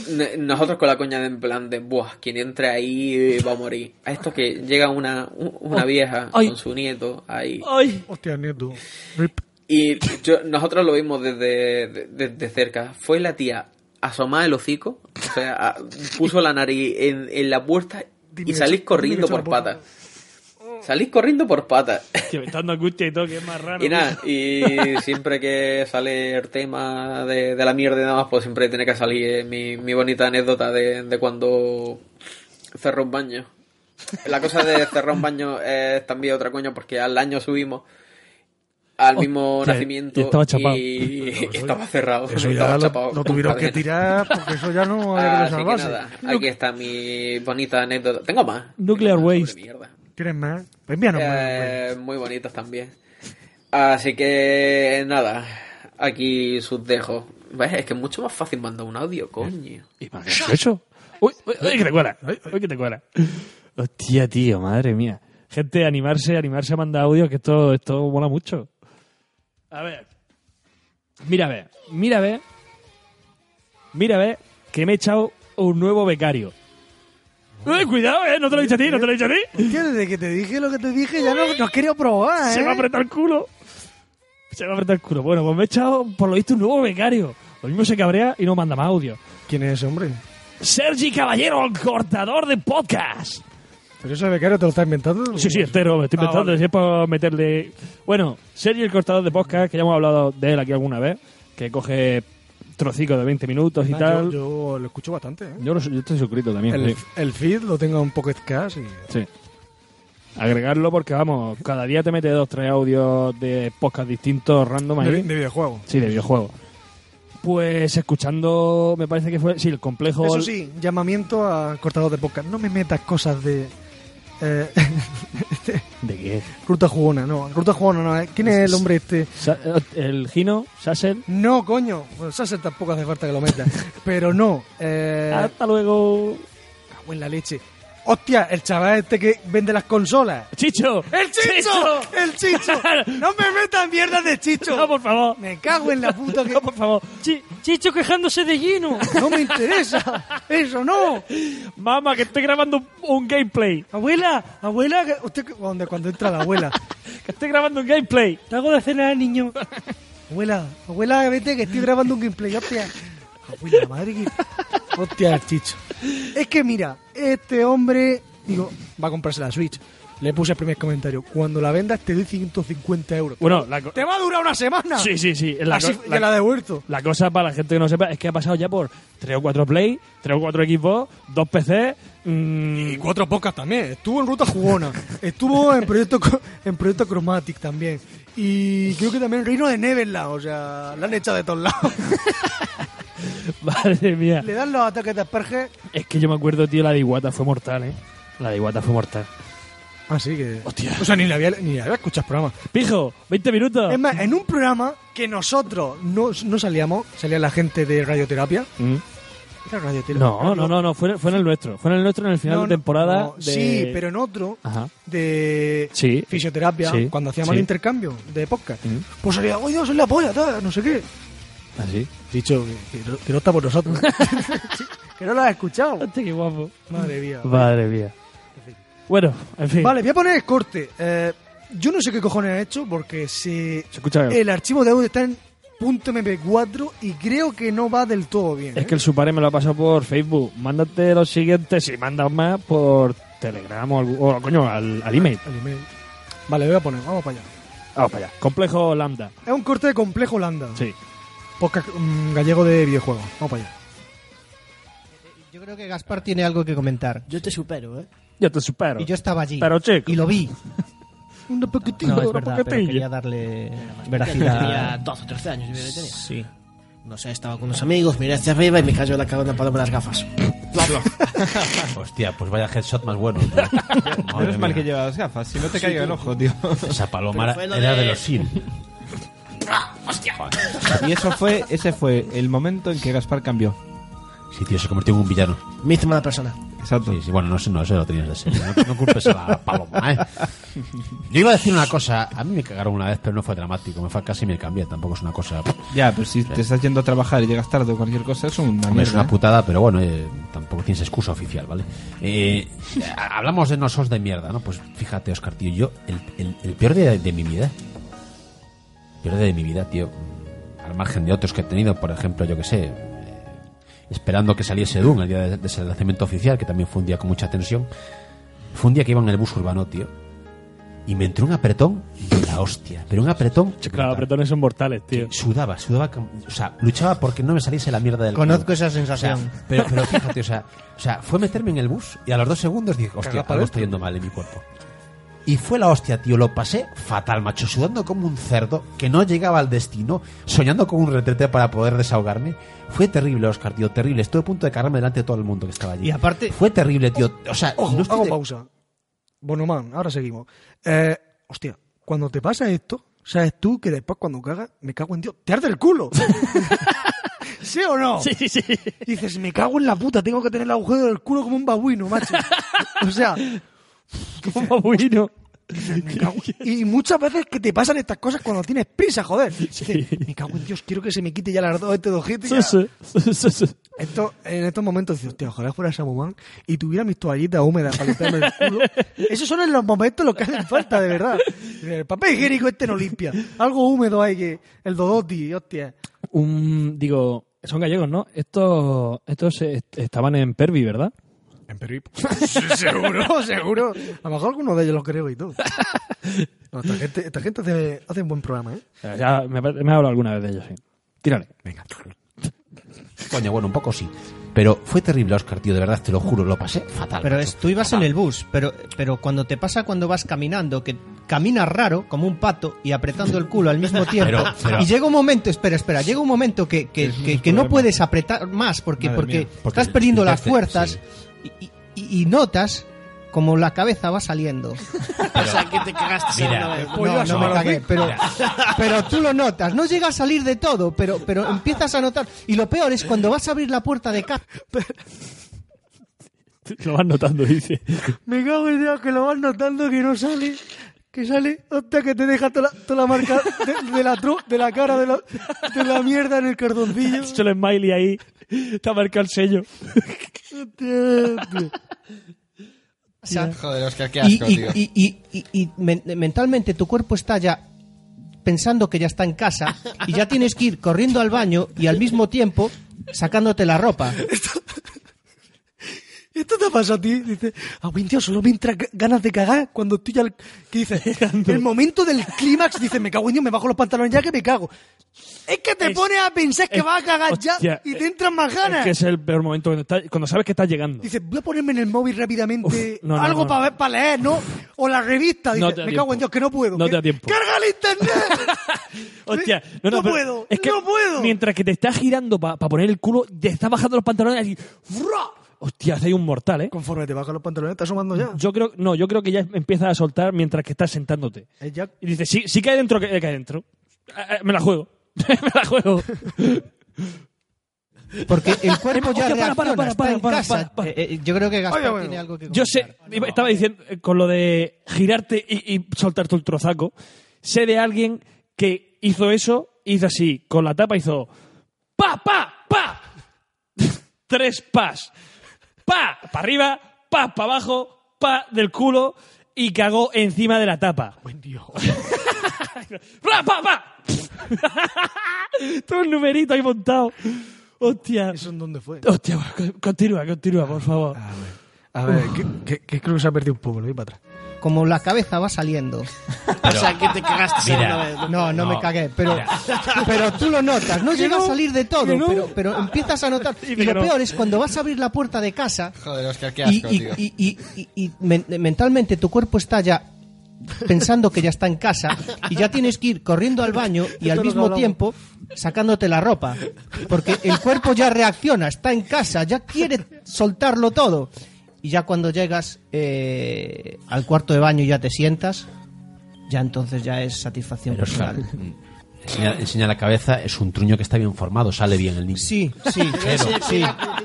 N- Nosotros con la coña de en plan de, buah, quien entre ahí va a morir. A esto que llega una, u- una vieja ay. con su nieto ahí. ¡Ay! Hostia, nieto. Rip. Y yo- nosotros lo vimos desde, de- de- de cerca. Fue la tía asomada el hocico, o sea, a- puso la nariz en, en la puerta y Dime, salís dime, corriendo chaval, por patas. Salís corriendo por patas. Hostia, me está dando angustia y todo, que es más raro. Y nada, y siempre que sale el tema de, de la mierda y nada más, pues siempre tiene que salir eh, mi, mi bonita anécdota de, de cuando cerró un baño. La cosa de cerrar un baño es también otra coña porque al año subimos al mismo Hostia, nacimiento y estaba chapado. y estaba cerrado. Eso ya Pues estaba lo, chapado lo con tuvieron que cadena. tirar porque eso ya no había que ¿eh? Así que salvarse. nada, aquí está mi bonita anécdota. Tengo más. Nuclear Tengo más sobre waste. mierda. ¿Tienes más? Pues envíanos más. Eh, muy bonitos también. Así que nada, aquí sus dejo. ¿Ves? Es que es mucho más fácil mandar un audio, coño. ¿Y para qué has hecho eso? Uy, uy, uy, que te cuela. Uy, uy, que te cuela. Hostia, tío, madre mía. Gente, animarse, animarse a mandar audio, que esto, esto mola mucho. A ver. Mira, a ver. Mira, a ver. Mira, a ver, que me he echado un nuevo becario. Uy, cuidado, eh. No te lo he dicho a ti, no te lo he dicho a ti. Hostia, desde que te dije lo que te dije ya no, no has querido probar, Se va a ¿eh? apretar el culo. Se va a apretar el culo. Bueno, pues me he echado, por lo visto, un nuevo becario. Lo mismo se cabrea y no manda más audio. ¿Quién es ese hombre? Sergi Caballero, el cortador de podcast. ¿Pero eso de becario te lo estás inventando? Sí, sí, entero, me estoy Ah, inventando, vale. si es para meterle... Bueno, Sergio el cortador de podcast, que ya hemos hablado de él aquí alguna vez, que coge trocicos de 20 minutos y Ah, tal. Yo, yo lo escucho bastante, ¿eh? Yo, lo- yo estoy suscrito también, El, sí. el feed lo tengo en Pocket Cash y... sí. Agregarlo porque, vamos, cada día te mete dos, tres audios de podcast distintos, random ahí. De, de videojuegos. Sí, de videojuegos. Pues escuchando, me parece que fue, sí, el complejo... Eso sí, llamamiento a cortador de podcast. No me metas cosas de... eh, ¿De qué? ruta jugona, no. Ruta jugona, no. eh. ¿Quién es el hombre este? Sa- El Gino, Sassel. No, coño. pues Bueno, Sasser tampoco hace falta que lo metas. Pero no. Eh, Hasta luego. cago en la leche. Hostia, el chaval este que vende las consolas. Chicho. ¡El chicho! ¡El chicho! ¡No me metas mierda de chicho! No, por favor. Me cago en la puta que... No, por favor. Chicho quejándose de Gino. No me interesa. Eso no. Mamá, que estoy grabando un- un gameplay. Abuela, Abuela, que- usted que- cuando, cuando entra la abuela. Que estoy grabando un gameplay. te hago de cenar, niño. Abuela, abuela, vete que estoy grabando un gameplay, hostia. Abuela, madre que... Hostia, el chicho. Es que mira, este hombre, digo, va a comprarse la Switch. Le puse el primer comentario. Cuando la vendas te doy 150 euros. Bueno, la co- ¡Te va a durar una semana! Sí, sí, sí. La, Así co- que la ha devuelto. la cosa para la gente que no sepa es que ha pasado ya por 3 o 4 Play, 3 o 4 Xbox, 2 PC. mm, Y cuatro podcasts también. Estuvo en Ruta Jugona. Estuvo en proyecto, Co- en proyecto Chromatic también. Y creo que también en Reino de Neverland. O sea, la han echado de todos lados. madre mía. Le dan los ataques de asperge. Es que yo me acuerdo, tío, la de Iguata fue mortal, ¿eh? La de Iguata fue mortal. Así Ah, que. Hostia. O sea, ni la había, ni la había escuchado el programa. Pijo, 20 minutos. Es más, en un programa que nosotros no, no salíamos, salía la gente de radioterapia. Mm. Era Radio Tele. No, no, no, no, fue, fue en el nuestro. Fue en el nuestro en el final No, de temporada. no, de- Sí, pero en otro Ajá. de Sí. fisioterapia, Sí. cuando hacíamos Sí. el intercambio de podcast. Mm. ¿Ah, Pues salía, oye, soy la polla, tal, no sé qué. Así. Dicho que, que no, que no está por nosotros. que no lo has escuchado. qué guapo. Madre mía. Madre mía. Bueno, en fin. Vale, voy a poner el corte. Eh, yo no sé qué cojones ha hecho porque se, escucha bien. el archivo de audio está en .mp4 y creo que no va del todo bien. Es que el Supare me lo ha pasado por Facebook. Mándate los siguientes y mandas más por Telegram o, algún- o, coño, al, al email. Al email. Vale, voy a poner, vamos para allá. Vamos para allá. Complejo Lambda. Es un corte de Complejo Holanda. Sí. Podcast mm, gallego de videojuegos. Vamos para allá. Yo creo que Gaspar tiene algo que comentar. Yo te supero, ¿eh? Yo te supero. Y yo estaba allí. Pero chico. Y lo vi. Una poquitilla, No, es verdad, pero quería darle veracidad. Tenía 12 o 13 años. yo creo que tenía. Sí. No sé, estaba con unos amigos, miré hacia arriba y me cayó la cagona paloma en las gafas. Hostia, pues vaya headshot más bueno. Menos mal que lleva las gafas, si no te Sí, caiga el tú. ojo, tío. Esa paloma Pero fue lo era de- de los SIL. ¡Hostia! Y eso fue, ese fue el momento en que Gaspar cambió. Sí, tío, se convirtió en un villano. Me hizo mala persona. Exacto. Sí, sí, bueno, no sé, no, eso lo tenías de ser. No, no culpes a la paloma, ¿eh? Yo iba a decir una cosa. A mí me cagaron una vez, pero no fue dramático. Me fue casi me cambié. Tampoco es una cosa. Ya, pero si te estás yendo a trabajar y llegas tarde o cualquier cosa, es una Hombre, es mierda, una ¿eh? putada, pero bueno, eh, tampoco tienes excusa oficial, ¿vale? Eh, a- hablamos de nosos de mierda, ¿no? Pues fíjate, Oscar, tío, yo, el, el- el peor día de, de mi vida, el peor día de mi vida, tío, al margen de otros que he tenido, por ejemplo, yo que sé, eh, esperando que saliese Doom el día de, de ese lanzamiento oficial, que también fue un día con mucha tensión, fue un día que iba en el bus urbano, tío, y me entró un apretón de la hostia, pero un apretón... Claro, apretones son mortales, tío. Sudaba, sudaba, cam- o sea, luchaba porque no me saliese la mierda del Conozco culo. esa sensación. O sea, pero, pero fíjate, o sea, o sea, fue meterme en el bus y a los dos segundos dije, hostia, Cagar para algo dentro. estoy yendo mal en mi cuerpo. Y fue la hostia, tío, lo pasé fatal, macho, sudando como un cerdo que no llegaba al destino, soñando con un retrete para poder desahogarme. Fue terrible, Oscar, tío, terrible. Estuve a punto de cargarme delante de todo el mundo que estaba allí. Y aparte- Fue terrible, tío. O sea, Ojo, no estoy hago de- pausa. Bonoman, ahora seguimos. Eh, hostia, cuando te pasa esto, sabes tú que después cuando cagas, me cago en Dios, te arde el culo. ¿Sí o no? Sí, sí. Dices, me cago en la puta, tengo que tener el agujero del culo como un babuino, macho. O sea, como un babuino. Y muchas veces que te pasan estas cosas cuando tienes prisa, joder. Dices, me cago en Dios, quiero que se me quite ya el ardor de este dojete. ya". Esto, en estos momentos dices, hostia, ojalá fuera Samuman y tuviera mis toallitas húmedas para limpiarme el culo. Esos son en los momentos los que hacen falta, de verdad. El papel higiénico este no limpia. Algo húmedo hay que... El Dodoti, hostia. Un, digo, son gallegos, ¿no? Estos, estos eh, est- estaban en Pervi, ¿verdad? En Perú. seguro, seguro. A lo mejor alguno de ellos lo creo y todo. No, esta gente, esta gente hace, hace un buen programa, ¿eh? Ya me, me ha hablado alguna vez de ellos, sí. Tírale. Venga. Coño, bueno, un poco sí. Pero fue terrible, Oscar, tío, de verdad, te lo juro, lo pasé fatal. Pero macho. es- tú ibas en el bus, pero, pero cuando te pasa cuando vas caminando, que caminas raro, como un pato, y apretando el culo al mismo tiempo. Pero- pero- Y llega un momento, espera, espera, llega un momento que, que, que- que no puedes apretar más porque, Madre porque, mía. Porque estás perdiendo las quitaste- fuerzas y, y- y notas como la cabeza va saliendo. o sea, que te cagaste Mira, alguna vez. No, no me cagué, pero, pero tú lo notas. No llega a salir de todo, pero, pero empiezas a notar. Y lo peor es cuando vas a abrir la puerta de casa. Lo vas notando, dice. Me cago en Dios, que lo vas notando que no sale. Que sale, hostia, que te deja toda la, toda la marca de, de la tru- de la cara de la, de la mierda en el cardoncillo. Esto el smiley ahí. Está marcado el sello. Hostia, tío. Joder, Oscar, y, y- y- y- y- y men- mentalmente tu cuerpo está ya pensando que ya está en casa y ya tienes que ir corriendo al baño y al mismo tiempo sacándote la ropa. ¿Esto te pasa a ti? Dice, oh, Dios, solo me entra g- ganas de cagar cuando estoy ya... al- ¿Qué dices? El momento del clímax, dice, me cago en Dios, me bajo los pantalones ya que me cago. Es que te pones a pensar que es- vas a cagar hostia, ya y te entran más ganas. Es que es el peor momento cuando, está- cuando sabes que estás llegando. Dices, voy a ponerme en el móvil rápidamente no, no, algo no, para no. ver, para leer, ¿no? O la revista. Dices, No me te da cago tiempo. en Dios, que no puedo. No que- te da tiempo. ¡Carga el internet! Hostia, no, no, no pero puedo, es que no puedo. Mientras que te estás girando para poner el culo, te estás bajando los pantalones y Hostia, hay un mortal, ¿eh? Conforme te bajan los pantalones, estás sumando ya. Yo creo, no, yo creo que ya empiezas a soltar mientras que estás sentándote. Es Eh, ya- Y dices, sí, sí cae dentro, eh, que- cae dentro. Eh, eh, me la juego. me la juego. Porque el cuerpo ya Hostia, para, reacciona, para, para, para, está en para, casa. para, para. Eh, eh, yo creo que Gaspar Oye, bueno. tiene algo que Yo sé, iba- estaba diciendo eh, con lo de girarte y, y soltarte el trozaco. Sé de alguien que hizo eso, hizo así, con la tapa hizo pa, pa, pa. Tres pas. Pa, para arriba, pa, para abajo, pa del culo y cagó encima de la tapa. Buen Dios. pa, pa, pa. Todo el numerito ahí montado. Hostia. ¿Eso en dónde fue? Hostia, co- continúa, continúa, por favor. A ver, que, que- que creo que se ha perdido un poco, lo voy para atrás. Como la cabeza va saliendo. o sea, que te cagaste Mira. una vez. No, no me cagué, pero, Mira. pero tú lo notas. No Que llega no, a salir de todo, que no. pero, pero empiezas a notar. Y que lo no. peor es cuando vas a abrir la puerta de casa Joder, Oscar, qué y, asco, y- tío. y- y- y- y men- mentalmente tu cuerpo está ya pensando que ya está en casa y ya tienes que ir corriendo al baño y Esto al lo que mismo hablamos. tiempo sacándote la ropa. Porque el cuerpo ya reacciona, está en casa, ya quiere soltarlo todo. Y ya cuando llegas eh, al cuarto de baño y ya te sientas, ya entonces ya es satisfacción Pero, personal. Oscar, enseña, enseña la cabeza, es un truño que está bien formado, sale bien el niño. Sí, sí, Pero- sí,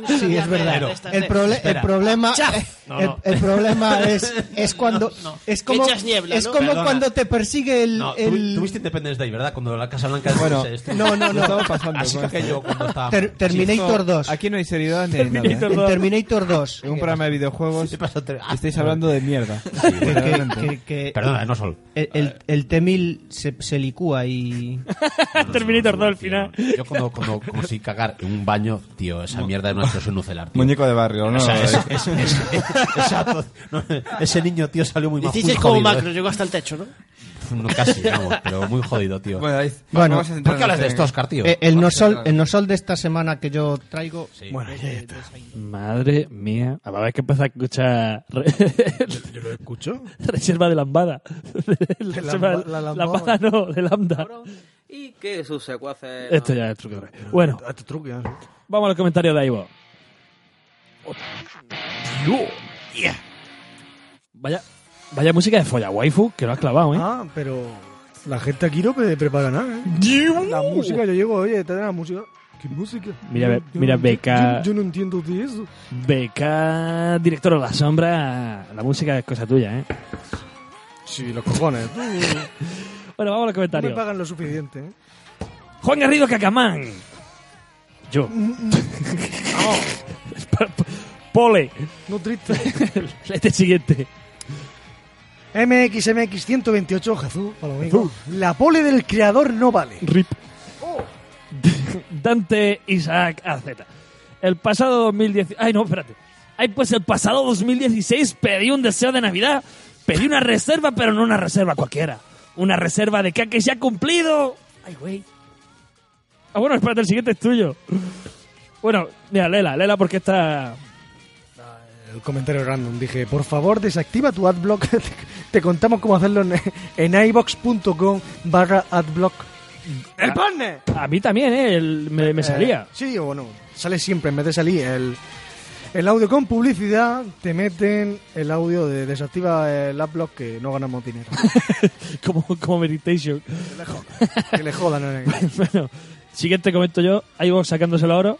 sí, es verdad. El, prole- el Espera. problema, Chaf. el- el, problema es, es cuando es como Echas niebla, es ¿no? como Perdona. cuando te persigue el, No, el- tuvi- tuviste Independence Day, ¿verdad? Cuando la Casa Blanca... Bueno, se destruyó. no, no, no. Estaba pasando, Así bueno. que yo cuando estaba... Ter- Terminator 2. Aquí no hay seriedad ni Terminator eh? nada. 2. Terminator 2. En un programa de videojuegos estáis hablando de mierda. Que- Realmente. que- que- Perdona, no solo. El, el, el T-1000 se, se licúa y... Terminator 2 al final. Yo cuando, cuando conseguí cagar en un baño, tío, esa mierda era una explosión nucelar. tío. Muñeco de barrio, ¿no? O sea, es- Eh, es- es- exacto. No, ese niño, tío, salió muy Lo mal. hicisteis muy como jodido, macro, llegó hasta el techo, ¿no? eh. No, casi, vamos, pero muy jodido, tío. Bueno, ahí- Bueno, vamos a centrarnos ¿por qué hablas de en- esto, Oscar, tío? Eh, el, Vamos a nosol, centrarnos. el nosol de esta semana que yo traigo... Bueno, ya está. Madre mía. Ah, A ver, hay que empezar a escuchar. re- Yo lo escucho. Reserva de lambada. De Reserva lamba- la lambada. lambada no, de lambda. ¿Y qué sus secuaces? Esto Este ya es truco. Bueno, Ah, Esto es truco, ya. vamos al comentario de Aibo. ¿Eh? Vaya, vaya música de Folla Waifu que lo has clavado, ¿eh? Ah, pero la gente aquí no pre- prepara nada, ¿eh? La música, yo llego, oye, te la música. ¿Qué música? Mira, Yo- ve- yo mira, no- Beca- Yo, yo no entiendo de eso. BK, director de la sombra, la música es cosa tuya, ¿eh? Sí, los cojones. Tú Bueno, no vamos al me comentario. pagan lo suficiente, ¿eh? Juan Garrido Cacamán. Yo. Pole. No triste. Este siguiente. MXMX 128, Jazú, para lo mismo. La pole del creador no vale. Rip. Dante Isaac AZ. El pasado 2010... Ay, no, espérate. Ay, pues el pasado 2016 pedí un deseo de Navidad. Pedí una reserva, pero no una reserva cualquiera. Una reserva de caca que se ha cumplido. Ay, güey. Ah, bueno, espérate, el siguiente es tuyo. Bueno, mira, Lela, Lela porque está... Ah, El comentario random. Dije, por favor, desactiva tu adblock. Te- Te contamos cómo hacerlo en, en ibox.com barra adblock. ¡El partner! A mí también, ¿eh? El- me, me salía. Eh, sí, o bueno, sale siempre, en vez de salir el, el audio con publicidad, te meten el audio de desactiva el adblock que no ganamos dinero. como, como meditation. que le jodan. eh. bueno, siguiente comento yo. Ahí vos sacándose la oro.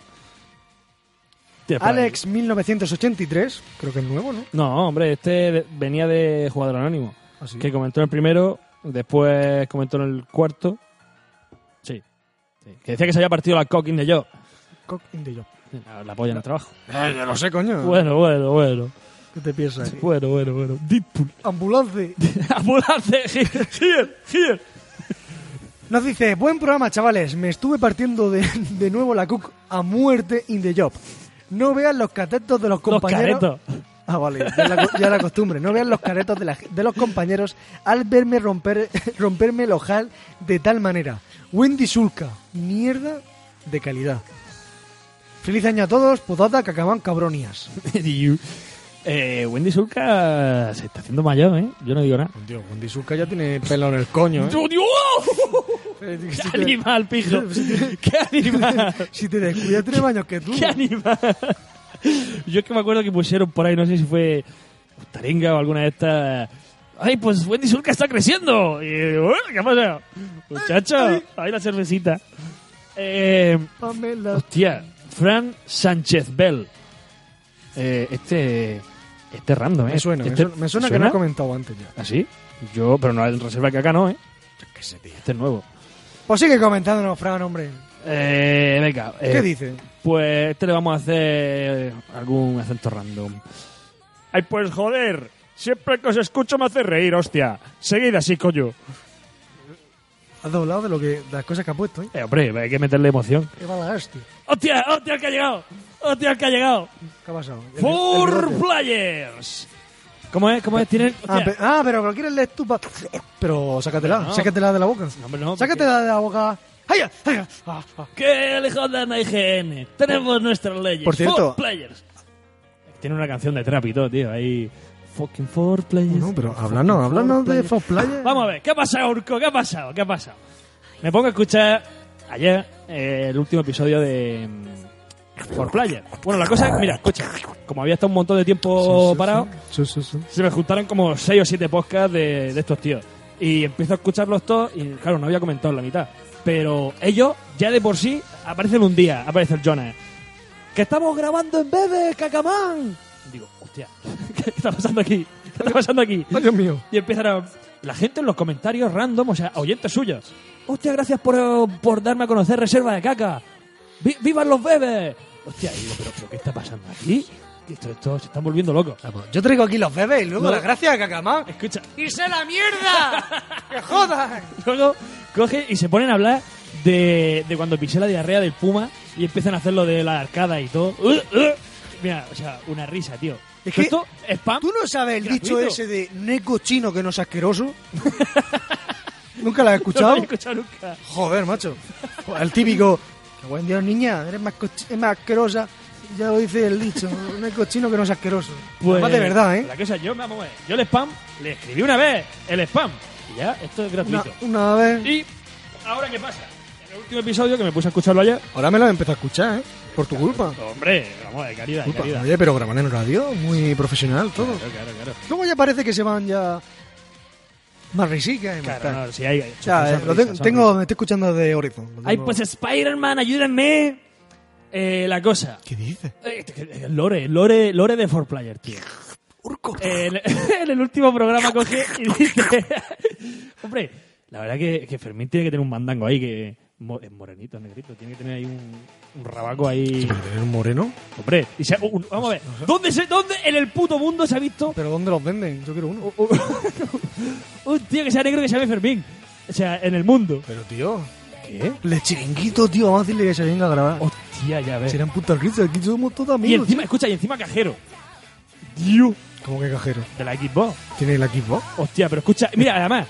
Tira por ahí. Alex 1983, creo que es nuevo, ¿no? No, hombre, este de- venía de Jugador Anónimo. ¿Ah, sí? Que comentó en el primero, después comentó en el cuarto. Sí. sí. Que decía que se había partido la cocking de yo. Cock in the job. Ah, La, la polla en el trabajo. Eh, yo lo sé, coño. Bueno, bueno, bueno. ¿Qué te piensas? eh? Bueno, bueno, bueno. Deadpool. Ambulance. Ambulance. Here, here. Nos dice, buen programa, chavales. Me estuve partiendo de, de nuevo la cook a muerte in the job. No vean los catetos de los Los compañeros. caretos. Ah, vale, ya es la, ya es la costumbre. No vean los caretos de, la- de los compañeros al verme romper, romperme el ojal de tal manera. Wendy Sulca, mierda de calidad. Feliz año a todos, podada, cacaman, cabronias. Eh, Wendy Sulca se está haciendo mayor, ¿eh? Yo no digo nada. Dios, Wendy Sulca ya tiene pelo en el coño, ¿eh? ¡Oh, Dios! ¡Qué animal, pijo! ¡Qué animal! Si te descuidas, tiene baños que tú. ¡Qué animal! Yo es que me acuerdo que pusieron por ahí, no sé si fue Taringa o alguna de estas. ¡Ay, pues Wendy Sulca está creciendo! Y, "Ué, ¿Qué pasa? Muchacho, ahí la cervecita. Eh, Pamela. hostia, Fran Sánchez Bell. Eh, este. Este es random, ¿eh? Me suena, Este- me suena, me suena ¿te que lo he comentado antes ya. ¿Ah, sí? Yo, pero no el reserva que acá no, ¿eh? Este es nuevo. Pues sigue comentándonos, Fran, hombre. Eh, venga. eh, ¿Qué dice? Pues este le vamos a hacer algún acento random. Ay, pues joder. Siempre que os escucho me hace reír, hostia. Seguid así, coño. Has doblado de lo que, de las cosas que ha puesto, ¿eh? Eh, hombre, hay que meterle emoción. Qué mala hostia. ¡Hostia! ¡Hostia el que ha llegado! ¡Hostia el que ha llegado! ¿Qué ha pasado? El- el ¡Four bigote. Players! ¿Cómo es? ¿Cómo es? ¿Tiene...? Ah, hostia. pe- ah, pero lo quieres leer tú pa- Pero sácatela, No. sácatela de la boca. hombre, no, sácatela de la boca. ¡Ay, ya, ay, ya! Ah, ah. ¡Que le jodan a IGN! Tenemos nuestras leyes. Por cierto- Four Players. Tiene una canción de trap y todo, tío. Ahí... Fucking Four Players. No, pero háblanos, háblanos de Four Players. Vamos a ver, ¿qué ha pasado, Urco? ¿Qué ha pasado? ¿Qué ha pasado? Me pongo a escuchar ayer eh, el último episodio de mm, Four Player. Bueno, la cosa, mira, escucha, como había estado un montón de tiempo parado, Sí, sí, sí. se me juntaron como 6 o 7 podcasts de, de estos tíos. Y empiezo a escucharlos todos y claro, no había comentado la mitad. Pero ellos ya de por sí aparecen un día, aparece el Jonas. Que estamos grabando en Bebe, Cacamán. Digo, hostia, ¿qué está pasando aquí? ¿Qué está pasando aquí? Ay, Dios mío. Y empiezan a... La gente en los comentarios random, o sea, oyentes suyos. Hostia, gracias por, por darme a conocer Reserva de Caca. Vi- ¡Vivan los bebés! Hostia, y digo, ¿pero, pero qué está pasando aquí? Esto, esto se están volviendo locos. Yo traigo aquí los bebés y luego No. las gracias a Cacamán. Escucha, ¡Irse a la mierda! ¡Que jodan! luego coge y se ponen a hablar de, de cuando pisé la diarrea del puma y empiezan a hacer lo de la arcada y todo. ¡Uh, uh! Mira, o sea, una risa, tío. Es que esto, spam. ¿Tú no sabes el Gratuito. dicho ese de neco chino que no es asqueroso? ¿Nunca lo has escuchado? No lo he escuchado nunca. Joder, macho. Joder, El típico. "Qué Buen Dios, niña, eres más, coch- es más asquerosa. Ya lo dice el dicho, neco chino que no es asqueroso. Pues, Además de verdad, ¿eh? La cosa, yo, vamos a ver, yo el spam le escribí una vez, el spam. Y ya, esto es Una, gratuito. una vez. Y ahora qué pasa? En el último episodio que me puse a escucharlo ayer. Ahora me lo he empezado a escuchar, ¿eh? Por tu culpa. Hombre, vamos, de caridad, de Culpa. caridad. Oye, pero graban en radio, muy profesional todo. Claro, claro, claro. Luego ya parece que se van ya más risicas y más tal. Claro, no, si hay. O sea, eh, son lo risas, tengo, son tengo- me estoy escuchando de Horizon. lo Ay, tengo- pues Spider-Man, ayúdenme. Eh, la cosa. ¿Qué dices? Eh, eh, Lore, Lore, Lore de 4Player, tío. Eh, En, en el último programa coge y dice. Hombre, la verdad que, que Fermín tiene que tener un mandango ahí que. mo- Es morenito, es negrito. Tiene que tener ahí un, un rabaco ahí. ¿Tener un moreno? Hombre, y se- un- vamos a ver. ¿Dónde, se, ¿Dónde en el puto mundo se ha visto ¿Pero dónde los venden? Yo quiero uno. un tío que sea negro que se llame Fermín? O sea, en el mundo. Pero tío, ¿Qué? le chiringuito, tío. Vamos a decirle que se venga a grabar. Hostia, ya ves. Serán putas risas, aquí somos todos Y amigos. encima, escucha, y encima cajero. Dios. ¿Cómo que cajero? De la Xbox. ¿Tiene la Xbox? Hostia, pero escucha, mira, además,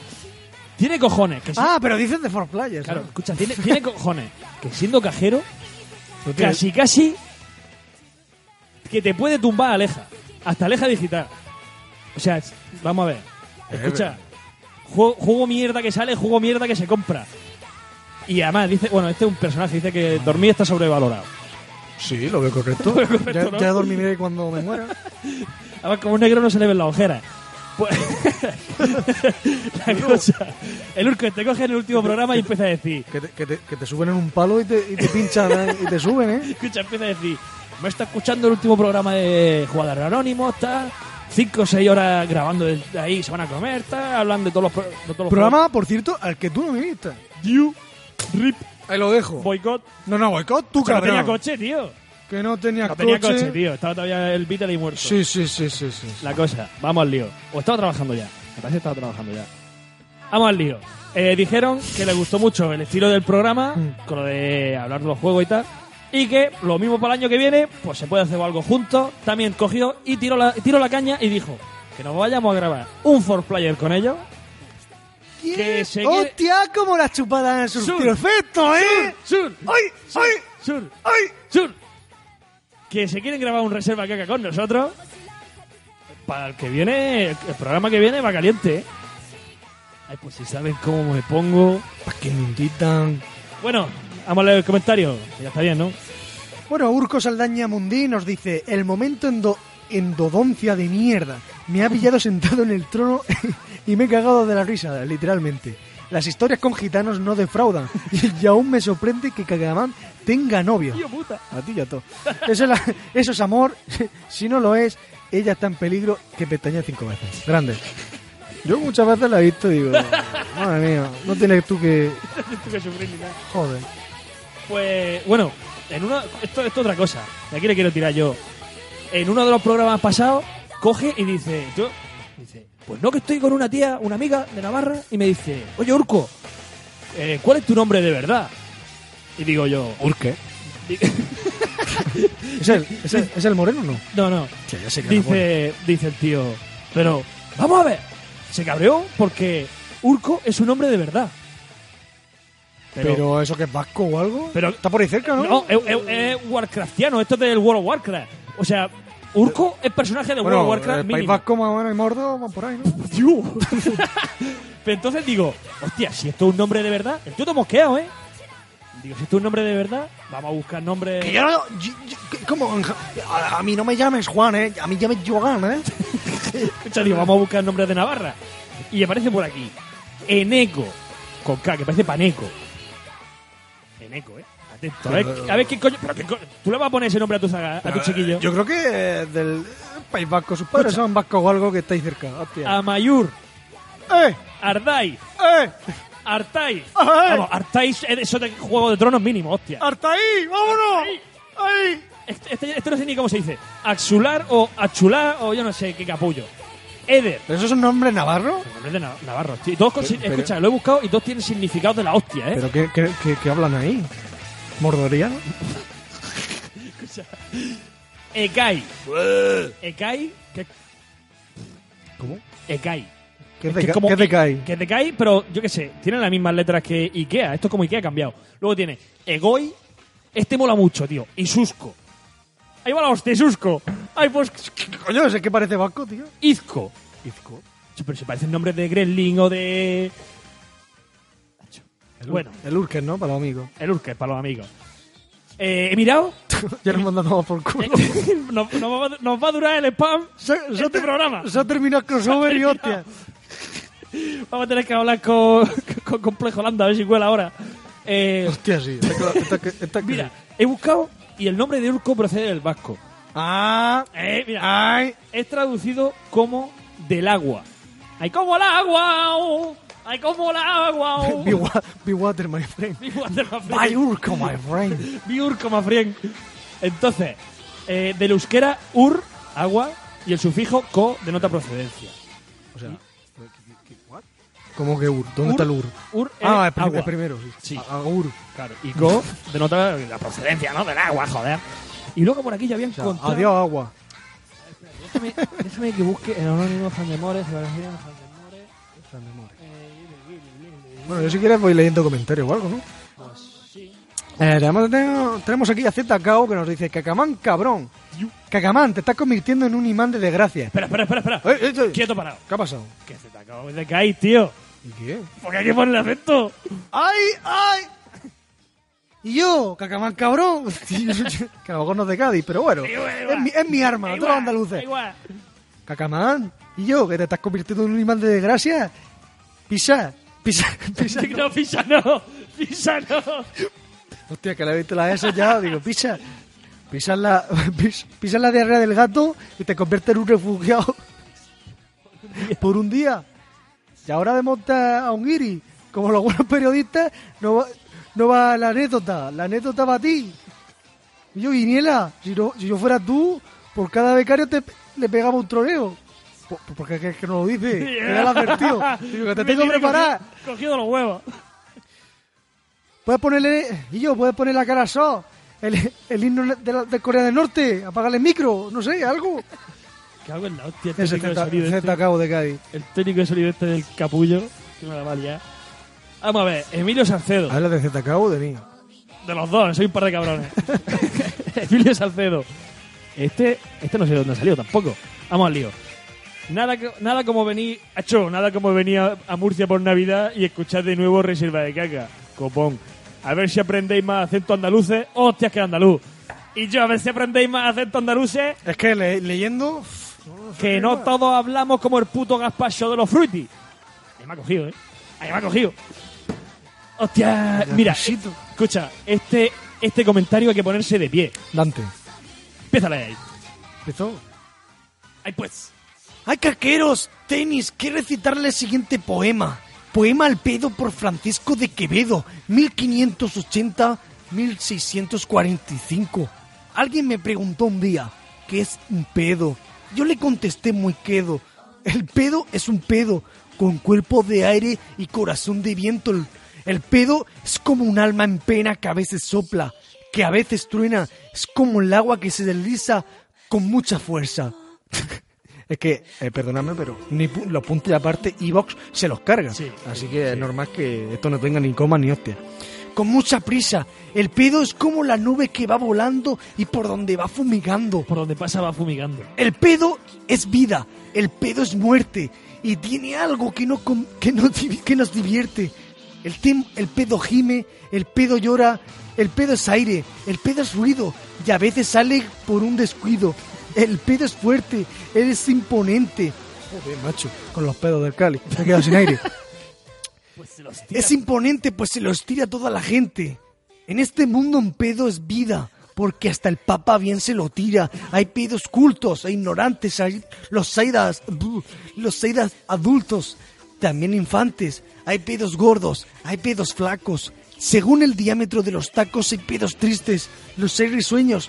tiene cojones. Que si- Ah, pero dices de For Players. claro, ¿no? escucha, tiene, tiene cojones. Que siendo cajero, No tiene- casi, casi, que te puede tumbar a Aleja. Hasta Aleja digital. O sea, es- vamos a ver. Escucha, juego, juego mierda que sale, juego mierda que se compra. Y además dice, bueno, este es un personaje, dice que dormir está sobrevalorado. Sí, lo veo Ah. correcto. ya, ¿no? ya dormiré cuando me muera. Además, como un negro no se le ven las ojeras. Pues, la cosa, el Urco te coge en el último programa y empieza a decir, Que te, que te- que te suben en un palo y te, y te pinchan ¿eh? y te suben, ¿eh? escucha, empieza a decir, me está escuchando el último programa de Jugadores Anónimos, tal, cinco o seis horas grabando de de ahí, se van a comer, tal, hablan de todos los, pro- de todos los Programa, por cierto, al que tú no viniste. programas. Diu, Rip, Ahí lo dejo. Boycott, No, no, boicot, tú, O sea, no cabrón. tenía coche, tío. Que no tenías No tenía coche. coche, tío, estaba todavía el Vita y muerto. Sí, sí, sí, sí, sí. La cosa, vamos al lío. O estaba trabajando ya. Me parece que estaba trabajando ya. Vamos al lío. Eh, dijeron que les gustó mucho el estilo del programa, Mm. con lo de hablar de los juegos y tal. Y que lo mismo para el año que viene, pues se puede hacer algo juntos. También cogió y tiró la, tiró la caña y dijo que nos vayamos a grabar un four player con ellos. Que se quede- ¡Hostia! Como las chupadas en Sur. su efecto, ¿eh? Sur, ¡Ay! ¡Ay! sur, ¡Ay! sur. Que se quieren grabar un reserva caca con nosotros. Para el que viene, el programa que viene va caliente. ¿eh? Ay, pues si saben cómo me pongo. ¿Para qué me invitan? Bueno, vamos a leer el comentario. que Ya está bien, ¿no? Bueno, Urco Saldaña Mundí nos dice: El momento endo- endodoncia de mierda. Me ha pillado sentado en el trono y me he cagado de la risa, literalmente. las historias con gitanos no defraudan. Y, y aún me sorprende que Cagamán tenga novia. Tío puta. A ti y a todo. Eso es, la- eso es amor. Si no lo es, ella está en peligro que pestañe cinco veces. Grande. Yo muchas veces la he visto y digo, madre mía, no tienes tú que... Tú que sufrir ni nada. Joder. Pues bueno, en una, esto, esto es otra cosa. De aquí le quiero tirar yo. En uno de los programas pasados, coge y dice, yo, dice, pues no que estoy con una tía, una amiga de Navarra, y me dice, oye Urco, eh, ¿cuál es tu nombre de verdad? Y digo yo, Urque. ¿Es el, es, el, ¿Es el moreno o no? no, no. Sí, ya sé que era moreno. Dice, dice el tío, pero vamos a ver. Se cabreó porque Urco es un nombre de verdad. Pero, eso que es vasco o algo. Pero- está por ahí cerca, ¿no? No, es, es- es Warcraftiano, esto es del World of Warcraft. O sea, Urco es personaje de bueno, World of Warcraft el País mínimo. Vasco más o menos y Mordo van por ahí, ¿no? Tío. Pero entonces digo, hostia, si esto es un nombre de verdad, el tío te mosqueado, ¿eh? Digo, si esto es un nombre de verdad, vamos a buscar nombre. Que yo no. yo- yo- que- ¿Cómo? A, a mí no me llames Juan, ¿eh? A mí llames Jogan, ¿eh? Escucha, digo, vamos a buscar nombres de Navarra. Y aparece por aquí. Eneco. Con K, que parece Paneco. Eneco, ¿eh? Atento. A ver, a ver qué coño. pero qué coño- Tú le vas a poner ese nombre a tu, saga, a tu chiquillo. Yo creo que eh, del País Vasco, sus padres son vascos o algo que estáis cerca. Hostia. Amayur. ¡Eh! Ardai. ¡Eh! Artai. Ajá, eh. Vamos, Artai es eso de Juego de Tronos mínimo, hostia. ¡Hasta ahí! ¡Vámonos! ¡Ahí! Este, este- este no sé ni cómo se dice. Axular o achular o yo no sé qué capullo. Eder. ¿Pero eso es un nombre navarro? Nombre de Nav- Navarro. tío. Y todos con Pero- sin- pero- escucha, lo he buscado y todos tienen significados de la hostia, ¿eh? ¿Pero qué, qué, qué- qué hablan ahí? ¿Mordoriano? Ekai. Ekai. que- ¿Cómo? Ekai. ¿Qué Es es que de, como- ¿qué es de Kai? Que es de Kai, pero yo qué sé, tiene las mismas letras que Ikea. Esto es como Ikea cambiado. Luego tiene Egoi. Este mola mucho, tío. Isusco. Ahí va la hostia, Isusco. Ay, pues Coño, sé que parece vasco, tío. Izco. Izco. Sí, Pero se parecen nombres de Gremlin o de. El, Ur- Bueno, El Urker, ¿no? Para los amigos. el Urca es para los amigos. Eh, he mirado. ya nos mandamos por culo. nos, nos va, a- nos va a durar el spam Se- se ha este ter- programa. Se ha terminado el crossover y hostia. Vamos a tener que hablar con, con Complejo Holanda, a ver si cuela ahora. Eh, Hostia, sí. Está claro, está que- está que- mira, he buscado y el nombre de Urco procede del vasco. Ah, Eh, mira, ay. es traducido como del agua. ¡Ay, como el agua! oh! ¡Ay, como el agua! oh! Be, wa- be water, my friend. Mi water, my friend. By Urco, my friend. Mi ur como friend. Entonces, eh, del euskera ur, agua, y el sufijo co denota procedencia. O sea, ¿cómo que Ur? ¿Dónde Ur- está el Ur? Ur es Ah, es, prim- agua. es primero, sí. Sí. A- a Ur. Claro, y co denota la procedencia, ¿no? Del agua, joder. Y luego por aquí ya había O sea, encontrado... adiós, agua. Déjame, déjame que busque el anónimo Fandemores. Eh, Bueno, yo si quieres voy leyendo comentarios o algo, ¿no? Pues Eh, tenemos, tenemos- tenemos aquí a ZKO que nos dice Cacamán, cabrón. Cacamán, te estás convirtiendo en un imán de desgracia. Espera, espera, espera, espera. Eh, eh, eh. Quieto parado. ¿Qué ha pasado? Que se te acabó de caer, tío. ¿Y qué? ¿Por qué hay que ponerle acento? ¡Ay, ay! Y yo, Cacamán, cabrón. Tío, que a lo mejor no es de Cádiz, pero bueno. Es mi, es mi arma, Da todos los igual, da andaluces. igual. Cacamán, y yo, que te estás convirtiendo en un imán de desgracia. Pisa, pisa, pisa. No, pisa no. Pisa no. Hostia, que le he visto la S ya, digo, pisa. Pisas la, pis- pisas la diarrea del gato y te conviertes en un refugiado por un día. Y ahora de montar a un guiri, como los buenos periodistas, no va, no va la anécdota, la anécdota va a ti. Y yo, Guiniela, si, no- si yo fuera tú, por cada becario te, le pegaba un troleo. Po- Porque es que no lo dice, me lo advertido. Digo, que te Me tengo tiene preparada. cogido- Cogido los huevos. Puedes ponerle, y yo, puedes poner la cara a So, el, el himno de, la- de Corea del Norte, apagarle el micro, no sé, algo. ¿Qué hago en la hostia? El Ese técnico de sonido Z este, acabo de Cádiz. el técnico de sonido este del capullo. Que me la va a liar. Vamos a ver, Emilio Salcedo. Habla de Z acabo de mí. De los dos, soy un par de cabrones. Emilio Salcedo. Este, este no sé de dónde ha salido tampoco. Vamos al lío. Nada, co- nada como venir, acho, nada como venir a, a Murcia por Navidad y escuchar de nuevo Reserva de Caca. Copón. A ver si aprendéis más acento andaluces. Hostias que andaluz. Y yo, a ver si aprendéis más acento andaluces. Es que le- leyendo. Que no todos hablamos como el puto gazpacho de los fruity. Ahí me ha cogido, ¿eh? Ahí me ha cogido. Hostia, mira, escucha, este, este comentario hay que ponerse de pie. Dante. Empiézale ahí. ¿Empezó? Ay, pues. ¡Ay, caqueros! ¡Tenis! Que recitarle el siguiente poema. Poema al pedo por Francisco de Quevedo, 1580-1645. Alguien me preguntó un día, ¿qué es un pedo? Yo le contesté muy quedo. El pedo es un pedo, con cuerpo de aire y corazón de viento. El- El pedo es como un alma en pena que a veces sopla, que a veces truena. Es como el agua que se desliza con mucha fuerza. Es que, eh, perdonadme, pero ni pu- los puntos de aparte, Evox se los carga. Así que es normal que esto no tenga ni coma ni hostia. Con mucha prisa, el pedo es como la nube que va volando y por donde va fumigando. Por donde pasa va fumigando. El pedo es vida, el pedo es muerte y tiene algo que, no, com- que, no divi- que nos divierte. El, tem- el pedo gime, el pedo llora, el pedo es aire, el pedo es ruido y a veces sale por un descuido. El pedo es fuerte, él es imponente. Joder, macho, con los pedos del Cali. Me he quedado sin aire. Es imponente, pues se los tira a toda la gente. En este mundo un pedo es vida, porque hasta el Papa bien se lo tira. Hay pedos cultos e ignorantes, hay los saidas, bu, los saidas adultos, también infantes. Hay pedos gordos, hay pedos flacos. Según el diámetro de los tacos hay pedos tristes, los seis risueños,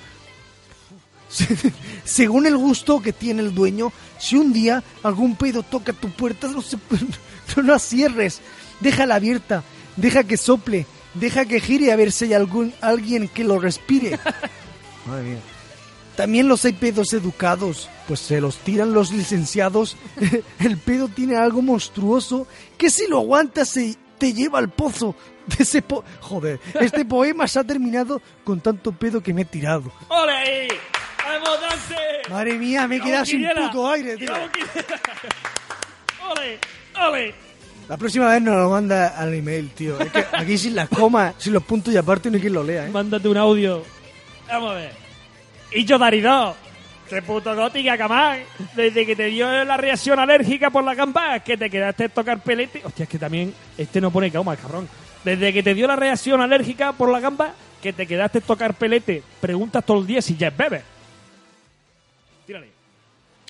según el gusto que tiene el dueño, si un día algún pedo toca tu puerta, no, se- no la cierres. Déjala abierta, deja que sople, deja que gire a ver si hay algún, alguien que lo respire. Madre mía. También los hay pedos educados, pues se los tiran los licenciados. El pedo tiene algo monstruoso que si lo aguantas se te lleva al pozo. De ese po- Joder, este poema se ha terminado con tanto pedo que me he tirado. ¡Ole ahí! ¡Vamos, Dante! Madre mía, me he ¡Bravo, quedado sin Quiniela! puto aire, tío. ¡Bravo, Quiniela! ¡Ole! ¡Ole! La próxima vez nos lo manda al email, tío. Es que aquí sin las comas, sin los puntos y aparte ni quien lo lea, ¿eh? Mándate un audio. Vamos a ver. Y yo Daridó. Qué puto gótica, camán. Desde que te dio la reacción alérgica por la campana, que te quedaste a tocar pelete. Hostia, es que también este no pone coma, cabrón. Desde que te dio la reacción alérgica por la gamba, que te quedaste a tocar pelete. Preguntas todo el día si ya es bebé. Tírale.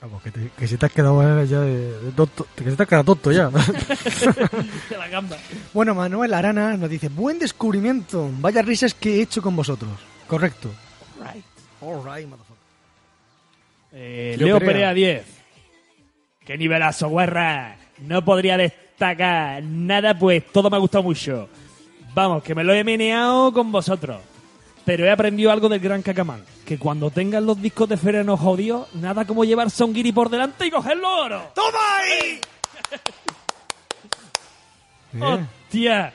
Vamos, que, te- que se te has quedado eh, ya de, de tonto. Que se te has quedado tonto ya. De la gamba. bueno, Manuel Arana nos dice, buen descubrimiento. Vaya risas que he hecho con vosotros. Correcto. Right. All right, motherfucker. Eh, Leo Leo Perea. Perea 10. ¡Qué nivelazo, guerra! No podría destacar nada, pues todo me ha gustado mucho. Vamos, que me lo he meneado con vosotros. Pero he aprendido algo del gran Cacamán. Que cuando tengan los discos de Frenos jodidos, nada como llevarse a un guiri por delante y cogerlo oro. ¡Toma ahí! Ah, ¡Hostia!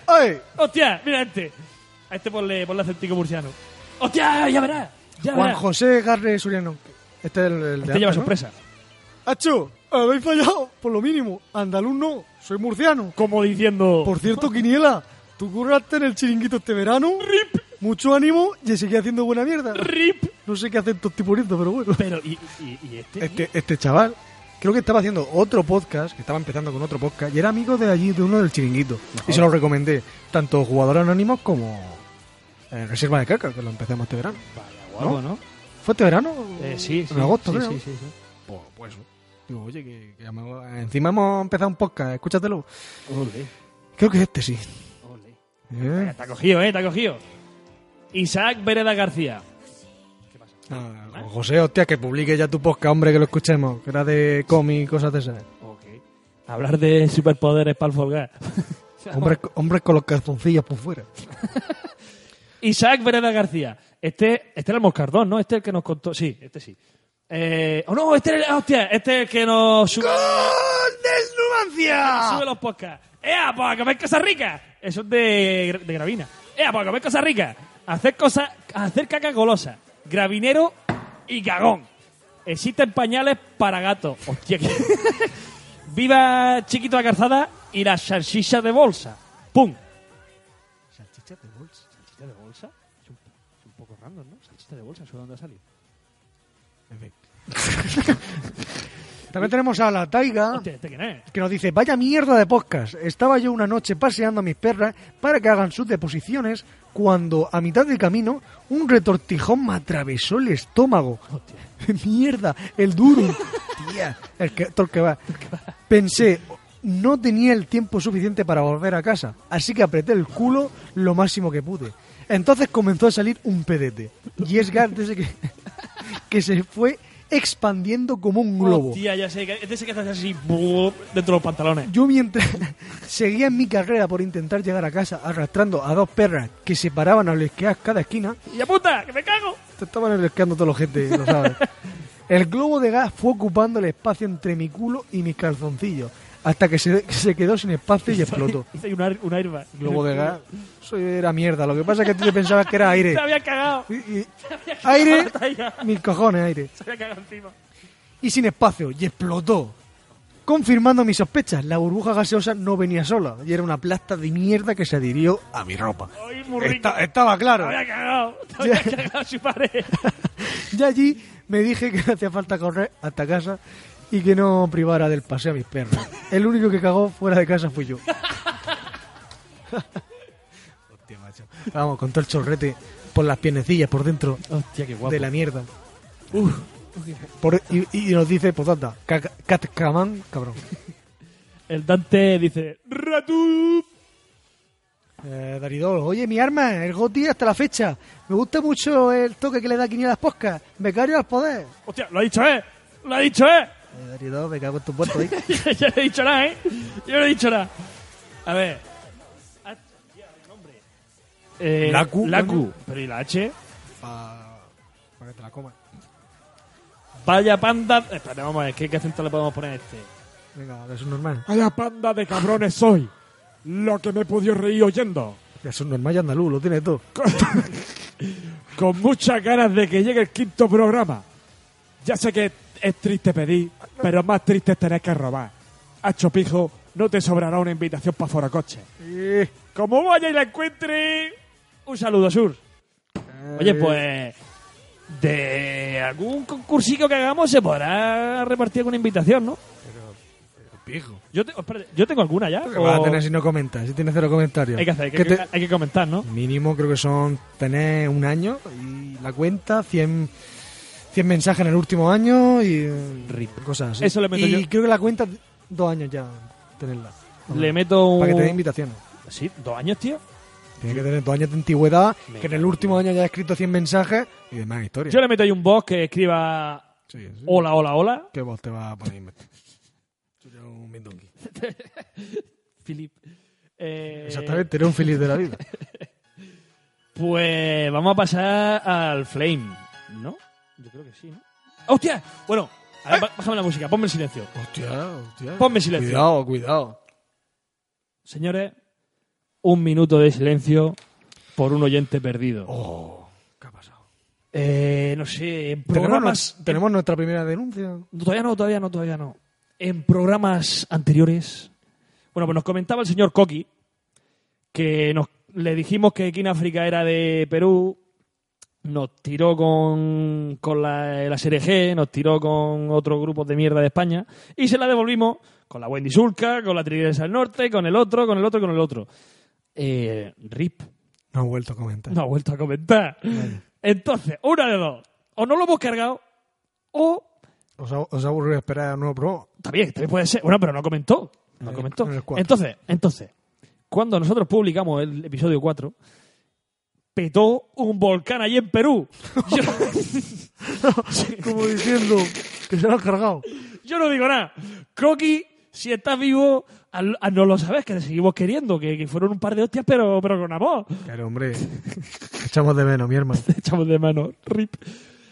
¡Hostia! Mira este. A este ponle, ponle acentico murciano. ¡Hostia! ¡Ya verás! ¡Ya Juan verás! José Garre Suriano. Este es el, el de Te antes, lleva ¿no? sorpresa. ¡Acho! Habéis fallado, por lo mínimo. Andaluz no, soy murciano. Como diciendo... Por cierto, Quiniela, tú curraste en el chiringuito este verano. ¡Rip! Mucho ánimo y sigue haciendo buena mierda. ¡Rip! No sé qué hacen estos tipos estos, pero bueno. Pero, ¿y, y- y este? Este, este chaval, creo que estaba haciendo otro podcast, que estaba empezando con otro podcast, y era amigo de allí, de uno del chiringuito. Y se lo recomendé, tanto jugadores anónimos como eh, Reserva de Caca, que lo empezamos este verano. Guapo, ¿no? ¿Fue este verano? Eh, sí, sí. En agosto, sí, creo. sí, sí, sí. Pues, pues eso. Digo, oye, que, que ya me- encima hemos empezado un podcast, escúchatelo. Ole. Creo que este sí. Eh. Te ha cogido, ¿eh? Te ha cogido. Isaac Vereda García. ¿Eh? oh. Ah, José, hostia, que publique ya tu podcast, hombre, que lo escuchemos. Que era de cómic, cosas de esas. Hablar de superpoderes para el folgar. Hombres, hombres con los calzoncillos por fuera. Isaac Vereda García. Este, este era el Moscardón, ¿no? Este es el que nos contó. Sí, este sí. Eh, oh, no, este era el. ah, Hostia, este es el que nos sube. Sube los podcasts. ¡Ea, pues a comer cosas ricas! Eso es de, de Gravina. ¡Ea, pues a comer cosas ricas! Hacer cosas. Hacer caca golosa. Gravinero y cagón. Existen pañales para gatos. Hostia, que- Viva Chiquito la Calzada y las salchichas de bolsa. ¡Pum! ¿Salchichas de bolsa? ¿Salchichas de bolsa? Es un, es un poco random, ¿no? Salchichas de bolsa, ¿eso de dónde ha salido? También tenemos a la Taiga, que nos dice, vaya mierda de podcast. Estaba yo una noche paseando a mis perras para que hagan sus deposiciones cuando a mitad de camino un retortijón me atravesó el estómago. mierda, el duro. Tía, el que, todo el que va. Pensé, no tenía el tiempo suficiente para volver a casa, así que apreté el culo lo máximo que pude. Entonces comenzó a salir un pedete. Y es Gar de ese que, que se fue expandiendo como un globo. Hostia, ya sé, que- es de ese que hace así buh, dentro de los pantalones. Yo mientras seguía en mi carrera por intentar llegar a casa arrastrando a dos perras que se paraban a lesquear cada esquina, ¡Y a puta, que me cago! te estaban lesqueando todos los gente, lo sabes. El globo de gas fue ocupando el espacio entre mi culo y mis calzoncillos, hasta que se, se quedó sin espacio y explotó. Hice un, air- un airbag. Globo de gas, eso era mierda. Lo que pasa es que tú te pensabas que era aire. Se había cagado. Se había cagado Aire, la taiga. mis cojones, aire. Se había cagado encima. y sin espacio, y explotó. Confirmando mis sospechas, la burbuja gaseosa no venía sola, y era una plasta de mierda que se adhirió a mi ropa. Ay, muy rico. Esta- estaba claro. Se había cagado. Se había Ya. cagado su pared. Y allí me dije que no hacía falta correr hasta casa y que no privara del paseo a mis perros. El único que cagó fuera de casa fui yo. Hostia, macho. Vamos, con todo el chorrete por las piernecillas, por dentro Hostia, qué guapo. de la mierda. Por- y, y nos dice, pues anda, caca- Catcamán, cabrón. El Dante dice, ¡Ratu! Eh, Daridol, oye, mi arma, el Goti hasta la fecha. Me gusta mucho el toque que le da Quinielas Posca. Becario al poder. Hostia, lo ha dicho, ¿eh? Lo ha dicho, ¿eh? Eh, Daridol, me cago en tu puerto, ¿eh? Yo no he dicho nada, ¿eh? Yo no he dicho nada. A ver. Ah, tía, el nombre. Eh, Laku, Laku. coño. Pero ¿y la H? Para que te la comas. Vaya panda. Espera, vamos a ver, ¿qué, qué acento le podemos poner a este? Venga, es un normal. Vaya panda de cabrones soy. Lo que me he podido reír oyendo. Es un normal y andaluz, lo tiene todo. Con muchas ganas de que llegue el quinto programa. Ya sé que es triste pedir, pero más triste es tener que robar. A Chopijo no te sobrará una invitación para Forocoche. Como vaya y la encuentre. Un saludo, Sur. Eh. Oye, pues. De algún concursico que hagamos se podrá repartir alguna invitación, ¿no? Pijo. Yo, te- espérate, ¿yo tengo alguna ya. ¿Qué vas a o- tener si no comentas? Si tienes cero comentarios. Hay que hacer, hay que, ¿Qué te- hay que comentar, ¿no? Mínimo creo que son tener un año y la cuenta, 100, 100 mensajes en el último año y eh, cosas así. Eso le meto y yo. creo que la cuenta, dos años ya tenerla. Le meto un. Para que te den invitaciones. Sí, dos años, tío. Tienes que tener dos años de antigüedad, que en el último año ya has escrito 100 mensajes y demás historias. Yo le meto ahí un boss que escriba. Hola, hola, hola. ¿Qué vos te vas a poner? inventar? Filip. Eh, Exactamente, eres un feliz de la vida. Pues vamos a pasar al Flame, ¿no? Yo creo que sí, ¿no? ¡Hostia! Bueno, a ver, ba- bájame la música, ponme en silencio. ¡Eh! Hostia, hostia. Ponme silencio. Cuidado, cuidado. Señores, un minuto de silencio por un oyente perdido. Oh, ¿Qué ha pasado? Eh, no sé, en ¿Tenemos, programas... nue- tenemos nuestra primera denuncia. Todavía no, todavía no, todavía no. En programas anteriores... Bueno, pues nos comentaba el señor Coqui que nos, le dijimos que King África era de Perú, nos tiró con, con la, la serie G, nos tiró con otros grupos de mierda de España y se la devolvimos con la Wendy Sulca, con la Triguesa del Norte, con el otro, con el otro, con el otro. Eh, RIP. No ha vuelto a comentar. No ha vuelto a comentar. Entonces, una de dos. O no lo hemos cargado, o Os ha, os ha aburrido esperar a nuevo programa. también, también puede ser. Bueno, pero no comentó. No Eh, comentó. en el cuatro. Entonces, entonces, cuando nosotros publicamos el episodio 4, petó un volcán allí en Perú. Yo, Como diciendo que se lo han cargado. yo no digo nada. Coqui, si estás vivo, al- al- no lo sabes, que te seguimos queriendo, que, que fueron un par de hostias, pero, pero con amor. Claro, hombre. Echamos de menos, mi hermano. Te echamos de mano. Rip.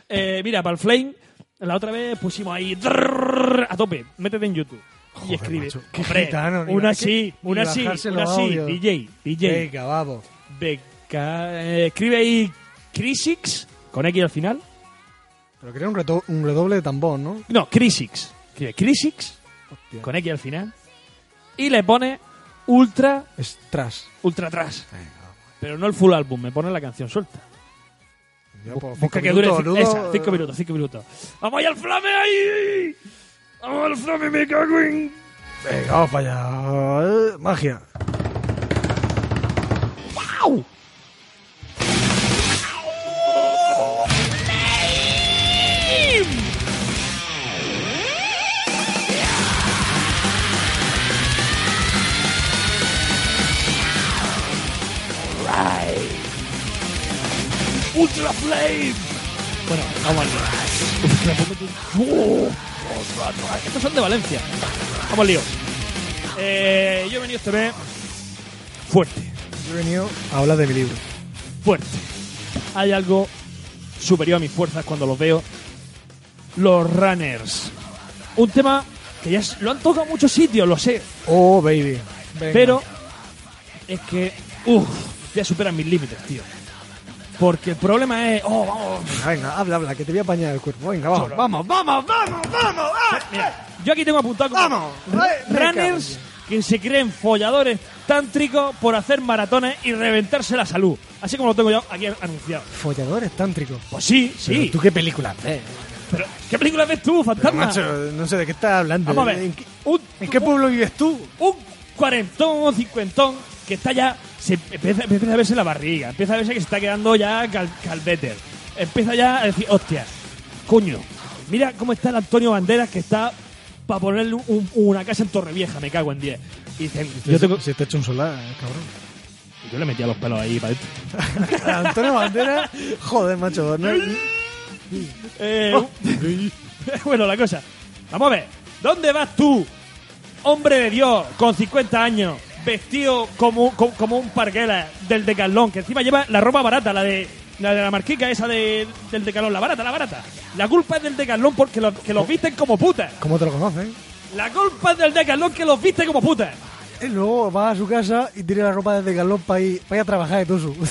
Eh, mira, para el Flame, la otra vez pusimos ahí drrrr, a tope. Métete en YouTube. y escribe. macho. Qué Hombre, gitano, ni una ba- sí, ni una sí, bajarse una los sí. audios. DJ, DJ. Venga, vamos. Beca- eh, escribe ahí Crisix, con X al final. Pero quería un, reto- un redoble de tambor, ¿no? No, Crisix. Escribe Crisix, con X al final. Y le pone Ultra, Es tras. Ultra Trash. Pero no el full álbum, me pone la canción suelta. Ya, pues, cinco Busca que dure minutos, cinco, nudo, esa, cinco minutos, cinco minutos. ¡Vamos allá al flame! ¡Ay! ¡Vamos al flame! ¡Me cago en...! Venga, vamos para allá. Eh, Magia. ¡Au! ¡Ultra Flame! Bueno, vamos al lío. Ultra Flame. ¡Oh! Estos son de Valencia. Vamos al lío. Eh, yo he venido este mes fuerte. Yo he venido a hablar de mi libro. Fuerte. Hay algo superior a mis fuerzas cuando los veo. Los runners. Un tema que ya es- lo han tocado en muchos sitios, lo sé. Oh, baby. Venga. Pero es que, uff, ya superan mis límites, tío. Porque el problema es, oh, vamos, Venga, venga, habla, habla, que te voy a apañar el cuerpo. Venga, vamos, Solo. vamos, vamos, vamos, vamos. ah, Yo aquí tengo apuntado como Vamos, re- runners que se creen folladores tántricos por hacer maratones y reventarse la salud. Así como lo tengo yo aquí anunciado. Folladores tántricos. Pues sí, Pero sí. ¿Tú qué película ves? Eh. Pero, ¿Qué película ves tú, fantasma? Macho, no sé de qué estás hablando. Vamos a ver. ¿En qué, un, en qué pueblo vives tú? un cuarentón o cincuentón que está ya. Se empieza, empieza a verse la barriga, empieza a verse que se está quedando ya cal- calveter. Empieza ya a decir, hostia, coño, mira cómo está el Antonio Banderas que está para ponerle un- una casa en Torrevieja, me cago en 10. Y dicen, yo, tengo- Si te hecho un solar, eh, cabrón. yo le metía los pelos ahí para dentro. Antonio Bandera, joder, macho. ¿no? Eh, bueno, la cosa. Vamos a ver. ¿Dónde vas tú, hombre de Dios, con 50 años, vestido como, como, como un parguela del decalón, que encima lleva la ropa barata, la de la, de la marquica esa de, del decalón, la barata, la barata? La culpa es del decalón porque los, que los visten como putas. ¿Cómo te lo conoces? La culpa es del decalón que los viste como putas. Y luego va a su casa y tira la ropa desde galón para ir, pa' ir a trabajar de todo su.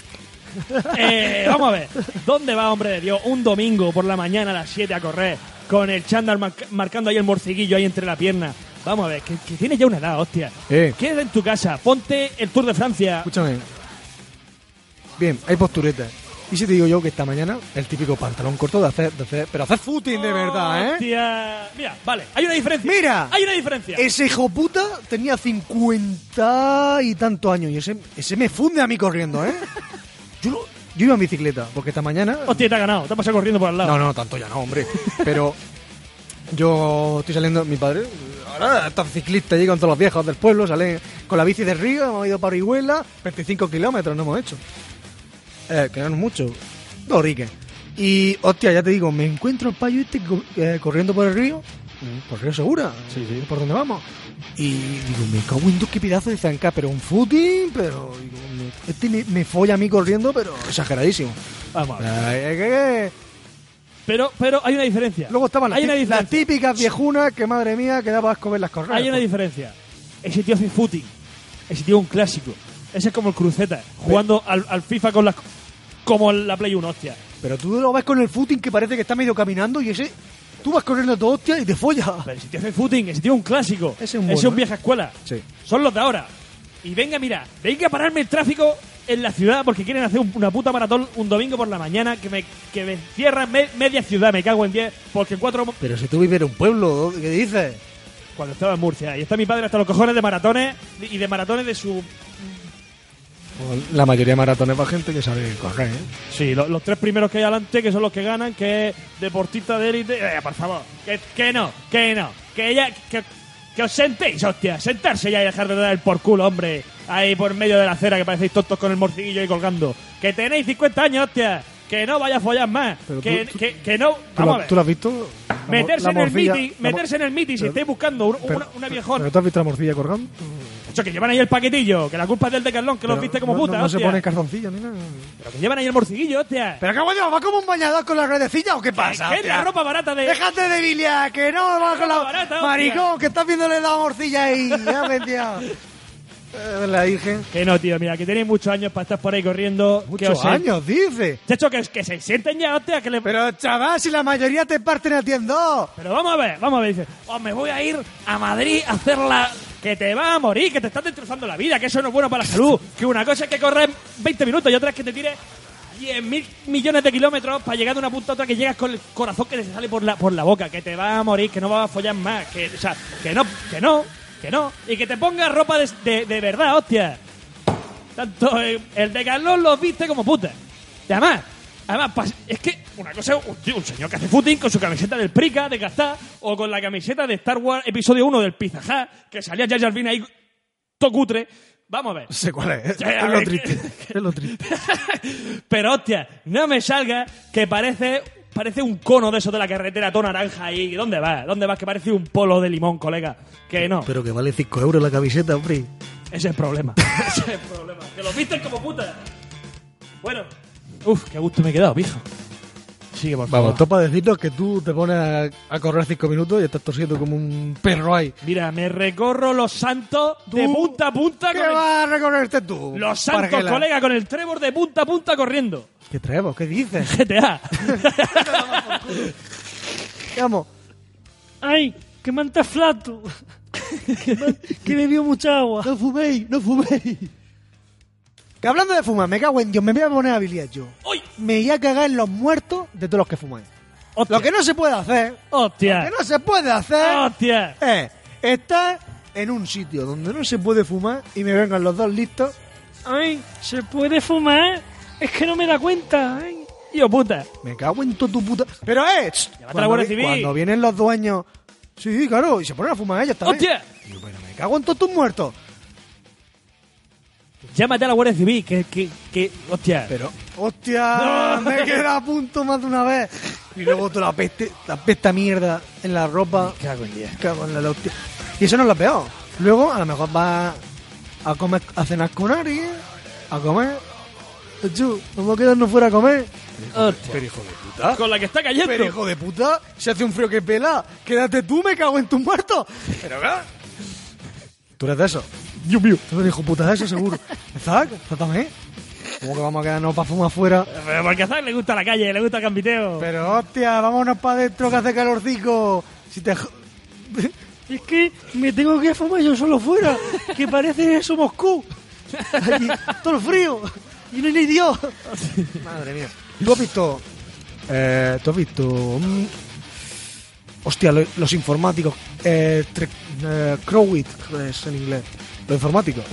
Eh, vamos a ver. ¿Dónde va, hombre de Dios, un domingo por la mañana a las 7 a correr con el chándal mar- marcando ahí el morciguillo ahí entre la pierna? Vamos a ver, que, que tienes ya una edad, hostia. Eh. Quédate en tu casa, ponte el Tour de Francia. Escúchame. Bien, hay posturetas. Y si te digo yo que esta mañana el típico pantalón corto de hacer, de hacer- pero hacer footing de verdad, ¿eh? Hostia. Mira, vale, hay una diferencia. Mira. Hay una diferencia. Ese hijo puta tenía 50 y tantos años y ese, ese me funde a mí corriendo, ¿eh? yo, lo- yo iba en bicicleta porque esta mañana... Hostia, te ha ganado, te ha pasado corriendo por al lado. No, no, tanto ya no, hombre. Pero yo estoy saliendo, mi padre, ahora estos ciclistas llegan todos los viejos del pueblo, salen con la bici de Río, hemos ido para Orihuela, 25 kilómetros no hemos hecho. Eh, que no es mucho. Dos riques. Y, hostia, ya te digo, me encuentro el payo este co- eh, corriendo por el río, mm, por el río Segura, sí, sí. por donde vamos. Y digo, me cago en dos, qué pedazo de zanca, pero un footing, pero... digo, me- este me, me folla a mí corriendo, pero exageradísimo. eh, Vamos a ver. Ay, ay, ay, ay. Pero, pero hay una diferencia. Luego estaban las, Hay una tí- las diferencia. típicas viejunas que, madre mía, que daba asco verlas correr. Hay una diferencia. Ese tío hace footing. Ese tío es un clásico. Ese es como el cruceta, jugando al, al FIFA con las. Como la Play 1, hostia. Pero tú lo ves con el footing que parece que está medio caminando y ese... Tú vas corriendo todo hostia y te follas. Pero ese tío hace footing, ese tío es un clásico. Ese es un ¿eh? Ese bueno, es vieja escuela. Sí. Son los de ahora. Y venga, mira, venga a pararme el tráfico en la ciudad porque quieren hacer un- una puta maratón un domingo por la mañana que me, que me cierra me- media ciudad, me cago en 10, porque cuatro... Pero si tú vives en un pueblo, ¿qué dices? Cuando estaba en Murcia, y está mi padre hasta los cojones de maratones y de maratones de su... La mayoría de maratones para gente que sabe correr, ¿eh? Sí, lo- los tres primeros que hay adelante, que son los que ganan, que es deportista de élite... Eh, por favor, que, que no, que no, que ella... Que, que os sentéis, hostia, sentarse ya y dejar de dar el por culo, hombre. Ahí por medio de la acera que parecéis tontos con el morciguillo ahí colgando. Que tenéis 50 años, hostia. Que no vaya a follar más. Pero Que, tú- tú- que, que no... ¿Tú, Vamos a lo, ver. tú lo has visto? La mor- meterse, la en el morcilla- miti, la mor- meterse en el miti si Pero- estáis buscando un- pero- una, una ¿Pero viejona. tú has visto la morcilla colgando? Eso, que llevan ahí el paquetillo, que la culpa es del de Carlón, que los Pero viste como no- puta, No, no se hostia. pone calzoncillo ni nada. Pero que llevan ahí el morciguillo, hostia. ¿Pero qué coño? ¿Va como un bañador con la redecilla o qué pasa? ¿Qué es la hostia? ropa barata de...? Déjate de biliar, que no va con la. barata, hostia. Maricón, que estás viéndole la morcilla ahí. Ya me tío. Eh, La dije. Que no, tío, mira, que tenéis muchos años para estar por ahí corriendo. que os Muchos años, dice. Chacho, que, que se sienten ya, hostia, que le... Pero, Pero chaval, si la mayoría te parten a ti en dos. vamos a ver, vamos a ver, dice, oh, me voy a ir a Madrid a hacer la... Que te vas a morir, que te estás destrozando la vida, que eso no es bueno para la salud. Que una cosa es que corres 20 minutos y otra es que te tires 10.000 millones de kilómetros para llegar de una punta a otra que llegas con el corazón que te sale por la, por la boca, que te vas a morir, que no vas a follar más, que, o sea, que no, que no, que no. Y que te pongas ropa de, de, de verdad, hostia. Tanto el, el de Carlos los viste como puta. Y además, además, pas- es que una cosa es un, tío, un señor que hace footing con su camiseta del Prica, de Gastá, o con la camiseta de Star Wars Episodio 1 del Pizajá, que salía Jar Jar Binks ahí todo cutre. Vamos a ver. Sé cuál es. Ya, ya, es lo que- triste. Es lo triste. Pero hostia, no me salga que parece parece un cono de eso de la carretera todo naranja ahí. ¿Dónde vas? ¿Dónde vas? Que parece un polo de limón, colega. Que no. Pero que vale 5 euros la camiseta, hombre. Ese es el problema. Ese es el problema. Que los visten como puta. Bueno. Uf, qué gusto me he quedado, pijo. Sigue, por favor. Vamos, esto para decirnos que tú te pones a, a correr 5 minutos y estás tosiendo como un perro ahí. Mira, me recorro los santos de Tú, punta a punta. ¿Qué con el- vas a recorrerte tú? Los santos, Parguela? colega, con el trébol de punta a punta corriendo. ¿Qué traemos? ¿Qué dices? GTA. Vamos. ¡Ay! ¡Que me han teflado! ¡Que me dio mucha agua! ¡No fuméis! ¡No fuméis! Que hablando de fumar, me cago en Dios, me voy a poner a biliar yo. Me voy a cagar en los muertos de todos los que fuman. Lo que no se puede hacer, Hostia. lo que no se puede hacer, Hostia. es estar en un sitio donde no se puede fumar y me vengan los dos listos. ¡Ay! ¿Se puede fumar? Es que no me da cuenta. ¡Ay! Tío puta. Me cago en todo tu puta. Pero es. a la Guardia vi- Civil. cuando vienen los dueños. Sí, claro, y se ponen a fumar ellos también. ¡Hostia! Digo, pero me cago en todos tus muertos. Llámate a la Guardia Civil, que, que, que hostia. Pero, ¡Hostia! No. Me queda a punto más de una vez. Y luego toda la peste, la pesta mierda en la ropa. cago en Cago en la hostia. Y eso no es lo peor. Luego a lo mejor vas a comer, a cenar con alguien, a comer. Chu, vamos a quedarnos fuera a comer. Pero hijo de puta. Con la que está cayendo. Pero hijo de puta, se hace un frío que pela. Quédate tú, me cago en tus muertos. Pero ¿verdad? Tú eres de eso. Dios mío. Tú eres hijo puta de eso, seguro. ¿Zac? ¿Zac también? ¿Cómo que vamos a quedarnos para fumar afuera? Pero porque a Zack le gusta la calle, le gusta el campiteo. Pero hostia, vámonos para adentro que hace calorcico. Si te... jo- Es que me tengo que fumar yo solo fuera. Que parece eso Moscú. Allí, todo el frío. Y no hay ni Dios. Madre mía. ¿Tú has visto? Eh, ¿Tú has visto? mm, hostia, lo- los informáticos. Eh, tre- eh, Crowit, creo que es en inglés. Los informáticos.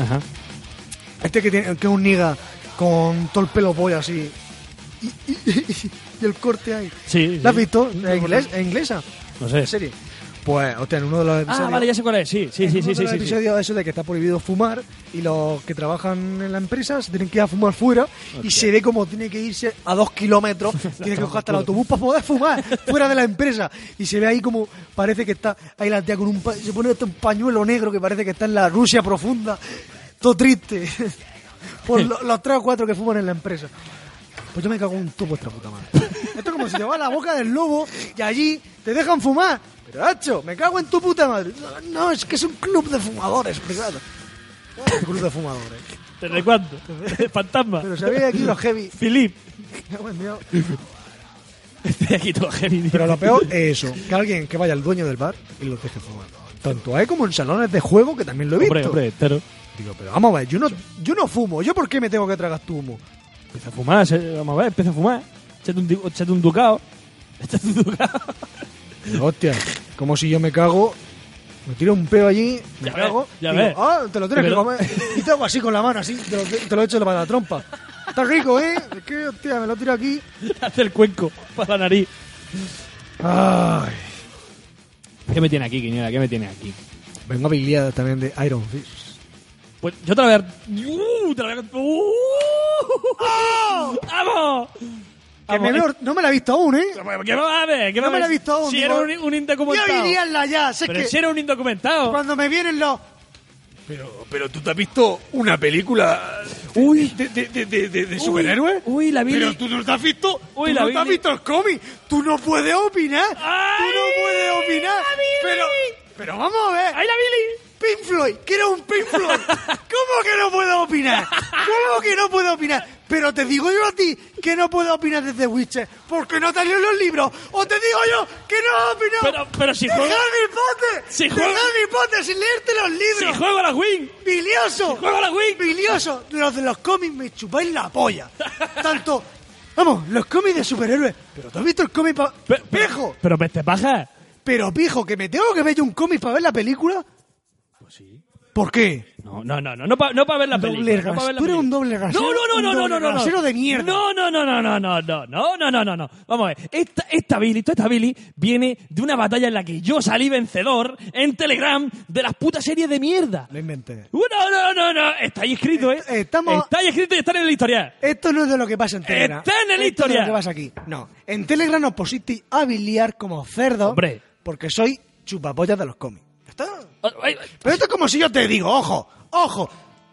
Este que, tiene, que es un niga con todo el pelo polla así. Y, y- y el corte ahí. Sí, ¿La has sí. visto? ¿En, inglés, en inglesa? No sé. ¿En serie? Pues, hostia, en uno de los episodios. Ah, vale, ya sé cuál es. Sí, sí, sí, En sí, uno de sí, los sí, sí. episodios eso de que está prohibido fumar y los que trabajan en la empresa se tienen que ir a fumar fuera y se ve como tiene que irse a dos kilómetros, tiene que coger hasta el autobús para poder fumar fuera de la empresa y se ve ahí como parece que está ahí la tía con un pa- se pone hasta un pañuelo negro que parece que está en la Rusia profunda, todo triste por lo- los tres o cuatro que fuman en la empresa. Pues yo me cago en tu vuestra puta madre. Esto es como si te vas a la boca del lobo y allí te dejan fumar. Pero, hacho, me cago en tu puta madre. No, no, es que es un club de fumadores, privado. Un club de fumadores. ¿Desde cuándo? Fantasma. Pero se ve aquí los heavy. Philip. Me cago en Dios. Estoy aquí todo heavy. Pero lo peor es eso, que alguien que vaya al dueño del bar y los deje fumar. Tanto ahí como en salones de juego, que también lo he visto. Hombre, hombre, entero. Digo, pero vamos a ver, yo no, yo no fumo. ¿Yo por qué me tengo que tragar tu humo? Empieza a fumar, se- vamos a ver, empieza a fumar. Échate un, di- échate un ducado. Échate un ducado. Digo, Hostia, como si yo me cago, me tiro un peo allí, me Ya ves, cago, ya digo, ves. ah, te lo tienes Pero- que comer. Y te hago así con la mano, así, te lo, te lo echo para la trompa. Está rico, ¿eh? Es que, hostia, me lo tiro aquí. Hace el cuenco para la nariz. Ay. ¿Qué me tiene aquí, Quiniela? ¿Qué me tiene aquí? Vengo habiliado también de Iron Fist. Pues yo te la voy a... ¡Uh! Te la voy a... ¡Uh! Uh, ¡Vamos! ¡Ah! Que me eh. Vamos, veo- no me la he visto aún, ¿eh? Pues, ¿Qué va a ver? ¿Qué No va a me la he ver? visto aún. Si digo, era un, un indocumentado. Yo diría en la ya, sé Pero que si era un indocumentado. cuando me vienen los... Oh, Pero tú te has visto una película Uy, de, de, de, de, de- de Uy, superhéroes. uy, la vi. Pero tú no te has visto. Uy, tú la no vi. te has visto el cómic. Tú no puedes opinar. tú no puedes opinar. Pero, pero vamos a ver. ¡Ahí la Billy! Pink Floyd, que era un Pink Floyd. ¿Cómo que no puedo opinar? ¿Cómo que no puedo opinar? Pero te digo yo a ti que no puedo opinar desde The Witcher porque no te leo los libros. O te digo yo que no has opinado. Pero- pero si de juega- Harry Potter. Si de juega- Harry Potter sin leerte los libros. ¡Si juego a la Win! ¡Bilioso! juego a la Wii. ¡Bilioso! Los de los cómics me chupáis la polla. Tanto Vamos, los cómics de superhéroes. Pero tú has visto el cómic pa... ¡Pijo! Pero peste paja. Pero pijo, que me tengo que ver yo un cómic para ver la película. ¿Por qué? No, no, no, no, no para no pa ver la Doble película. ras- no pa ver la tú eres película. un doble rasero, No, no, un no, no, no, doble no, no, no. rasero de mierda. No, no, no, no, no, no, no, no, no, no, no, no. Vamos a ver. Esta, esta Billy, toda esta Billy viene de una batalla en la que yo salí vencedor en Telegram de las putas series de mierda. Lo inventé. Uh, No, no, no, no. Está ahí escrito, ¿eh? estamos- Está ahí escrito y está en el historial. Esto no es de lo que pasa en Telegram. Está en Esto no el es de historial. lo que pasa aquí. No. En Telegram os pusisteis a biliar como cerdo. Hombre. Oh, Porque soy chupapollas de los cómics. Pero esto es como si yo te digo, ojo, ojo.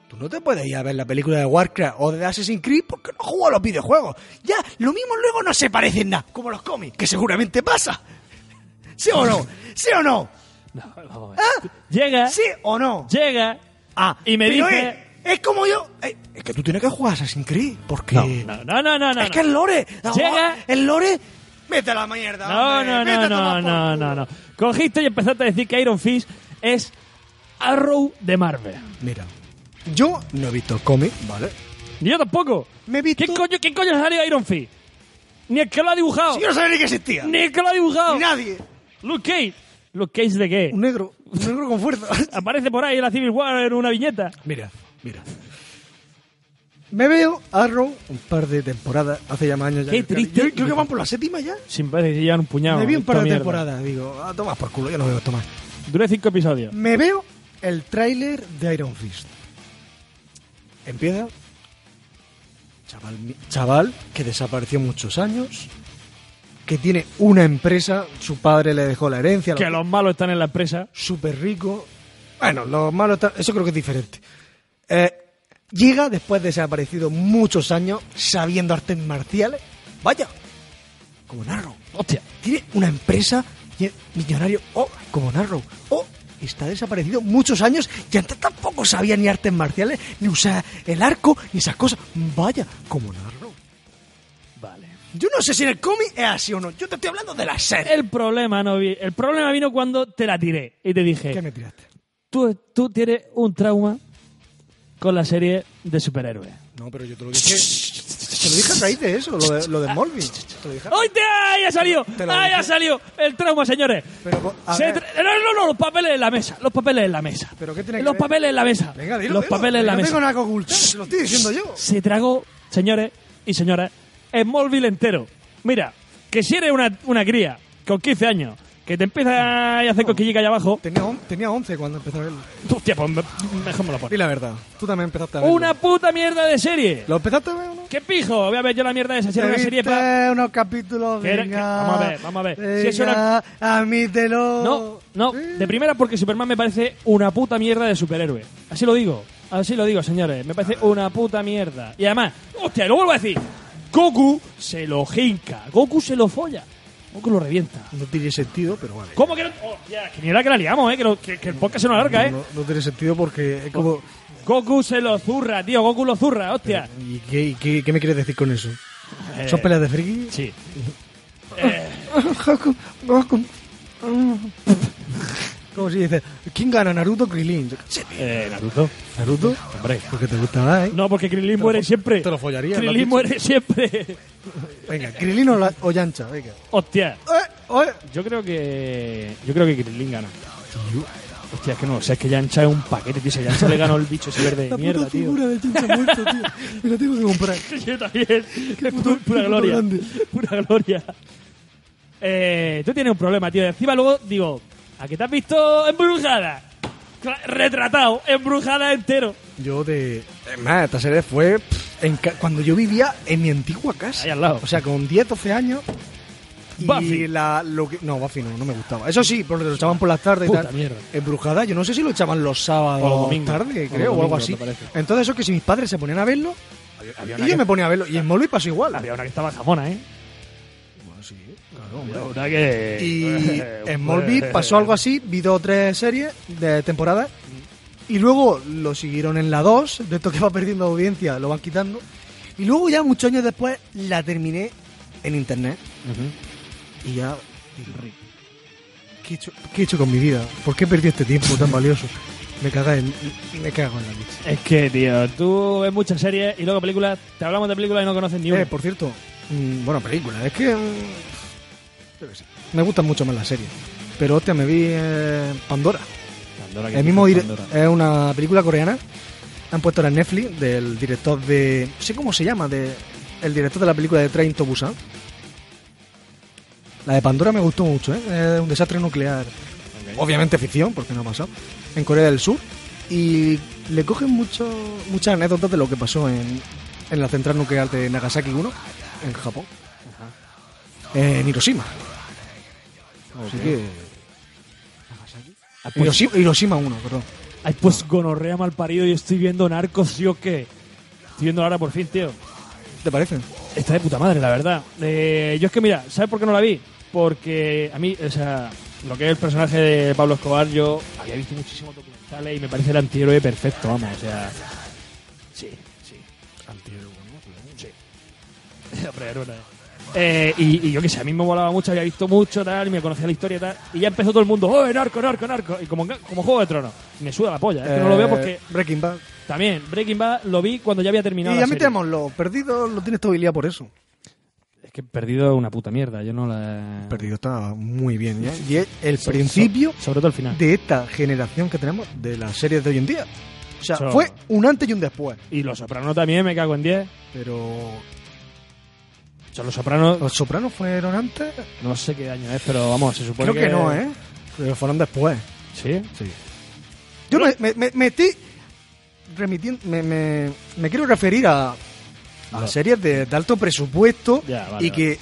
Tú no te puedes ir a ver la película de Warcraft o de Assassin's Creed porque no juego a los videojuegos. Ya, lo mismo luego no se parece en nada, como los cómics, que seguramente pasa. ¿Sí o no? ¿Sí o no? Oh, ¿Ah? Llega. ¿Sí o no? Llega. Ah, Y me pero dice- Es, es como yo. eh, Es que tú tienes que jugar a Assassin's Creed porque. No, no, no, no. Es que el lore. no, Llega. El lore. Vete a la mierda. No, hombre, no, vete no, a tomar no, por no, no, no. Cogiste y empezaste a decir que Iron Fist es Arrow de Marvel. Mira, yo no he visto cómic, ¿vale? Ni yo tampoco. Me visto... ¿Qué coño, ¿Qué coño salió Iron Fist? Ni el que lo ha dibujado. Si yo no sabía ni que existía. Ni el que lo ha dibujado. Ni nadie. Luke Cage. Luke Cage de qué? Un negro. Un negro con fuerza. Aparece por ahí en la Civil War en una viñeta. Mira, mira. Me veo Arrow un par de temporadas, hace ya más años ya. Qué que- triste. Yo creo que van por la séptima ya. Sin parece que llevan un puñado. me vi un par de esta mierda. temporadas, digo, ah, toma por culo, ya lo veo, toma. Duré cinco episodios. Me veo el tráiler de Iron Fist. Empieza. Chaval, mi- chaval que desapareció muchos años, que tiene una empresa, su padre le dejó la herencia. Que los malos están en la empresa. súper rico. Bueno, lo malo está- eso creo que es diferente. Eh, llega después de desaparecido muchos años sabiendo artes marciales. Vaya, como Narrow. Hostia, tiene una empresa y es millonario. Oh, como Narrow. Oh, está desaparecido muchos años y antes tampoco sabía ni artes marciales, ni usar el arco, ni esas cosas. Vaya, como Narrow. Vale. Yo no sé si en el cómic es así o no. Yo te estoy hablando de la serie. El problema no vi. El problema vino cuando te la tiré y te dije. ¿Qué me tiraste? Tú, tú tienes un trauma con la serie de superhéroes. No, pero yo te lo dije. Te lo dije a raíz de eso, lo de, lo de Smallville. Te lo dije. ¡Ay, te- ay, ha salido! Te lo ¡Ay, dije. ha salido! El trauma, señores. Pero, a Se ver. tra- no, no, no, los papeles en la mesa. Los papeles en la mesa. ¿Pero qué tiene que los ver? papeles en la mesa. Venga, dilo, los dilo, papeles en la que mesa. No tengo nada que ocultar, se lo estoy diciendo yo. Se tragó, señores y señoras, Smallville entero. Mira, que si eres una, una cría con 15 años, que te empieza a hacer cosquillica allá abajo. Tenía, on- tenía 11 cuando empezó a verlo. Hostia, pues me- mejor me lo Y pones. la verdad, tú también empezaste a verlo. Una puta mierda de serie. ¿Lo empezaste a ver o no? ¡Qué pijo! Voy a ver yo la mierda de esa serie. Una Te serie pa- viste unos capítulos, Que era- venga. que- vamos a ver, vamos a ver. Si eso venga, Admítelo. No, no, de primera porque Superman me parece una puta mierda de superhéroe. Así lo digo, así lo digo, señores. Me parece una puta mierda. Y además, hostia, lo vuelvo a decir. Goku se lo jinca, Goku se lo folla, Goku lo revienta. No tiene sentido, pero vale. ¿Cómo que no? Hostia, que ni era que la liamos, eh, que, lo- que- que el podcast se nos alarga, eh. No, no tiene sentido porque es como... Goku se lo zurra, tío, Goku lo zurra, hostia. ¿Y qué, y qué, qué me quieres decir con eso? Eh, ¿Son peleas de friki? Sí. eh. Como si dices, ¿quién gana, Naruto o Krillin? Yo qué sé, Eh, Naruto. ¿Naruto? Hombre. Porque te gusta más, ¿eh? No, porque Krillin muere siempre. Te lo follaría. lo has Krillin dicho. muere siempre. Venga, Krillin o, la- o Yancha, venga. Hostia. Eh, eh. Yo creo que. Yo creo que Krillin gana. Hostia, es que no, o sea, es que Yancha es un paquete, tío. Si Yancha le ganó el bicho ese verde de La mierda, puta tío. figura del Yancha muerto, tío. Me la tengo que comprar. Yo también. puto- Es pu- qué pura puto gloria. grande. Pura gloria. Eh, tú tienes un problema, tío. Encima luego digo, ¿a qué te has visto embrujada? Cla- Retratado, embrujada entero. Yo de... Es más, esta serie fue pff, en ca- cuando yo vivía en mi antigua casa. Ahí al lado. O sea, con 10, 12 años. Y Buffy. la, lo que, no, Buffy no, no me gustaba. Eso sí, porque lo echaban por las tardes Puta y tal. mierda. Embrujada, yo no sé si lo echaban los sábados O los domingos. tarde, creo, O los o algo domingos, así. me parece. Entonces eso que si mis padres se ponían a verlo, Había y yo me ponía a verlo. Y en Molly pasó igual. había una que estaba jamona, ¿eh? Había una que. Y en Smallville pasó algo así, vi dos o tres series de temporada y luego lo siguieron en la 2, de esto que va perdiendo audiencia, lo van quitando. Y luego ya muchos años después la terminé en internet y ya digo, "Rey, ¿qué he, hecho, qué he hecho con mi vida? ¿Por qué perdí este tiempo tan valioso? Me caga en, me cago en la leche. Es que, tío, tú ves muchas series y luego películas, te hablamos de películas y no conoces ni una. Eh, por cierto, mm, bueno, película, eh. es que. mm, yo qué sé. Me gustan mucho más las series. Pero hostia, me vi eh, Pandora. Pandora, que El mismo dice dire- Pandora. es una película coreana. La Han puesto ahora en Netflix del director de. No sé cómo se llama, de, el director de la película de Train to Busan. La de Pandora me gustó mucho, ¿eh? Es un desastre nuclear. Obviamente ficción, porque no ha pasado. En Corea del Sur. Y le cogen mucho, muchas anécdotas de lo que pasó en, en la central nuclear de Nagasaki 1, en Japón. En Hiroshima. Así que. Ah, Ay, pues- Hiroshima, Hiroshima 1, perdón. Ay, pues gonorrea mal parido y estoy viendo narcos, yo qué. Estoy viendo ahora por fin, tío. ¿Te parece? Está de puta madre, la verdad. Eh, yo es que, mira, ¿sabes por qué no la vi? Porque a mí, o sea, lo que es el personaje de Pablo Escobar, yo había visto muchísimos documentales y me parece el antihéroe perfecto, vamos, o sea. Sí, sí. Antihéroe, ¿no? Sí. Hombre, héroe no es. Eh, y, y yo qué sé, a mí me volaba mucho, había visto mucho, tal, y me conocía la historia, tal. Y ya empezó todo el mundo, ¡oh, narco, narco, narco! Y como, como Juego de Tronos. Me suda la polla, es que no lo veo Eh, porque... Breaking Bad. También, Breaking Bad lo vi cuando ya había terminado y la a mí serie. tenemos los perdidos, lo tienes todo el día por eso. Es que perdido es una puta mierda, yo no la... Perdido está muy bien, ¿ya? Y es el So- so- principio sobre todo el final. de esta generación que tenemos de las series de hoy en día. O sea, So- fue un antes y un después. Y Los Sopranos también, me cago en 10. Pero O sea, Los Sopranos, los Sopranos fueron antes. no sé qué año es, pero vamos, se supone Creo que no, ¿eh? Pero fueron después. ¿Sí? Sí. Yo me, me- me- me estoy remitiendo, me, me- me quiero referir a, a series de, de alto presupuesto Ya, vale, y que,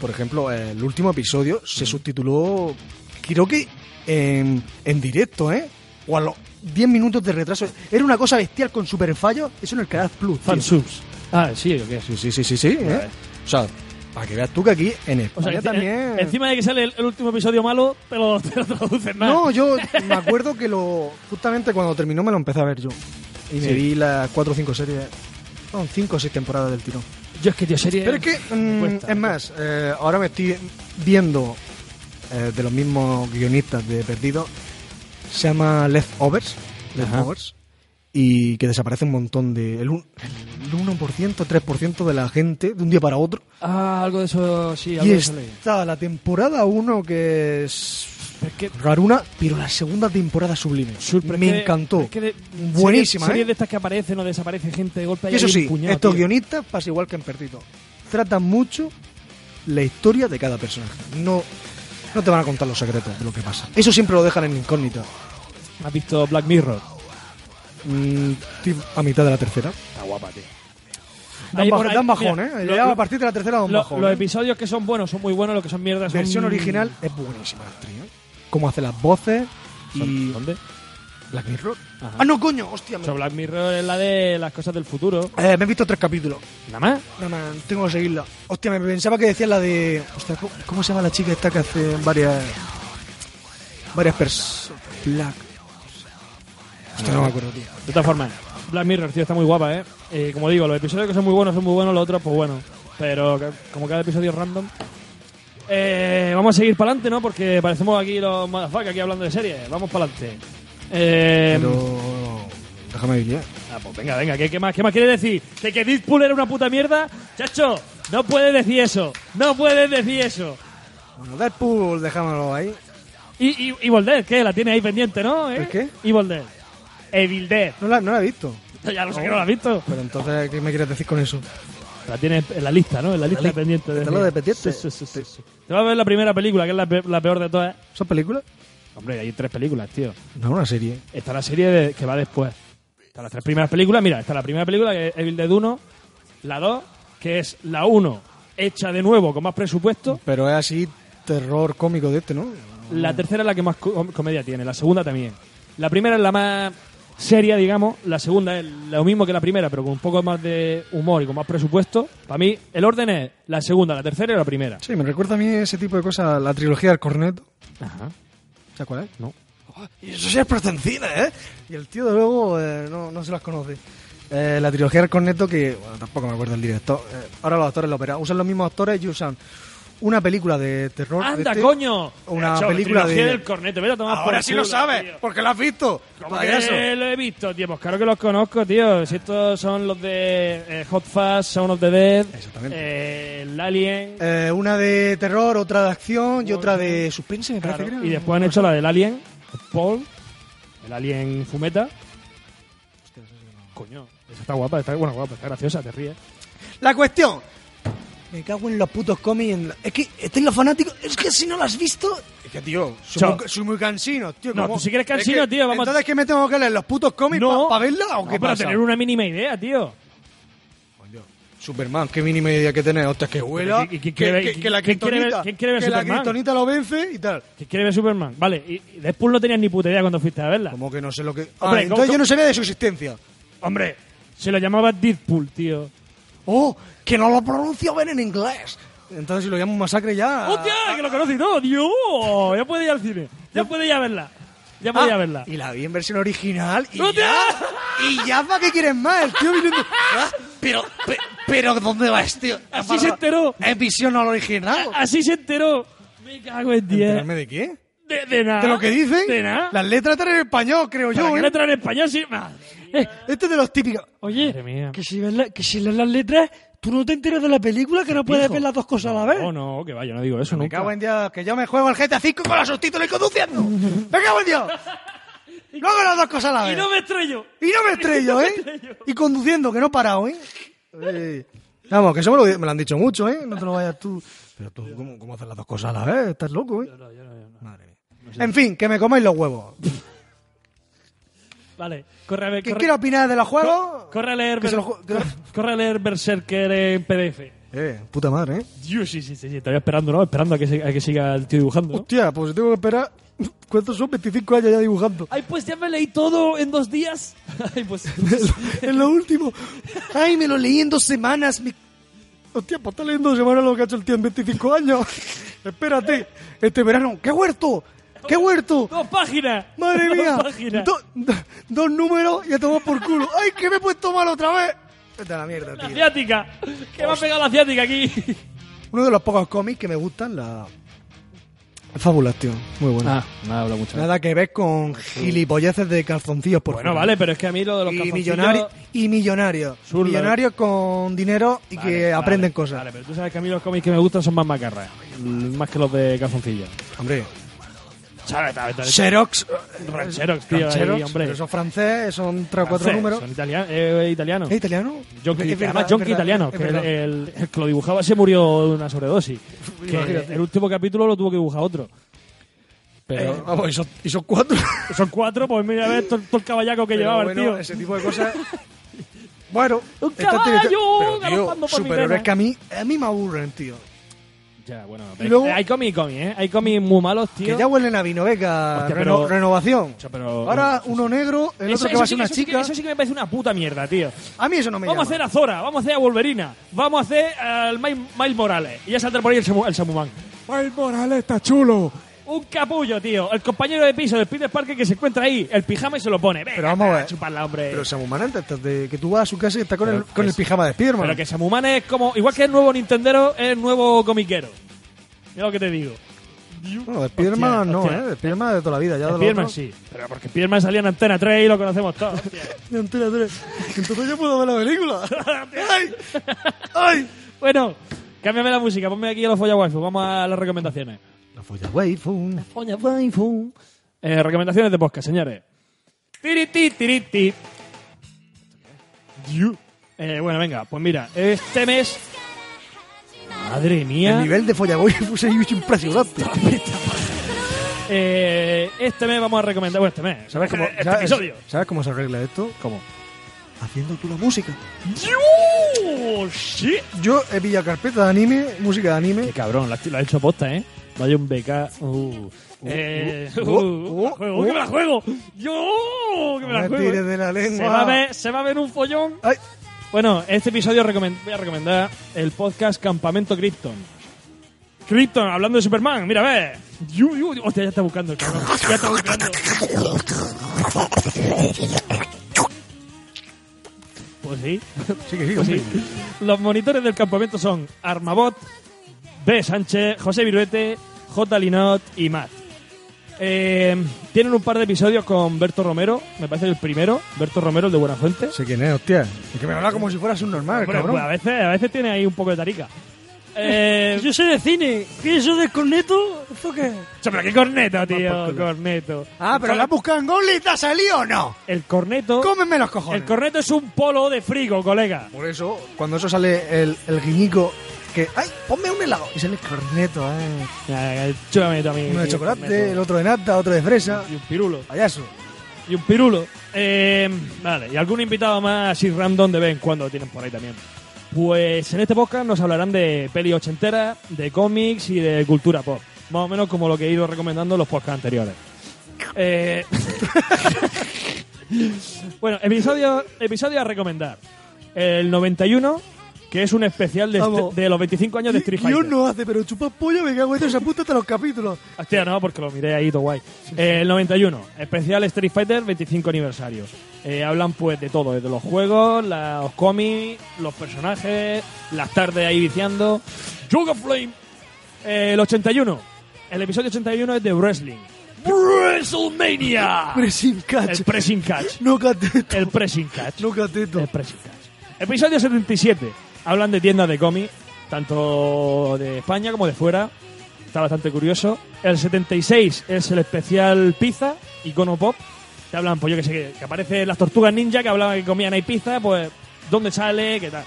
por ejemplo, el último episodio se subtituló, creo que en, en directo, ¿eh? O a los 10 minutos de retraso. Era una cosa bestial con super fallos. Eso en el Canal Plus. tío. Fansubs. Ah, sí, ¿o qué? Sí, sí, sí, sí, sí. ¿eh? Vale. O sea, para que veas tú que aquí en España O sea, enci- también... en- encima de que sale el, el último episodio malo, te lo, te lo traducen mal. No, yo me acuerdo que lo. Justamente cuando terminó me lo empecé a ver yo. Y me Sí. vi las cuatro o cinco series. Son cinco o seis temporadas del tirón. Yo es que, tío, serie... Pero es que, mm, es más, eh, ahora me estoy viendo eh, de los mismos guionistas de Perdido. Se llama Leftovers. Leftovers. Y que desaparece un montón de. El, un- el 1%, 3% de la gente de un día para otro. Ah, algo de eso, sí, algo Y de eso leí. está la temporada 1 que es Pero es que... Garuna, pero la segunda temporada sublime. pero es Me que- encantó. es que de- Buenísima, series- Series ¿eh? de estas que aparecen o desaparecen gente de golpe. Y eso hay un sí, puñado, estos tío. guionistas pasa igual que en Perdido. Tratan mucho la historia de cada personaje. No, no te van a contar los secretos de lo que pasa. Eso siempre lo dejan en incógnito. ¿Has visto Black Mirror? Mm, estoy a mitad de la tercera. Está guapa, tío. Dan, Ahí, bajo- bueno, ahí, dan bajón, mira, ¿eh? lo- Ya lo- a partir de la tercera dan Lo- bajón. los ¿eh? episodios que son buenos son muy buenos, los que son mierdas son... Versión original es buenísima la actriz, ¿eh? Cómo hace las voces y... ¿Dónde? Black Mirror. Ajá. Ah, no, coño, hostia. O Me, sea, Black Mirror es la de las cosas del futuro. Eh, me he visto tres capítulos. Nada más. No, no, tengo que seguirla. Hostia, me pensaba que decía la de. Hostia, ¿cómo, cómo se llama la chica esta que hace varias. varias personas. Black. Hostia, no me acuerdo, tío. De todas formas, Black Mirror, tío, está muy guapa, ¿eh? Eh, Como digo, los episodios que son muy buenos son muy buenos, los otros, pues bueno. Pero ca- como cada episodio es random. Eh, vamos a seguir para adelante, ¿no? Porque parecemos aquí los motherfuckers aquí hablando de series. Vamos para adelante. Eh, Pero. Déjame ir ya. Ah, pues venga, venga, ¿qué, qué más, qué más quieres decir? ¿De que Deadpool era una puta mierda? Chacho, no puedes decir eso. No puedes decir eso. Bueno, Deadpool, dejámoslo ahí. Y, y Evil Dead, ¿qué? La tiene ahí pendiente, ¿no? ¿Eh? ¿El qué? Evil Dead. Evil Dead. No la, no la he visto. Ya lo sé que no la has visto. Oh. Pero entonces, ¿qué me quieres decir con eso? La tienes en la lista, ¿no? En la lista li- pendiente. De ¿Está lo de pendiente? Sí, sí, sí, sí. Te vas a ver la primera película, que es la, pe- la peor de todas. ¿eh? ¿Son películas? Hombre, hay tres películas, tío. No, una serie. Está la serie de- que va después. Están las tres primeras películas. Mira, está la primera película, que es Evil Dead 1. La 2, que es la 1, hecha de nuevo con más presupuesto. Pero es así, terror cómico de este, ¿no? La tercera es la que más co- comedia tiene, la segunda también. La primera es la más seria, digamos. La segunda es lo mismo que la primera, pero con un poco más de humor y con más presupuesto. Para mí, el orden es la segunda, la tercera y la primera. Sí, me recuerda a mí ese tipo de cosas, la trilogía del corneto. Ajá. ¿Sabes cuál es? No. ¡Oh! Y eso sí es pretencina, ¿eh? Y el tío, de luego, eh, no, no se las conoce. Eh, la trilogía del corneto, que bueno, tampoco me acuerdo el director. eh, ahora los actores lo operan. Usan los mismos actores y usan una película de terror. de ¡Anda, este- coño! Una Nacho, película trilogía de. del cornete, vete a tomar Ahora por sí lo culo, sabes, tío. porque lo has visto. ¿Cómo payaso. que lo he visto, tío? Pues claro que los conozco, tío. Si estos son los de eh, Hot Fast, Sound of the Dead, eh, el Alien... Eh, una de terror, otra de acción y otra de suspense, me parece que Claro, era. Y después han hecho la del Alien, Paul, el Alien Fumeta. Coño, esa está guapa, está, bueno, guapa, está graciosa, te ríes. La cuestión. Me cago en los putos cómics. en la- Es que estoy los fanáticos. Es que si no lo has visto. Es que, tío, soy, Chao. muy, soy muy cansino, tío. No, como- tú sí que eres es que- cansino, tío, vamos- Entonces, ¿qué me tengo que leer? ¿Los putos cómics No. para verla o No, qué para pasa? tener una mínima idea, tío. Superman, qué mínima idea que tenés. Hostia, que vuela. Que, ¿Y- y- y- quién quiere ver- que- que la quién quiere ver- criptonita. quién quiere ver que la Superman? criptonita lo vence y tal. Que quiere ver Superman. Vale, y, y Deadpool no tenías ni puta idea cuando fuiste a verla. Como que no sé lo que. Ah, Hombre, entonces ¿cómo- yo no sabía de su existencia. Hombre, se lo llamaba Deadpool, tío. Oh, que no lo pronuncio bien en inglés. Entonces, ah, si lo llamo masacre ya. ¡Hostia! Que lo conocí todo, tío. Ya puede ir al cine. Ya puede ir a verla. Ya puede ir a Ah, verla. Y la vi en versión original y ¡Hostia! ya. Y ya, ¿para qué quieres más? El tío viniendo. Ah, Pero, pe- pero, ¿dónde vas, tío? Así se enteró. ¿Es visión al original? Así se enteró. Me cago en 10. ¿Enterarme de qué? De, de nada. ¿De lo que dicen? De nada. Las letras están en español, creo ¿Para yo. qué ¿eh? le traen en español? Sí, ma- Eh, este es de los típicos. Madre Oye, mía. que si, ves la- que si lees las letras, tú no te enteras de la película, que no puedes dijo? ver las dos cosas a la vez. No, Oh, no, que va, yo no digo eso Me nunca. cago en Dios, que yo me juego el GTA 5 con los subtítulos y conduciendo. Me cago en Dios. No hago las dos cosas a la vez. Y no me estrello. Y no me estrello, ¿eh? Y conduciendo, que no he parado, ¿eh? Eh, Vamos, que eso me lo, me lo han dicho mucho, ¿eh? No te lo vayas tú. Pero tú, ¿cómo, cómo haces las dos cosas a la vez? Estás loco, ¿eh? Madre mía. En fin, que me comáis los huevos. Vale, corre a ver. ¿Qué corre- quiero opinar de los juegos? Corre a leer, Que se Ber- lo ju- que- corre a leer Berserker en PDF. Eh, puta madre, ¿eh? Dios, sí, sí, sí, sí, Todavía esperando, ¿no? Esperando a que, se- a que siga el tío dibujando. ¿no? Hostia, pues tengo que esperar. ¿Cuántos son? 25 años ya dibujando. Ay, pues ya me leí todo en dos días. Ay, pues. en lo último. Ay, me lo leí en dos semanas. Me... Hostia, pues está leyendo dos semanas lo que ha hecho el tío en 25 años. Espérate, este verano. ¡Qué huerto! ¡Qué huerto! ¡Dos páginas! ¡Madre Dos mía! páginas. Do- do- dos números y a tomar por culo. ¡Ay, que me he puesto mal otra vez! Vete a la mierda, La tío. asiática. ¿Qué me ha pegado la asiática aquí? Uno de los pocos cómics que me gustan, la... Fábulas, tío. Muy bueno. nada, habla mucho. Nada que ver con gilipolleces de calzoncillos, por Bueno, fuera. vale, pero es que a mí lo de los Y calzoncillos- millonarios. Y millonarios. Surla, millonarios con dinero y Vale, que vale, aprenden cosas. Vale, pero tú sabes que a mí los cómics que me gustan son más macarras. mm, Más que los de calzoncillos. Hombre. ¿Sabes? ¿Sabes? ¿Sabes? Xerox. Rancheros, tío, Rancheros, ahí, hombre. Pero son francés, son tres o cuatro Francés, números. Son italianos. Eh, italiano. ¿Es italiano? Yonki, Es que verdad, además, es Yonki verdad, italiano, es que el, verdad. el- el que lo dibujaba se murió de una sobredosis. Que Imagínate. el último capítulo lo tuvo que dibujar otro. Pero Eh, vamos, y son, y son cuatro. son cuatro, pues mira, a ver todo, todo el caballaco que Pero llevaba bueno, el tío. Ese tipo de cosas. Bueno, ¡Un está caballo teniendo- Pero, galopando tío, por mi superhéroes vena! que a mí, a mí me aburren, tío. Ya, bueno, Y luego- eh, hay cómics y cómics, ¿eh? Hay cómics muy malos, tío. Que ya huelen a vinoveca, Hostia, reno- pero- renovación. Hostia, pero- Ahora uno negro, el Eso- otro que eso va a sí- ser una eso sí que- chica. eso sí que me parece una puta mierda, tío. A mí eso no me Vamos a llama. hacer a Zora, vamos a hacer a Wolverina, vamos a hacer al Mai- Miles Morales. Y ya salta por ahí el, Samu- el Samuman. Miles Morales está chulo. Un capullo, tío. El compañero de piso del Peter Parker que se encuentra ahí, el pijama y se lo pone. Venga, Pero vamos a ver. chuparla, hombre. Pero Samuman antes de que tú vas a su casa y está con, el, con el pijama de Spiderman. Pero que Samuman es como... Igual que el nuevo Nintendero, es el nuevo comiquero. Mira lo que te digo. Bueno, de Spiderman Hostia, no, hostia. ¿eh? De Spiderman es de toda la vida. Ya de lo Spiderman otro- sí. Pero porque Spiderman salía en Antena 3 y lo conocemos todos. De Antena 3. Entonces yo puedo ver la película. ¡Ay! ¡Ay! bueno, cámbiame la música, ponme aquí a los Folla Waifu. Vamos a las recomendaciones. La folla waifu. Folla Waifu. Eh, recomendaciones de podcast, señores. Tiriti, tiriti. You. Eh, bueno, venga, pues mira, este mes. Madre El mía. nivel de folla waifu se hizo impresionante. Eh, este mes vamos a recomendar. Bueno, este mes, ¿sabes cómo? Este ¿Sabes- episodio. ¿Sabes cómo se arregla esto? ¿Cómo? Haciendo tú la música. You, shit. Yo he pillado carpeta de anime, música de anime. Qué cabrón, lo ha lo ha hecho posta, ¿eh? Vaya un beca. Uh. Eh, uh, uh, uh, la juego, uh. ¡Que me la juego! ¡Yo! ¡Que me No la me juego! eh. tires de la lengua. Se va a ver, se va a ver un follón. Ay. Bueno, este episodio recomen- voy a recomendar el podcast Campamento Krypton. Krypton, hablando de Superman, mira, a ver. Yu, yu, hostia, ya está buscando el cabrón. Ya está buscando. Pues sí. Sí, que sí, Pues hombre. sí. Los monitores del campamento son Armabot, B. Sánchez, José Viruete, J. Linot y Matt. Eh, tienen un par de episodios con Berto Romero, me parece el primero, Berto Romero, el de Buenafuente. Sé quién es, hostia. Es que me habla como si fueras un normal, Hombre, cabrón. pues a veces, a veces tiene ahí un poco de tarica. Eh, Yo soy de cine. ¿Qué es eso de corneto? ¿Esto qué? Che, pero qué corneto, tío, corneto. Ah, pero El la has buscado en Google y te ha salido o no. El corneto. Cómeme los cojones. El corneto es un polo de frigo, colega. Por eso, cuando eso sale el, el guiñico, que. ¡Ay! Ponme un helado. Y sale el corneto, eh. Chúpame tú a mí, Uno de tío, chocolate, corneto. el otro de nata, otro de fresa. Y un pirulo. Payaso. Y un pirulo. Eh, vale, y algún invitado más así random de vez en cuando tienen por ahí también. Pues en este podcast nos hablarán de peli ochentera, de cómics y de cultura pop. Más o menos como lo que he ido recomendando en los podcasts anteriores. Eh, bueno, episodio, episodio a recomendar. El 91, que es un especial de, este, Vamos. de los 25 años de Street Fighter. Guión no hace, pero chupa pollo, me cago en Dios, apúntate a los capítulos. Hostia, no, porque lo miré ahí, todo guay. Eh, el 91, especial Street Fighter 25 aniversarios. Eh, hablan pues de todo, desde los juegos, la- los cómics, los personajes, las tardes ahí viciando. Yoga Flame. Eh, el 81, el episodio 81 es de Wrestling. WrestleMania. Pressing catch. El pressing catch. No cateto. El pressing catch. No cateto. El pressing catch. Episodio 77. Hablan de tiendas de cómics, tanto de España como de fuera. Está bastante curioso. El 76 es el especial pizza, icono pop. Te hablan, pues yo que sé, que- que aparecen las tortugas ninja que hablaban que comían ahí pizza, pues dónde sale, qué tal.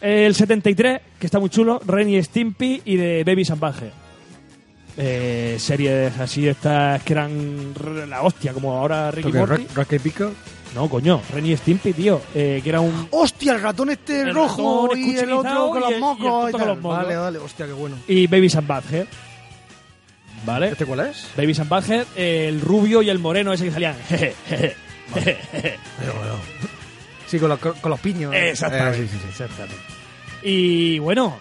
El 73, que está muy chulo, Ren y Stimpy y de Baby Salvaje. Eh, series así estas que eran r- la hostia, como ahora Ricky Toque, Morty. Rock, Rock y Pico. No, coño, Ren y Stimpy, tío, eh, que era un... ¡Hostia, el ratón este El rojo ratón y el otro escuchilizado con y los el- mocos! y el puto y con tal. los mocos. Vale, vale, hostia, qué bueno. Y Baby Salvaje. ¿Vale? ¿Este cuál es? Baby Salvaje, el rubio y el moreno ese que salían. jeje, jeje, jeje, jeje. Sí, con los, con los piños. Exactamente, Eh, sí, sí, sí. Y bueno,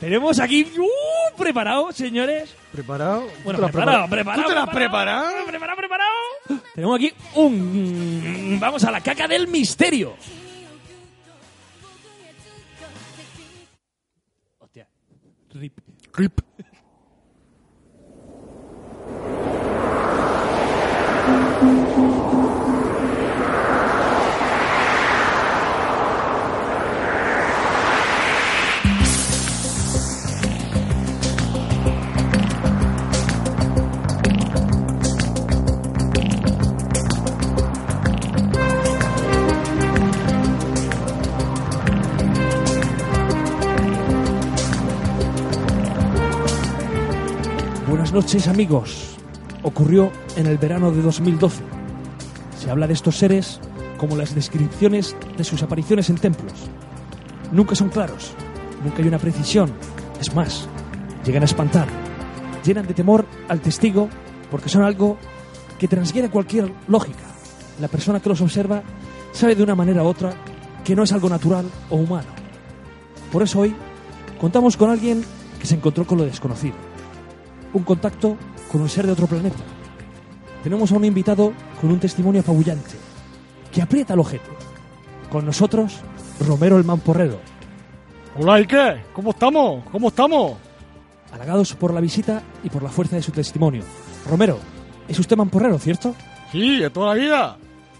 tenemos aquí ¡uh! preparado, señores. ¿Preparado? Bueno, ¿Tú te lo has preparado, preparado? preparado. ¿Tú te lo has preparado? Preparado, preparado. Tenemos aquí un. Vamos a la caca del misterio. Hostia. Rip. Rip. Buenas noches, amigos. Ocurrió en el verano de 2012. Se habla de estos seres como las descripciones de sus apariciones en templos. Nunca son claros, nunca hay una precisión. Es más, llegan a espantar, llenan de temor al testigo porque son algo que transgrede cualquier lógica. La persona que los observa sabe de una manera u otra que no es algo natural o humano. Por eso hoy contamos con alguien que se encontró con lo desconocido un contacto con un ser de otro planeta. Tenemos a un invitado con un testimonio apabullante, que aprieta el objeto. Con nosotros, Romero el Mamporrero. Hola, Ike. ¿Cómo estamos? ¿Cómo estamos? Halagados por la visita y por la fuerza de su testimonio. Romero, es usted Mamporrero, ¿cierto? Sí, de toda la vida.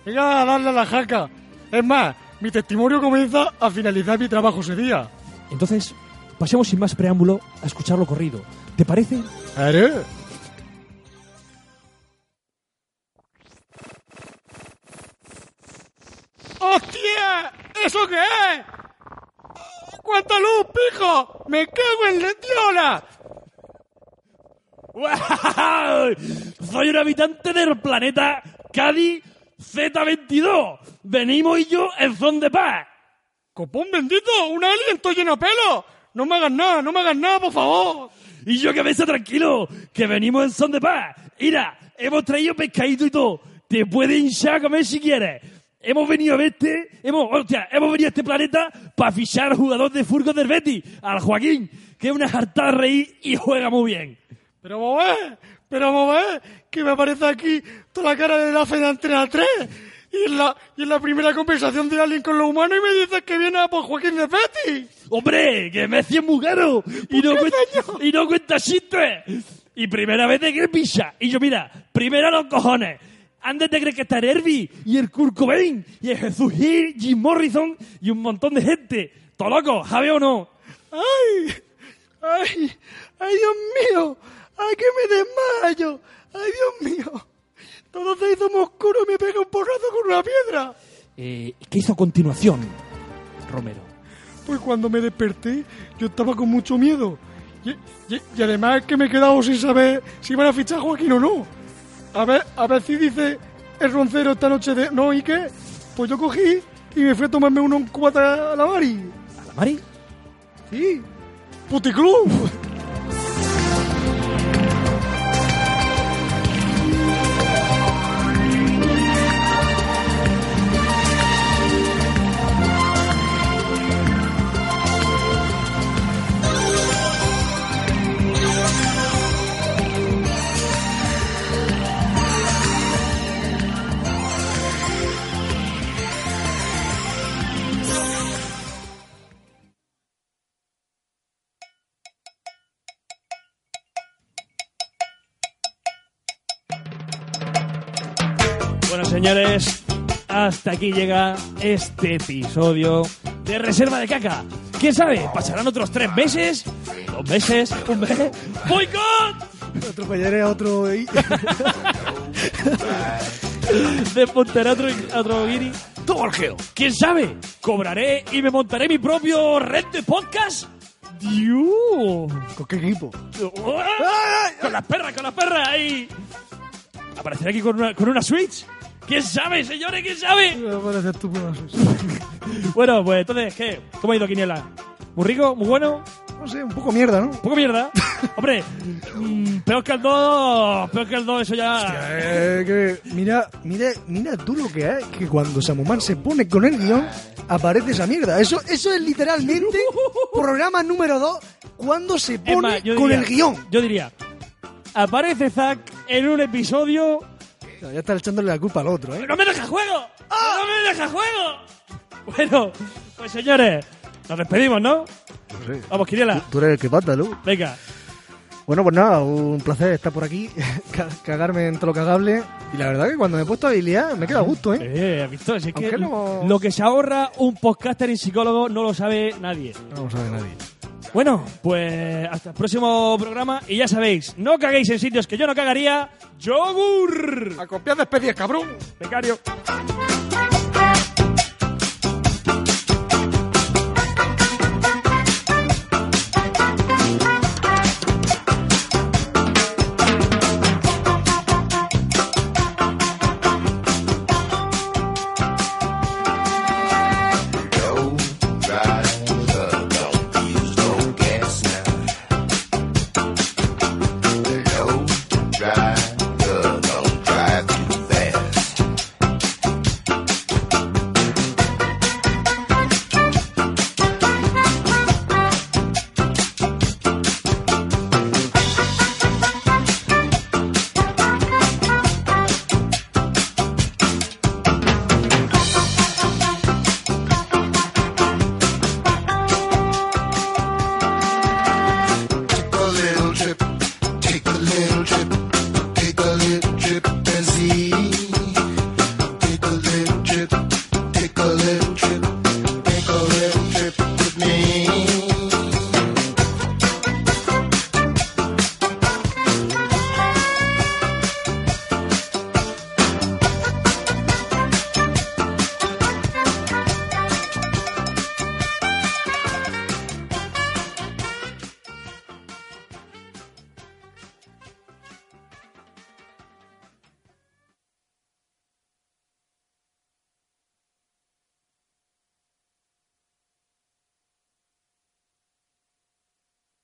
Venga a darle a la jaca. Es más, mi testimonio comienza a finalizar mi trabajo ese día. Entonces, pasemos sin más preámbulo a escuchar lo corrido. ¿Te parece? ¡Hostia! ¿Eso qué es? ¡Cuánta luz, pijo! ¡Me cago en la tiola! ¡Guau! Soy un habitante del planeta Cádiz Z22. Venimos y yo en son de paz. ¡Copón bendito! ¡Un alien! ¡Estoy lleno de pelo! ¡No me hagas nada! ¡No me hagas nada, por favor! Y yo que me sé tranquilo, que venimos en son de paz. Mira, hemos traído pescadito y todo. Te puedes hinchar a comer si quieres. Hemos venido a este, hemos, hostia, hemos venido a este planeta para fichar al jugador de furgos del Betis, al Joaquín, que es una jartada de reír y juega muy bien. Pero mover, pero mover, que me aparece aquí toda la cara de la de Antena 3. Y en, la, y en la primera conversación de alguien con lo humano y me dices que viene a por Joaquín de Feti. ¡Hombre! ¡Que me hacía muy caro! Y no, cuenta, y no cuenta chistes. Y primera vez de que pisa. Y yo, mira, primero los cojones. Antes de creer que está el Herbie y el Kurt Cobain y el Jesús Gil, Jim Morrison y un montón de gente. ¡Todo loco! ¿Javi o no? ¡Ay! ¡Ay! ¡Ay, Dios mío! ¡Ay, que me desmayo! ¡Ay, Dios mío! Todo se hizo muy oscuro y me pega un porrazo con una piedra. Eh, ¿Qué hizo a continuación, Romero? Pues cuando me desperté, yo estaba con mucho miedo. Y, y- y además que me he quedado sin saber si van a fichar a Joaquín o no. A ver, a ver si dice el roncero esta noche de no y qué. Pues yo cogí y me fui a tomarme uno en cuata a la Mari. ¿A la Mari? Sí. ¡Puticlub! Bueno, señores, hasta aquí llega este episodio de Reserva de Caca. ¿Quién sabe? ¿Pasarán otros tres meses? ¿Dos meses? ¿Un mes? ¡Boicot! Atropellaré a otro. y- Desmontaré otro, otro guiri. ¡Toma el geo! ¿Quién sabe? ¿Cobraré y me montaré mi propio red de podcast? ¡Dios! ¿Con qué equipo? ¡Con las perras, con las perras! ahí! ¿Apareceré aquí con una, con una Switch? ¿Quién sabe, señores? ¿Quién sabe? Bueno, pues entonces, ¿qué? ¿Cómo ha ido Quiniela? ¿Muy rico? ¿Muy bueno? No sé, un poco mierda, ¿no? Un poco mierda. Hombre, mm, peor que el 2, peor que el 2, eso ya... Eh, que- mira, mira, mira tú lo que es que cuando Samuman se pone con el guión aparece esa mierda. Eso, eso es literalmente programa número 2 cuando se Es pone más, yo con diría- el guión. Yo diría, aparece Zack en un episodio... Ya está echándole la culpa al otro, ¿eh? ¡No me deja juego! ¡Ah! ¡No me deja juego! Bueno, pues señores, nos despedimos, ¿no? Vamos, Quiniela. Tú eres el que pata, Lu. Venga. Bueno, pues nada, un placer estar por aquí, ca- cagarme en todo lo cagable. Y la verdad que cuando me he puesto a habilidad me queda a gusto, ¿eh? Eh, ¿has visto? Si es que Aunque no- Lo que se ahorra un podcaster y psicólogo no lo sabe nadie. No lo sabe nadie. Bueno, pues hasta el próximo programa y ya sabéis, no caguéis en sitios que yo no cagaría. ¡Yogur! A copiar despedidas, cabrón. Becario. Thank